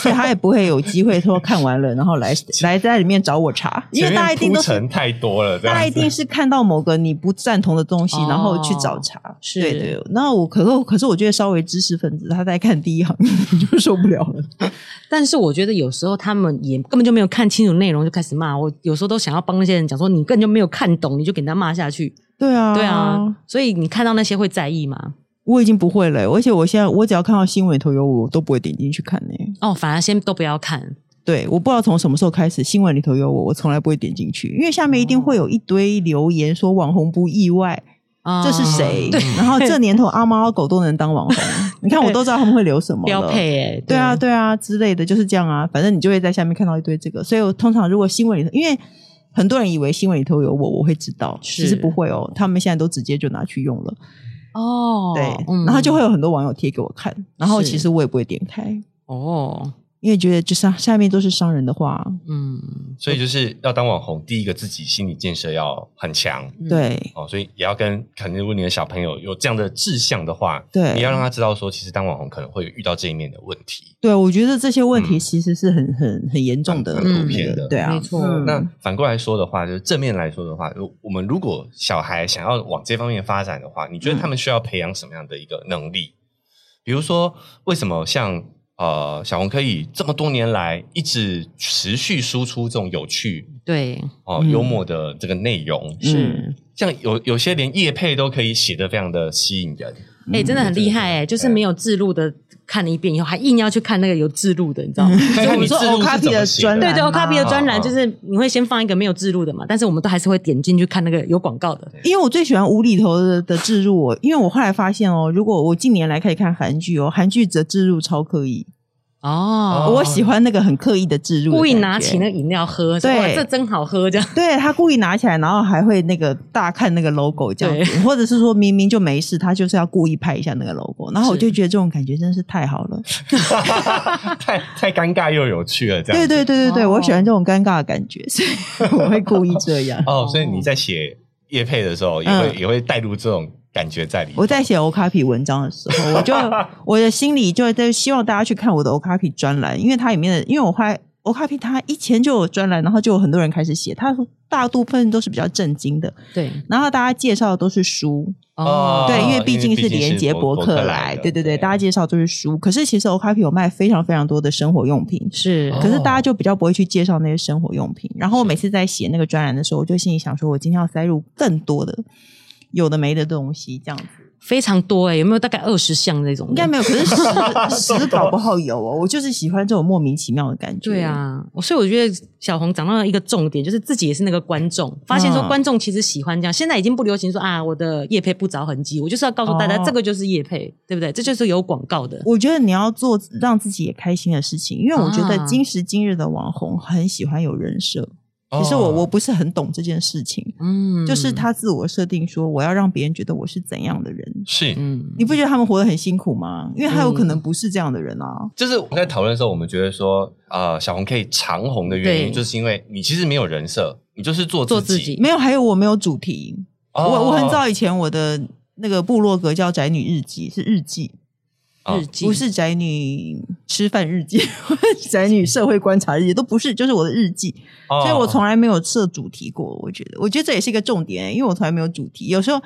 Speaker 4: 所以他也不会有机会说看完了，然 后来来在里面找我查，因为大家一定都
Speaker 3: 前面
Speaker 4: 是
Speaker 3: 铺陈太多了，这
Speaker 4: 大
Speaker 3: 样子
Speaker 4: 家一定是看到某个你不赞同的东西，然后去找茬。
Speaker 1: 哦是
Speaker 4: 对对。那我可是可是我觉得稍微知识分子他在看第一行 就受不了了。
Speaker 1: 但是我觉得有时候他们也根本就没有看清楚内容就开始骂我，有时候都想要帮那些人讲说你根本就没有看懂，你就给他骂下去。
Speaker 4: 对啊，
Speaker 1: 对啊，，所以你看到那些会在意吗？
Speaker 4: 我已经不会了，而且我现在我只要看到新闻里头有我，我都不会点进去看呢、
Speaker 1: 哦，反而先都不要看，
Speaker 4: 对，我不知道从什么时候开始，新闻里头有我，我从来不会点进去，因为下面一定会有一堆留言说网红不意外，
Speaker 1: 啊
Speaker 4: 这是谁？
Speaker 1: 对，
Speaker 4: 然后这年头阿猫阿狗都能当网 红，你看我都知道他们会留什么了
Speaker 1: 标。配哎，
Speaker 4: 对啊，，对啊，之类的就是这样啊，反正你就会在下面看到一堆这个，所以我通常如果新闻里头，因为很多人以为新闻里头有我，我会知道，
Speaker 1: 是
Speaker 4: 其实不会哦，他们现在都直接就拿去用了，
Speaker 1: 哦，
Speaker 4: 对，
Speaker 1: 嗯
Speaker 4: 然后就会有很多网友贴给我看，然后
Speaker 1: 是
Speaker 4: 其实我也不会点开，
Speaker 1: 哦，
Speaker 4: 因为觉得就是啊下面都是商人的话，
Speaker 1: 嗯，
Speaker 3: 所以就是要当网红，第一个自己心理建设要很强
Speaker 1: 嗯，
Speaker 4: 对
Speaker 3: 哦，所以也要跟可能如果你的小朋友有这样的志向的话，
Speaker 4: 对
Speaker 3: 你要让他知道说，其实当网红可能会遇到这一面的问题。
Speaker 4: 对，我觉得这些问题
Speaker 3: 嗯
Speaker 4: 其实是很很很严重的，
Speaker 3: 很
Speaker 1: 普
Speaker 4: 那个
Speaker 3: 遍的
Speaker 4: 对啊，
Speaker 1: 没错
Speaker 4: 嗯
Speaker 3: 那反过来说的话，就是正面来说的话，如我们如果小孩想要往这方面发展的话，你觉得他们需要培养什么样的一个能力？比如说，为什么像呃小红可以这么多年来一直持续输出这种有趣
Speaker 1: 对，
Speaker 3: 哦、
Speaker 4: 嗯
Speaker 3: 幽默的这个内容？
Speaker 4: 是
Speaker 3: 像有有些连叶配都可以写的非常的吸引人，
Speaker 4: 嗯
Speaker 1: 哎、真的很厉害哎、就是没有字录的看了一遍以后，还硬要去看那个有字录的，你知道吗？
Speaker 3: 所以
Speaker 4: 我
Speaker 3: 你
Speaker 4: 说
Speaker 3: 自录
Speaker 4: Okapi
Speaker 3: 是怎
Speaker 4: 的
Speaker 3: 么写
Speaker 4: 专
Speaker 1: 对
Speaker 4: 栏
Speaker 1: 对
Speaker 4: 啊
Speaker 1: ，copy 的专栏
Speaker 3: 哦
Speaker 1: 就是你会先放一个没有字录的嘛，但是我们都还是会点进去看那个有广告的。
Speaker 4: 因为我最喜欢无厘头的的置入哦，因为我后来发现哦，如果我近年来开始看韩剧哦，韩剧的置入超刻意，
Speaker 1: 哦，
Speaker 4: 我喜欢那个很刻意的置入的感觉，
Speaker 1: 故意拿起那个饮料喝，说
Speaker 4: 对
Speaker 1: 哇，这真好喝，这样
Speaker 4: 对他故意拿起来，然后还会那个大看那个 logo 这样子，或者是说明明就没事，他就是要故意拍一下那个 logo，然后我
Speaker 1: 是
Speaker 4: 就觉得这种感觉真是太好了。
Speaker 3: 太太尴尬又有趣了，这样
Speaker 4: 对
Speaker 3: 子
Speaker 4: 对对对对，
Speaker 1: 哦
Speaker 4: 我喜欢这种尴尬的感觉，所以我会故意这样。
Speaker 3: 哦，所以你在写叶配的时候，也会、
Speaker 4: 嗯
Speaker 3: 也会带入这种感觉在里面。
Speaker 4: 我在 写 Okapi 文章的时候，我就我的心里就在希望大家去看我的 Okapi 专栏，因为它里面的，因为我后来 Okapi 它以前就有专栏，然后就有很多人开始写，它大部分都是比较震惊的，
Speaker 1: 对
Speaker 4: 然后大家介绍的都是书，
Speaker 1: 哦
Speaker 3: 哦，
Speaker 4: 对，因为毕竟
Speaker 3: 因为毕
Speaker 4: 是
Speaker 3: 竟是
Speaker 4: 连接
Speaker 3: 博
Speaker 4: 博
Speaker 3: 客
Speaker 4: 客
Speaker 3: 来
Speaker 4: 来，
Speaker 3: 的
Speaker 4: 对对
Speaker 3: 对
Speaker 4: 对，大家介绍都是书。可是其实 Okapi 有卖非常非常多的生活用品，
Speaker 1: 是
Speaker 4: 可是大家就比较不会去介绍那些生活用品。然后我每次在写那个专栏的时候，我就心里想说，我今天要塞入更多的有的没的东西，这样子
Speaker 1: 非常多哎、有没有大概二十项那种的？
Speaker 4: 应该没有，可是十十搞不好有哦。我就是喜欢这种莫名其妙的感觉。
Speaker 1: 对，啊，我所以我觉得小红讲到了一个重点，就是自己也是那个观众，发现说
Speaker 4: 嗯
Speaker 1: 观众其实喜欢这样。现在已经不流行说啊，我的叶配不着痕迹，我就是要告诉大家，
Speaker 4: 哦
Speaker 1: 这个就是叶配，对不对？这就是有广告的。
Speaker 4: 我觉得你要做让自己也开心的事情，因为我觉得
Speaker 1: 啊
Speaker 4: 今时今日的网红很喜欢有人设。
Speaker 3: 哦
Speaker 4: 其实我我不是很懂这件事情，
Speaker 1: 嗯
Speaker 4: 就是，他自我设定说我要让别人觉得我是怎样的人。
Speaker 3: 是。
Speaker 1: 嗯
Speaker 4: 你不觉得他们活得很辛苦吗？因为他有可能不是这样的人啊。
Speaker 3: 就是我们在讨论的时候，我们觉得说，呃，小红可以长红的原因，
Speaker 1: 对
Speaker 3: 就是因为你其实没有人设，你就是做
Speaker 1: 做自
Speaker 3: 自
Speaker 1: 己
Speaker 4: 没有，还有我没有主题。
Speaker 3: 哦
Speaker 4: 我我很早以前我的那个部落格叫《宅女日记》，是日记，
Speaker 3: 哦
Speaker 1: 日记
Speaker 4: 不是宅女吃饭日记，宅女社会观察日记都不是，就是我的日记。
Speaker 3: 哦
Speaker 4: 所以我从来没有设主题过。我觉得，我觉得这也是一个重点，欸因为我从来没有主题。有时候，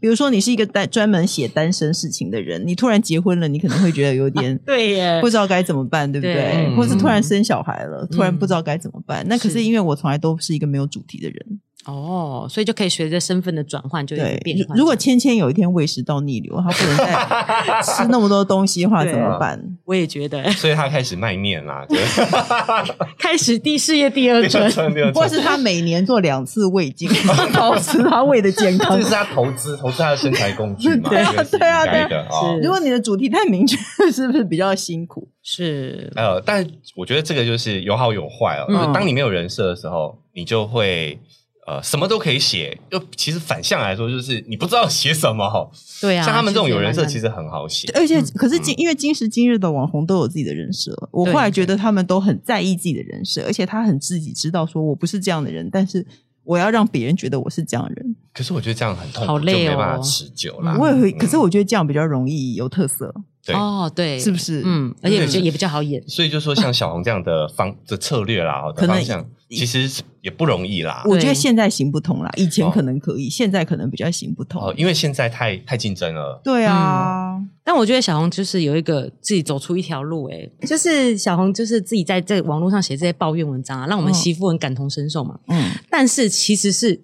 Speaker 4: 比如说你是一个单专门写单身事情的人，你突然结婚了，你可能会觉得有点。
Speaker 1: 对耶
Speaker 4: 不，知道该怎么办，对不对？
Speaker 1: 对
Speaker 3: 嗯
Speaker 4: 或是突然生小孩了，突然
Speaker 1: 嗯
Speaker 4: 不知道该怎么办。那可
Speaker 1: 是
Speaker 4: 是因为我从来都是一个没有主题的人，
Speaker 1: 哦，所以就可以随着身份的转换就有
Speaker 4: 对
Speaker 1: 变。化。
Speaker 4: 如如果芊芊有一天胃食道逆流，她不能 再吃那么多东西的话，
Speaker 1: 对
Speaker 4: 怎么办？
Speaker 1: 我也觉 得
Speaker 3: 所以他开始卖面啦，对
Speaker 1: 开始第事业第
Speaker 3: 第
Speaker 1: 二
Speaker 3: 二
Speaker 1: 春，
Speaker 3: 春第二
Speaker 4: 或
Speaker 3: 春，
Speaker 4: 是她每年做两次胃镜， 保持她胃的健 康
Speaker 3: 这。是他投资投资他的身材工具嘛？
Speaker 4: 对啊
Speaker 3: 这个是
Speaker 4: 对啊
Speaker 3: 应该
Speaker 4: 对
Speaker 3: 的哦
Speaker 1: 是
Speaker 4: 如果你的主题太明确，是不是比较辛苦？
Speaker 1: 是
Speaker 3: 呃，但我觉得这个就是有好有坏哦。
Speaker 1: 嗯
Speaker 3: 就是当你没有人设的时候，你就会呃什么都可以写。又其实反向来说，就是你不知道写什么。哦
Speaker 1: 对啊。
Speaker 3: 像他们这种有人设，
Speaker 1: 实
Speaker 3: 其
Speaker 1: 也
Speaker 3: 实很好写。
Speaker 4: 而
Speaker 1: 嗯
Speaker 4: 且，可是今因为今时今日的网红都有自己的人设，我
Speaker 1: 对
Speaker 4: 后来觉得他们都很在意自己的人设，而且他很自己知道说我不是这样的人，但是我要让别人觉得我是这样的人。
Speaker 3: 可是我觉得这样很痛苦，
Speaker 1: 好累哦
Speaker 3: 就没办法持久啦。
Speaker 4: 我也会，
Speaker 3: 嗯
Speaker 4: 可是我觉得这样比较容易有特色，
Speaker 3: 对，
Speaker 1: 蛮哦，对，
Speaker 4: 是不是？
Speaker 1: 嗯，而且
Speaker 3: 对
Speaker 1: 比较也比较好演。
Speaker 3: 所以就说像小红这样的方的策略啦，哦的
Speaker 4: 可能
Speaker 3: 方向其实是也不容易啦。
Speaker 4: 我觉
Speaker 1: 对
Speaker 4: 得现在行不通啦，以前
Speaker 3: 哦
Speaker 4: 可能可以，现在可能比较行不通。
Speaker 3: 哦，因为现在太太竞争了。
Speaker 4: 对啊，
Speaker 1: 但我觉得小红就是有一个自己走出一条路、欸，就是小红就是自己在这网络上写这些抱怨文章啊，让我们
Speaker 4: 嗯
Speaker 1: 媳妇很感同身受嘛。
Speaker 4: 嗯，
Speaker 1: 但是其实是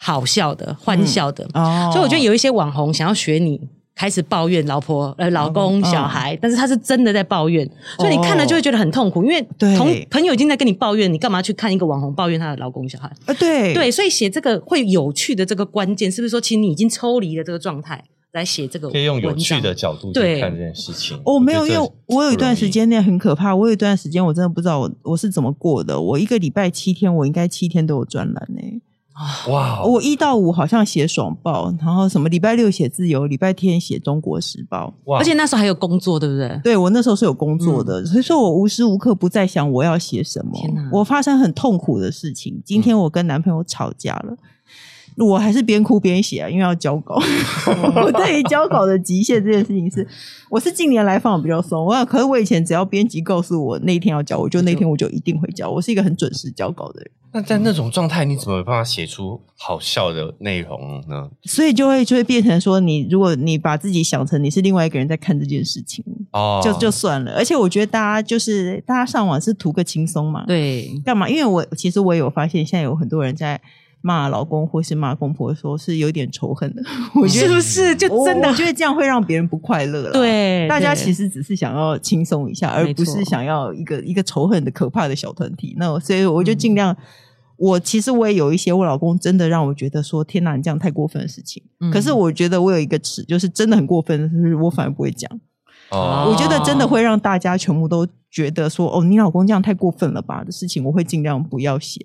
Speaker 1: 好笑的、
Speaker 3: 嗯
Speaker 1: 欢笑的，
Speaker 4: 哦，
Speaker 1: 所以我觉得有一些网红想要学你。开始抱怨老婆、呃老公、
Speaker 3: 哦
Speaker 4: 嗯
Speaker 1: 小孩，但是他是真的在抱怨，所以你看了就会觉得很痛苦，因为
Speaker 4: 对
Speaker 1: 同朋友已经在跟你抱怨，你干嘛去看一个网红抱怨她的老公、小孩？
Speaker 4: 啊，对
Speaker 1: 对，所以写这个会有趣的这个关键，是不是说其实你已经抽离了这个状态来写这个？
Speaker 3: 可以用有趣的，角度去
Speaker 1: 对
Speaker 3: 看这件事情。
Speaker 4: 哦，没有，
Speaker 3: 觉
Speaker 4: 因
Speaker 3: 得
Speaker 4: 为我有一段时间内很可怕，我有一段时间我真的不知道我我是怎么过的。我一个礼拜七天，我应该七天都有专栏呢、
Speaker 3: 哇，
Speaker 4: 哦我一到五好像写爽报，然后什么礼拜六写自由，礼拜天写中国时报。
Speaker 3: 哇
Speaker 1: 而且那时候还有工作，对不对？
Speaker 4: 对我那时候是有工作的，所以说我无时无刻不在想我要写什么
Speaker 1: 天哪。
Speaker 4: 我发生很痛苦的事情，今天我跟男朋友吵架了。我还是边哭边写啊，因为要交稿。我对于交稿的极限这件事情是，我是近年来放得比较松。我可是我以前只要编辑告诉我那一天要交，我就那天我就一定会交。我是一个很准时交稿的人，
Speaker 3: 那在那种状态，你怎么有办法写出好笑的内容呢？
Speaker 4: 所以就会就会变成说你，如果你把自己想成你是另外一个人在看这件事情，
Speaker 3: 哦，
Speaker 4: 就就算了。而且我觉得大家就是大家上网是图个轻松嘛，
Speaker 1: 对，
Speaker 4: 干嘛？因为我其实我也有发现，现在有很多人在骂老公或是骂公婆，说是有点仇恨的。 我觉
Speaker 1: 是
Speaker 4: 得
Speaker 1: 不是就
Speaker 4: 我
Speaker 1: 真
Speaker 4: 我
Speaker 1: 的
Speaker 4: 觉得这样会让别人不快乐了。。
Speaker 1: 对？
Speaker 4: 大家
Speaker 1: 哎对
Speaker 4: 其实只是想要轻松一下，而
Speaker 1: 没
Speaker 4: 不
Speaker 1: 错
Speaker 4: 是想要一个一个仇恨的可怕的小团体。那我所以我就
Speaker 1: 嗯
Speaker 4: 尽量，我其实我也有一些我老公真的让我觉得说天哪，你这样太过分的事情。
Speaker 1: 嗯
Speaker 4: 可是我觉得我有一个尺，就是真的很过分，就是我反而不会讲。
Speaker 3: 哦
Speaker 4: 我觉得真的会让大家全部都觉得说，哦，你老公这样太过分了吧的事情，我会尽量不要写。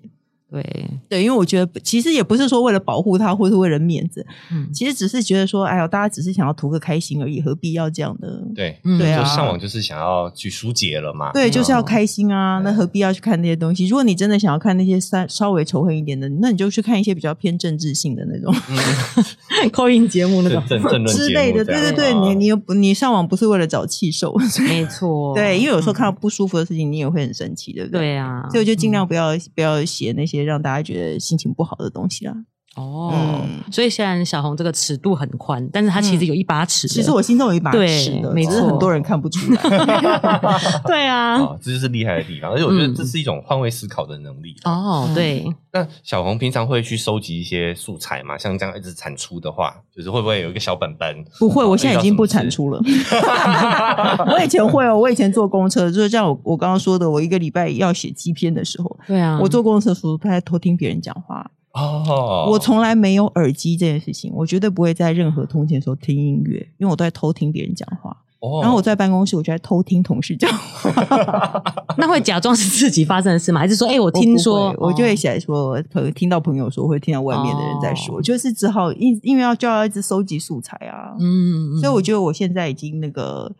Speaker 1: 对，
Speaker 4: 对，因为我觉得其实也不是说为了保护他，或是为了面子，
Speaker 1: 嗯
Speaker 4: 其实只是觉得说，哎呀，大家只是想要图个开心而已，何必要这样的？
Speaker 3: 对，
Speaker 1: 嗯
Speaker 4: 对啊
Speaker 3: 就上网就是想要去疏解了嘛。
Speaker 4: 对，
Speaker 1: 哦
Speaker 4: 就是要
Speaker 3: 嗯
Speaker 4: 开心啊，那何必要去看那些东西？如果你真的想要看那些稍稍微仇恨一点的，那你就去看一些比较偏政治性的那种
Speaker 1: 扣音节目那种
Speaker 3: 政，政政论
Speaker 4: 之
Speaker 3: 节
Speaker 4: 类
Speaker 3: 目
Speaker 4: 的。
Speaker 3: 这
Speaker 4: 对
Speaker 3: 样
Speaker 4: 对对，
Speaker 3: 啊
Speaker 1: 哦
Speaker 4: 你你又不你上网不是为了找气受，所 以
Speaker 1: 没错，
Speaker 4: 对，因为有时候
Speaker 1: 哦嗯
Speaker 4: 看到不舒服的事情，你也会很生气，对不对？
Speaker 1: 对啊，
Speaker 4: 所以我就尽量
Speaker 1: 嗯
Speaker 4: 不要、不要写那些让大家觉得心情不好的东西啦。
Speaker 1: 哦
Speaker 4: 嗯。
Speaker 1: 所以虽然小红这个尺度很宽，但是她其实
Speaker 4: 嗯
Speaker 1: 有一把尺的。
Speaker 4: 其实我心中有一把尺的，
Speaker 1: 对没
Speaker 4: 只是很
Speaker 1: 错
Speaker 4: 多人看不出 来。
Speaker 1: 对啊，
Speaker 3: 啊，这就是厉害的地方。而且我觉得
Speaker 1: 嗯
Speaker 3: 这是一种换位思考的能力。
Speaker 1: 哦，
Speaker 4: 嗯
Speaker 1: 对，
Speaker 3: 那小红平常会去收集一些素材嘛？像这样一直产出的话，就是会不会有一个小本本？
Speaker 4: 不会，
Speaker 3: 啊
Speaker 4: 我现在已经不
Speaker 1: 哦
Speaker 4: 产。出了。 我以前会哦，我以前坐公车，就是像我我刚刚说的，我一个礼拜要写七篇的时候，
Speaker 1: 对啊，
Speaker 4: 我坐公车的时候他在偷听别人讲话。
Speaker 3: 遇到什么事哦，
Speaker 4: 我从来没有耳机这件事情，我绝对不会在任何通勤的时候听音乐，因为我都在偷听别人讲话。
Speaker 3: 哦，
Speaker 4: 然后我在办公室，我就在偷听同事讲话。
Speaker 1: 那会假装是自己发生的事吗？还是说，哎，我
Speaker 4: 我
Speaker 1: 听
Speaker 4: 不
Speaker 1: 说
Speaker 4: 会，我就会
Speaker 1: 哦
Speaker 4: 起来说，朋友听到朋友说，会听到外面的人在说，
Speaker 1: 哦
Speaker 4: 就是只好因因为要就要一直收集素材啊，
Speaker 1: 嗯，嗯嗯
Speaker 4: 所以我觉得我现在已经那个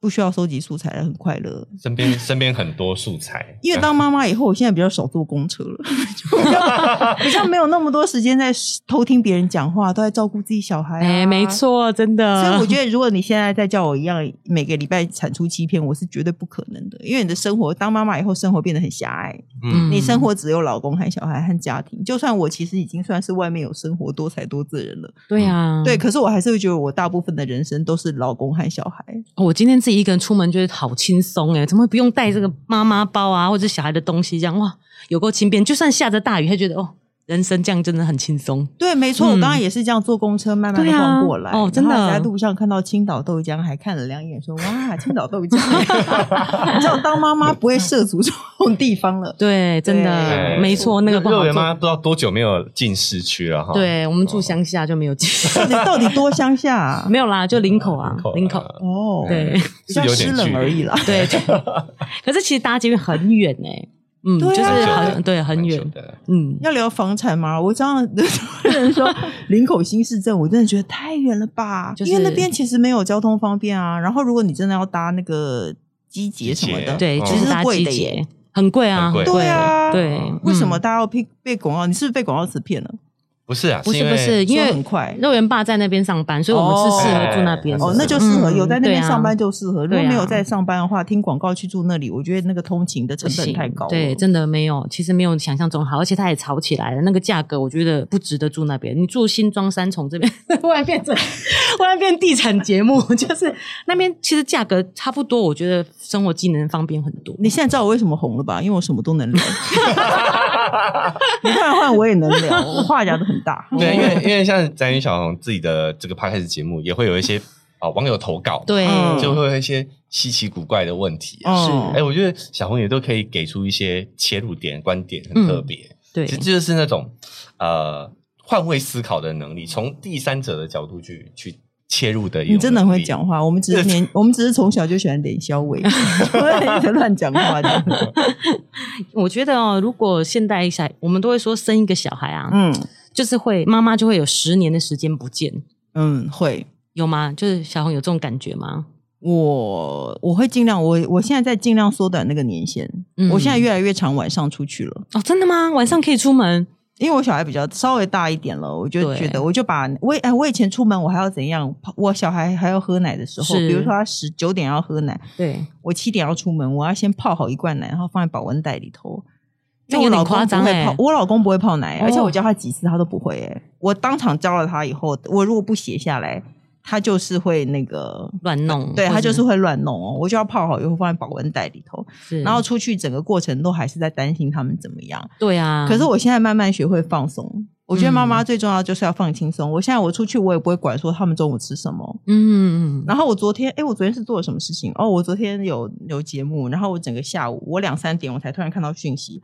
Speaker 4: 不需要收集素材了，很快乐。
Speaker 3: 身边身边很多素材，
Speaker 4: 因为当妈妈以后，我现在比较少坐公车了，就比较比较没有那么多时间在偷听别人讲话，都在照顾自己小孩、啊。
Speaker 1: 哎，没。错，真的。
Speaker 4: 所以我觉得，如果你现在再叫我一样每个礼拜产出七篇，我是绝对不可能的，因为你的生活当妈妈以后，生活变得很狭隘。
Speaker 3: 嗯
Speaker 4: 你生活只有老公和小孩和家庭。就算我其实已经算是外面有生活多才多姿的人了，
Speaker 1: 对啊，
Speaker 4: 对，可是我还是会觉得我大部分的人生都是老公和小孩。
Speaker 1: 哦我今天自己一个人出门觉得好轻松哎，怎么不用带这个妈妈包啊，或者小孩的东西这样哇，有够轻便。就算下着大雨，还觉得哦，人生这样真的很轻松。
Speaker 4: 对，没错，
Speaker 1: 嗯
Speaker 4: 我刚刚也是这样坐公车慢慢的
Speaker 1: 对啊
Speaker 4: 逛过来，
Speaker 1: 哦真的
Speaker 4: 然后在路上看到青岛豆浆，还看了两眼，说哇，青岛豆浆， 你知道当妈妈不会涉足这种地方了。
Speaker 1: 对，真
Speaker 3: 哎
Speaker 1: 的没错，那个不
Speaker 3: 肉
Speaker 1: 好
Speaker 3: 圆妈
Speaker 1: 做。
Speaker 3: 不知道多久没有进市区了哈。
Speaker 1: 对我们住乡下就没有进，
Speaker 4: 你到底多乡下、啊？
Speaker 1: 没有啦，就林口啊
Speaker 3: 哦林
Speaker 1: 林口。
Speaker 3: 口，啊
Speaker 4: 哦，，
Speaker 1: 对
Speaker 4: 比较
Speaker 3: 是有点距
Speaker 4: 湿冷
Speaker 3: 离
Speaker 4: 而已啦。
Speaker 1: 对， 可是其实搭捷运很远哎，嗯，
Speaker 4: 对啊
Speaker 1: 就是
Speaker 3: 蛮久的
Speaker 1: 很对很远
Speaker 3: 蛮，久的。
Speaker 1: 嗯，
Speaker 4: 要聊房产吗？我这样有人说林口新市镇，我真的觉得太远了吧？
Speaker 1: 就是
Speaker 4: 因为那边其实没有交通方便啊。然后如果你真的要搭那个机捷什么
Speaker 3: 机捷
Speaker 4: 的，
Speaker 1: 对，
Speaker 3: 哦
Speaker 1: 就
Speaker 4: 其
Speaker 1: 是
Speaker 4: 实
Speaker 1: 搭
Speaker 4: 贵
Speaker 1: 季
Speaker 4: 的耶。
Speaker 1: 节很贵啊，
Speaker 3: 很贵
Speaker 1: 很
Speaker 4: 对啊，
Speaker 1: 对，
Speaker 4: 为什么
Speaker 1: 嗯？
Speaker 4: 大家要被被广告？你是不是被广告词骗了？
Speaker 3: 不是啊，
Speaker 1: 不是
Speaker 3: 因为
Speaker 1: 不是，因
Speaker 4: 说
Speaker 1: 为
Speaker 4: 很快
Speaker 1: 肉圆爸在那边上班，所以我们是适合住那边的。
Speaker 4: 哦
Speaker 3: 是，
Speaker 4: 那就适合
Speaker 1: 嗯
Speaker 4: 有在那边
Speaker 1: 对啊
Speaker 4: 上班就适合，如果
Speaker 1: 对啊
Speaker 4: 没有在上班的话，听广告去住那里，我觉得那个通勤的成
Speaker 1: 不
Speaker 4: 本
Speaker 1: 行
Speaker 4: 太高了。
Speaker 1: 对，真的没有，其实没有想象中好，而且它也炒起来了，那个价格我觉得不值得住那边。你住新庄三重这边，忽然变成忽然变地产节目，就是那边其实价格差不多，我觉得生活技能方便很多。
Speaker 4: 你现在知道我为什么红了吧？因为我什么 都能聊，你突然换我也能聊，我话讲的很 大。
Speaker 3: 对，因为因为像咱与小红自己的这个 podcast 节目，也会有一些啊网友投稿，，
Speaker 1: 对，
Speaker 4: 嗯
Speaker 3: 就会有一些稀奇古怪的问题啊。
Speaker 4: 哦
Speaker 3: 哎，我觉得小红也都可以给出一些切入点、观点，很
Speaker 1: 嗯
Speaker 3: 特别。
Speaker 1: 对
Speaker 3: 其，实就是那种呃换位思考的能力，从第三者的角度去去切入的一种
Speaker 4: 你真的很
Speaker 3: 能
Speaker 4: 会
Speaker 3: 力
Speaker 4: 讲话，我们只是年，我们只是从小就喜欢脸消委， 就会一直乱讲话的。
Speaker 1: 我觉得哦，如果现代小，我们都会说生一个小孩啊，
Speaker 4: 嗯
Speaker 1: 就是会妈妈就会有十年的时间不见，
Speaker 4: 嗯，会，
Speaker 1: 有吗？就是小红有这种感觉吗？
Speaker 4: 我我会尽量，我我现在在尽量缩短那个年限，
Speaker 1: 嗯
Speaker 4: 我现在越来越常晚上出去了。
Speaker 1: 哦，真的吗？晚上可以出门？
Speaker 4: 因为我小孩比较稍微大一点了，我就
Speaker 1: 对
Speaker 4: 觉得我就把我也哎，我以前出门我还要怎样？我小孩还要喝奶的时候，
Speaker 1: 是
Speaker 4: 比如说他十九点要喝奶，
Speaker 1: 对，
Speaker 4: 我七点要出门，我要先泡好一罐奶，然后放在保温袋里头。
Speaker 1: 这
Speaker 4: 因
Speaker 1: 有
Speaker 4: 为我
Speaker 1: 点
Speaker 4: 老公
Speaker 1: 夸张
Speaker 4: 不会
Speaker 1: 欸
Speaker 4: 泡我老公不会泡奶，
Speaker 1: 哦
Speaker 4: 而且我教他几次他都不会、欸。我当场教了他以后，我如果不写下来，他就是会那个，
Speaker 1: 乱弄，
Speaker 4: 对
Speaker 1: 或
Speaker 4: 他
Speaker 1: 者
Speaker 4: 就是会乱弄哦。我就要泡好以后放在保温袋里头，
Speaker 1: 是，
Speaker 4: 然后出去整个过程都还是在担心他们怎么样。
Speaker 1: 对啊，
Speaker 4: 可是我现在慢慢学会放松。我觉得妈
Speaker 1: 嗯
Speaker 4: 妈最重要就是要放轻松。我现在我出去，我也不会管说他们中午吃什么。
Speaker 1: 嗯，嗯，
Speaker 4: 然后我昨天，哎，我昨天是做了什么事情？哦，我昨天有有节目，然后我整个下午，我两三点我才突然看到讯息，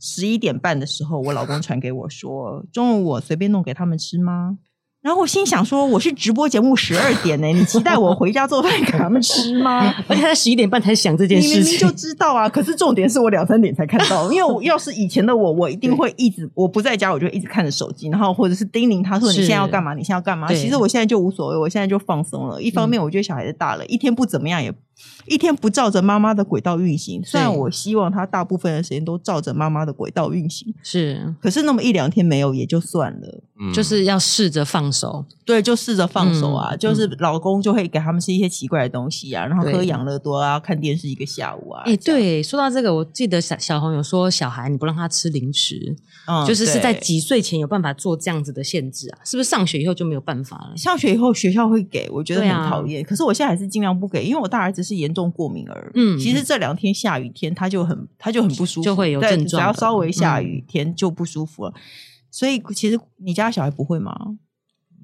Speaker 4: 十一点半的时候，我老公传给我说，中午我随便弄给他们吃吗？然后我心想说，我是直播节目十二点呢、你期待我回家做饭给他们吃吗？
Speaker 1: 而且他十一点半才想这
Speaker 4: 你
Speaker 1: 件
Speaker 4: 明
Speaker 1: 事
Speaker 4: 明就
Speaker 1: 情，
Speaker 4: 知道啊， 可是重点是我两三点才看到，因为我要是以前的我，我一定会一直我不在家，我就一直看着手机，然后或者是叮咛他说你
Speaker 1: 是
Speaker 4: 现在要干嘛，你现在要干嘛。
Speaker 1: 对嗯
Speaker 4: 其实我现在就无所谓，我现在就放松了。一方面，我觉得小孩子大了，一天不怎么样也。一天不照着妈妈的轨道运行，虽然
Speaker 1: 对
Speaker 4: 我希望他大部分的时间都照着妈妈的轨道运行，
Speaker 1: 是，
Speaker 4: 可是那么一两天没有也就算了。
Speaker 2: 嗯
Speaker 1: 就是要试着放手，
Speaker 4: 对，就试着放手啊，
Speaker 1: 嗯
Speaker 4: 就是老公就会给他们吃一些奇怪的东西啊，然后
Speaker 1: 对
Speaker 4: 喝养乐多啊，看电视一个下午啊。
Speaker 1: 哎、对，说到这个，我记得小小红有说，小孩你不让他吃零食，
Speaker 4: 嗯
Speaker 1: 就是是在
Speaker 4: 对
Speaker 1: 几岁前有办法做这样子的限制啊？是不是上学以后就没有办法了？
Speaker 4: 上学以后学校会给，我觉得
Speaker 1: 对
Speaker 4: 很
Speaker 1: 啊
Speaker 4: 讨厌。可是我现在还是尽量不给，因为我大儿子是严重过敏儿。
Speaker 1: 嗯
Speaker 4: 其实这两天下雨天他就很他就很不舒服，
Speaker 1: 就会有
Speaker 4: 对
Speaker 1: 症状
Speaker 4: 只要
Speaker 1: 的
Speaker 4: 稍微下雨天就不舒服了。所以其实你家小孩不会吗？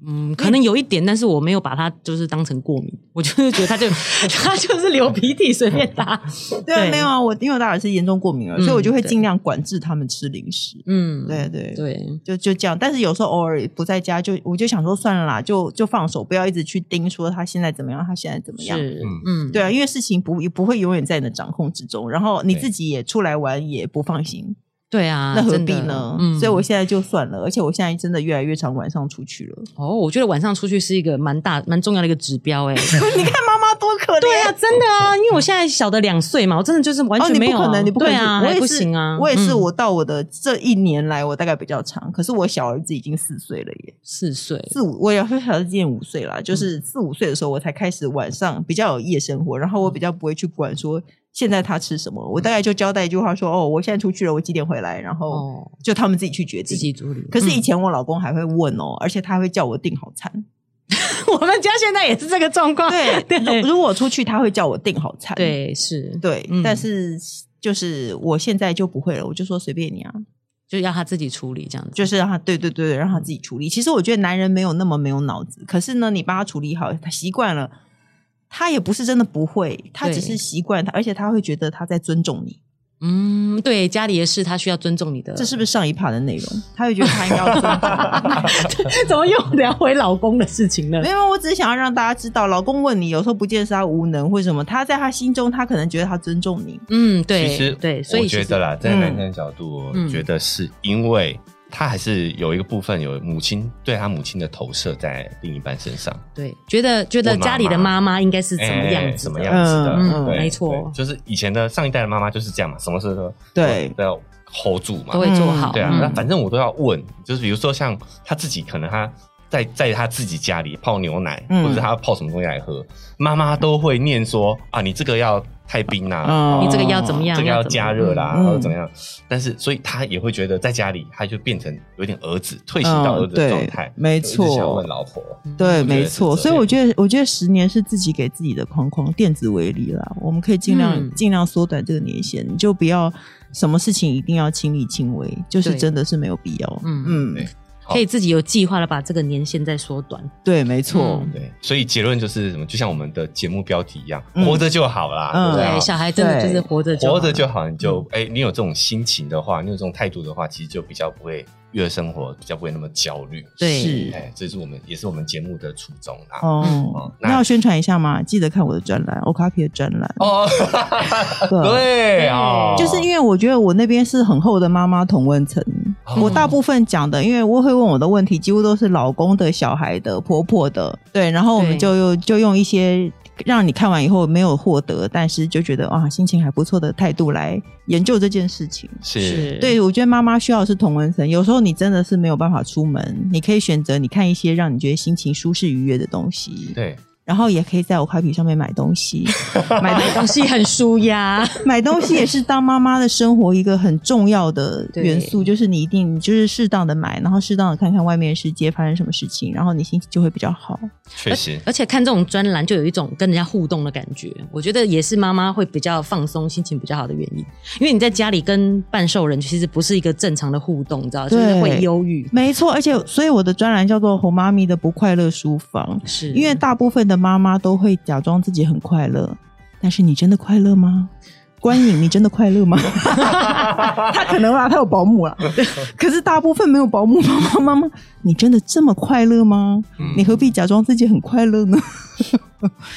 Speaker 1: 嗯，可能有一点，但是我没有把他就是当成过敏，我就是觉得他就他就是流鼻涕随便打，
Speaker 4: 对啊，
Speaker 1: 对
Speaker 4: 没有啊，我因为我大儿子严重过敏儿，
Speaker 1: 嗯
Speaker 4: 所以我就会
Speaker 1: 对
Speaker 4: 尽量管制他们吃零食。
Speaker 1: 嗯，
Speaker 4: 对对
Speaker 1: 对，
Speaker 4: 就就这样，但是有时候偶尔不在家，就我就想说算了啦，就就放手，不要一直去盯说他现在怎么样，他现在怎么样。
Speaker 1: 是
Speaker 3: 嗯，
Speaker 1: 嗯，
Speaker 4: 对啊，因为事情不不会永远在你的掌控之中，然后你
Speaker 3: 对
Speaker 4: 自己也出来玩也不放心，
Speaker 1: 对啊，
Speaker 4: 那何
Speaker 1: 真的
Speaker 4: 必呢？
Speaker 1: 嗯，
Speaker 4: 所以我现在就算了，而且我现在真的越来越常晚上出去了。
Speaker 1: 哦，我觉得晚上出去是一个蛮大蛮重要的一个指标、 欸，哎。
Speaker 4: 你看妈妈多可怜，
Speaker 1: 对啊，真的啊，因为我现在小的两岁嘛，我真的就是完
Speaker 4: 哦，
Speaker 1: 全
Speaker 4: 你
Speaker 1: 没
Speaker 4: 不
Speaker 1: 有、
Speaker 4: 可能，你不可能
Speaker 1: 对
Speaker 4: 去，
Speaker 1: 啊，
Speaker 4: 我
Speaker 1: 还
Speaker 4: 也
Speaker 1: 不
Speaker 4: 是
Speaker 1: 行啊，
Speaker 4: 我也是，
Speaker 1: 嗯
Speaker 4: 我到我的这一年来，我大概比较长，可是我小儿子已经四岁了耶，
Speaker 1: 四岁，
Speaker 4: 四五，我也说小儿子今年五岁啦，
Speaker 1: 嗯
Speaker 4: 就是四五岁的时候，我才开始晚上比较有夜生活，然后
Speaker 1: 嗯
Speaker 4: 我比较不会去管说现在他吃什么，我大概就交代一句话说，哦，我现在出去了，我几点回来，然后
Speaker 1: 哦，
Speaker 4: 就他们自己去决定，
Speaker 1: 自己处理。
Speaker 4: 可是以
Speaker 1: 嗯
Speaker 4: 前我老公还会问哦，而且他会叫我订好 餐。
Speaker 1: 我们家现在也是这个状况，
Speaker 4: 对，如
Speaker 1: 对
Speaker 4: 如果我出去，他会叫我订好餐。
Speaker 1: 对是，
Speaker 4: 对，
Speaker 1: 嗯
Speaker 4: 但是就是我现在就不会了，我就说随便你啊，
Speaker 1: 就要他自己处理这样子。
Speaker 4: 就是让他对对对，让他自己处理。其实我觉得男人没有那么没有脑子，可是呢，你帮他处理好，他习惯了，他也不是真的不会，他
Speaker 1: 对
Speaker 4: 只是习惯他，而且他会觉得他在尊重你。
Speaker 1: 嗯，对，家里的事他需要尊重你的。
Speaker 4: 这是不是上一趴的内容？他会觉得他应该要尊重你。
Speaker 1: 怎么又聊回老公的事情呢
Speaker 4: 没？有，我只是想要让大家知道，老公问你，有时候不见得是他无能或什么，他在他心中，他可能觉得他尊重你。
Speaker 1: 嗯，对，
Speaker 3: 其实
Speaker 1: 对，所
Speaker 3: 我
Speaker 1: 以
Speaker 3: 觉
Speaker 1: 其
Speaker 3: 得
Speaker 1: 实
Speaker 3: 啦，在
Speaker 4: 嗯
Speaker 3: 男生的角度，
Speaker 1: 嗯
Speaker 3: 我觉得是因为他还是有一个部分有母亲对他母亲的投射在另一半身上，
Speaker 1: 对，觉得觉得
Speaker 3: 我妈妈
Speaker 1: 家里的妈妈应该是怎么
Speaker 3: 哎
Speaker 1: 样
Speaker 3: 什
Speaker 1: 子
Speaker 3: 么
Speaker 1: 的，
Speaker 3: 样子的，
Speaker 4: 嗯
Speaker 1: 嗯
Speaker 3: 对
Speaker 1: 没错
Speaker 3: 对就是以前的上一代的妈妈就是这样嘛，什么事都
Speaker 4: 对
Speaker 3: 都要 hold 住嘛
Speaker 1: 都，会做好。
Speaker 3: 对啊，
Speaker 1: 嗯
Speaker 3: 那反正我都要问，就是比如说像他自己，可能他在在他自己家里泡牛奶，
Speaker 4: 嗯
Speaker 3: 或者是他泡什么东西来喝，妈妈都会念说啊，你这个要太冰啦、哦
Speaker 4: 嗯
Speaker 1: 你这个要怎么样？
Speaker 3: 这个要
Speaker 1: 怎么
Speaker 3: 加热啦，
Speaker 4: 嗯
Speaker 3: 或者怎么样？但是，所以他也会觉得在家里，他就变成有点儿子退行到儿子的状态
Speaker 4: 嗯，对没
Speaker 3: 就一直想要
Speaker 4: 错
Speaker 3: 问老婆，
Speaker 4: 对，
Speaker 3: 我觉得
Speaker 4: 没
Speaker 3: 是
Speaker 4: 错。
Speaker 3: 这
Speaker 4: 所以
Speaker 3: 样
Speaker 4: 我觉得，我觉得十年是自己给自己的框框，电子为例啦。我们可以尽量、
Speaker 1: 嗯
Speaker 4: 尽量缩短这个年限，你就不要什么事情一定要亲力亲为，就是
Speaker 1: 对
Speaker 4: 真的是没有必要。
Speaker 1: 嗯
Speaker 4: 嗯
Speaker 3: 对
Speaker 1: 可以自己有计划的把这个年限再缩短。
Speaker 4: 对，没错
Speaker 1: 嗯，
Speaker 3: 对，所以结论就是什么？就像我们的节目标题一样，
Speaker 4: 嗯
Speaker 3: 活着就好啦，
Speaker 4: 嗯
Speaker 3: 对不对
Speaker 1: 对，
Speaker 3: 啊？
Speaker 1: 哎小孩真的就是活着就好
Speaker 3: 活着就好，你就哎、你有这种心情的话，你有这种态度的话，其实就比较不会越生活比较不会那么焦虑。
Speaker 1: 对
Speaker 4: 是
Speaker 3: 哎，这是我们也是我们节目的初衷啦。
Speaker 4: 哦
Speaker 3: 嗯。
Speaker 4: 那要宣传一下吗？记得看我的专栏 o k a p i 的专栏。
Speaker 3: 哦， 对哦，
Speaker 4: 就是因为我觉得我那边是很厚的妈妈同温层，
Speaker 3: 哦
Speaker 4: 我大部分讲的，因为我会问我的问题，几乎都是老公的、小孩的、婆婆的，对，然后我们
Speaker 1: 对
Speaker 4: 就用就用一些让你看完以后没有获得，但是就觉得哇心情还不错的态度来研究这件事情。
Speaker 3: 是
Speaker 4: 对，我觉得妈妈需要的是同温层。有时候你真的是没有办法出门，你可以选择你看一些让你觉得心情舒适愉悦的东西，
Speaker 3: 对，
Speaker 4: 然后也可以在我快皮上面买东西， 买东
Speaker 1: 买东西很舒压，
Speaker 4: 买东西也是当妈妈的生活一个很重要的元素，就是你一定你就是适当的买，然后适当的看看外面的世界发生什么事情，然后你心情就会比较好。
Speaker 3: 确实
Speaker 1: 而且看这种专栏就有一种跟人家互动的感觉，我觉得也是妈妈会比较放松、心情比较好的原因。因为你在家里跟半兽人其实不是一个正常的互动，你知道，就是
Speaker 4: 对
Speaker 1: 会忧郁。
Speaker 4: 没错，而且所以我的专栏叫做《红妈咪的不快乐书房》，
Speaker 1: 是
Speaker 4: 因为大部分的妈妈都会假装自己很快乐，但是你真的快乐吗？观影，你真的快乐吗？他可能啊啦，他有保姆啦。 可是大部分没有保姆妈妈妈妈，你真的这么快乐吗？
Speaker 3: 嗯
Speaker 4: 你何必假装自己很快乐呢？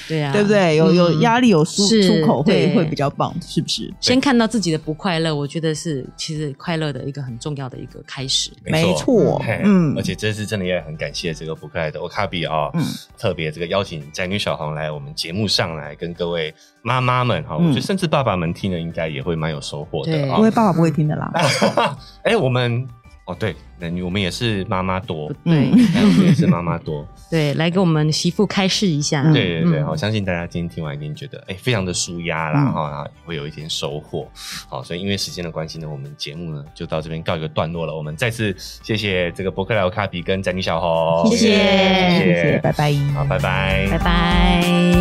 Speaker 1: 对啊，
Speaker 4: 对不对？有有
Speaker 1: 嗯
Speaker 4: 压力，有出
Speaker 1: 是
Speaker 4: 出口会
Speaker 1: 对
Speaker 4: 会比较棒，是不是？
Speaker 1: 先看到自己的不快乐，我觉得是其实快乐的一个很重要的一个开始。
Speaker 4: 没错
Speaker 3: 嘿
Speaker 4: 嗯
Speaker 3: 而且这次真的也很感谢这个不快乐的 Okabi 啊、
Speaker 4: 嗯
Speaker 3: 特别这个邀请宅女小红来我们节目上来跟各位妈妈们哈、
Speaker 4: 嗯
Speaker 3: 我觉得甚至爸爸们听了应该也会蛮有收获的
Speaker 1: 对
Speaker 3: 啊
Speaker 4: 因为。爸爸不会听的啦。
Speaker 3: 哎、我们哦对，那你我们也是妈妈多，
Speaker 1: 对
Speaker 4: 嗯
Speaker 3: 哎我们也是妈妈多，
Speaker 1: 对，来给我们媳妇开示一下。
Speaker 4: 嗯
Speaker 3: 对对对，
Speaker 1: 嗯
Speaker 3: 我相信大家今天听完一定觉得哎、非常的舒压啦
Speaker 4: 嗯
Speaker 3: 哈，然后也会有一点收获。好，所以因为时间的关系呢，我们节目呢就到这边告一个段落了。我们再次谢谢这个伯克莱欧卡比跟宅女小红，
Speaker 1: 谢谢
Speaker 4: 谢谢，拜拜。
Speaker 3: 好，拜拜，
Speaker 1: 拜拜。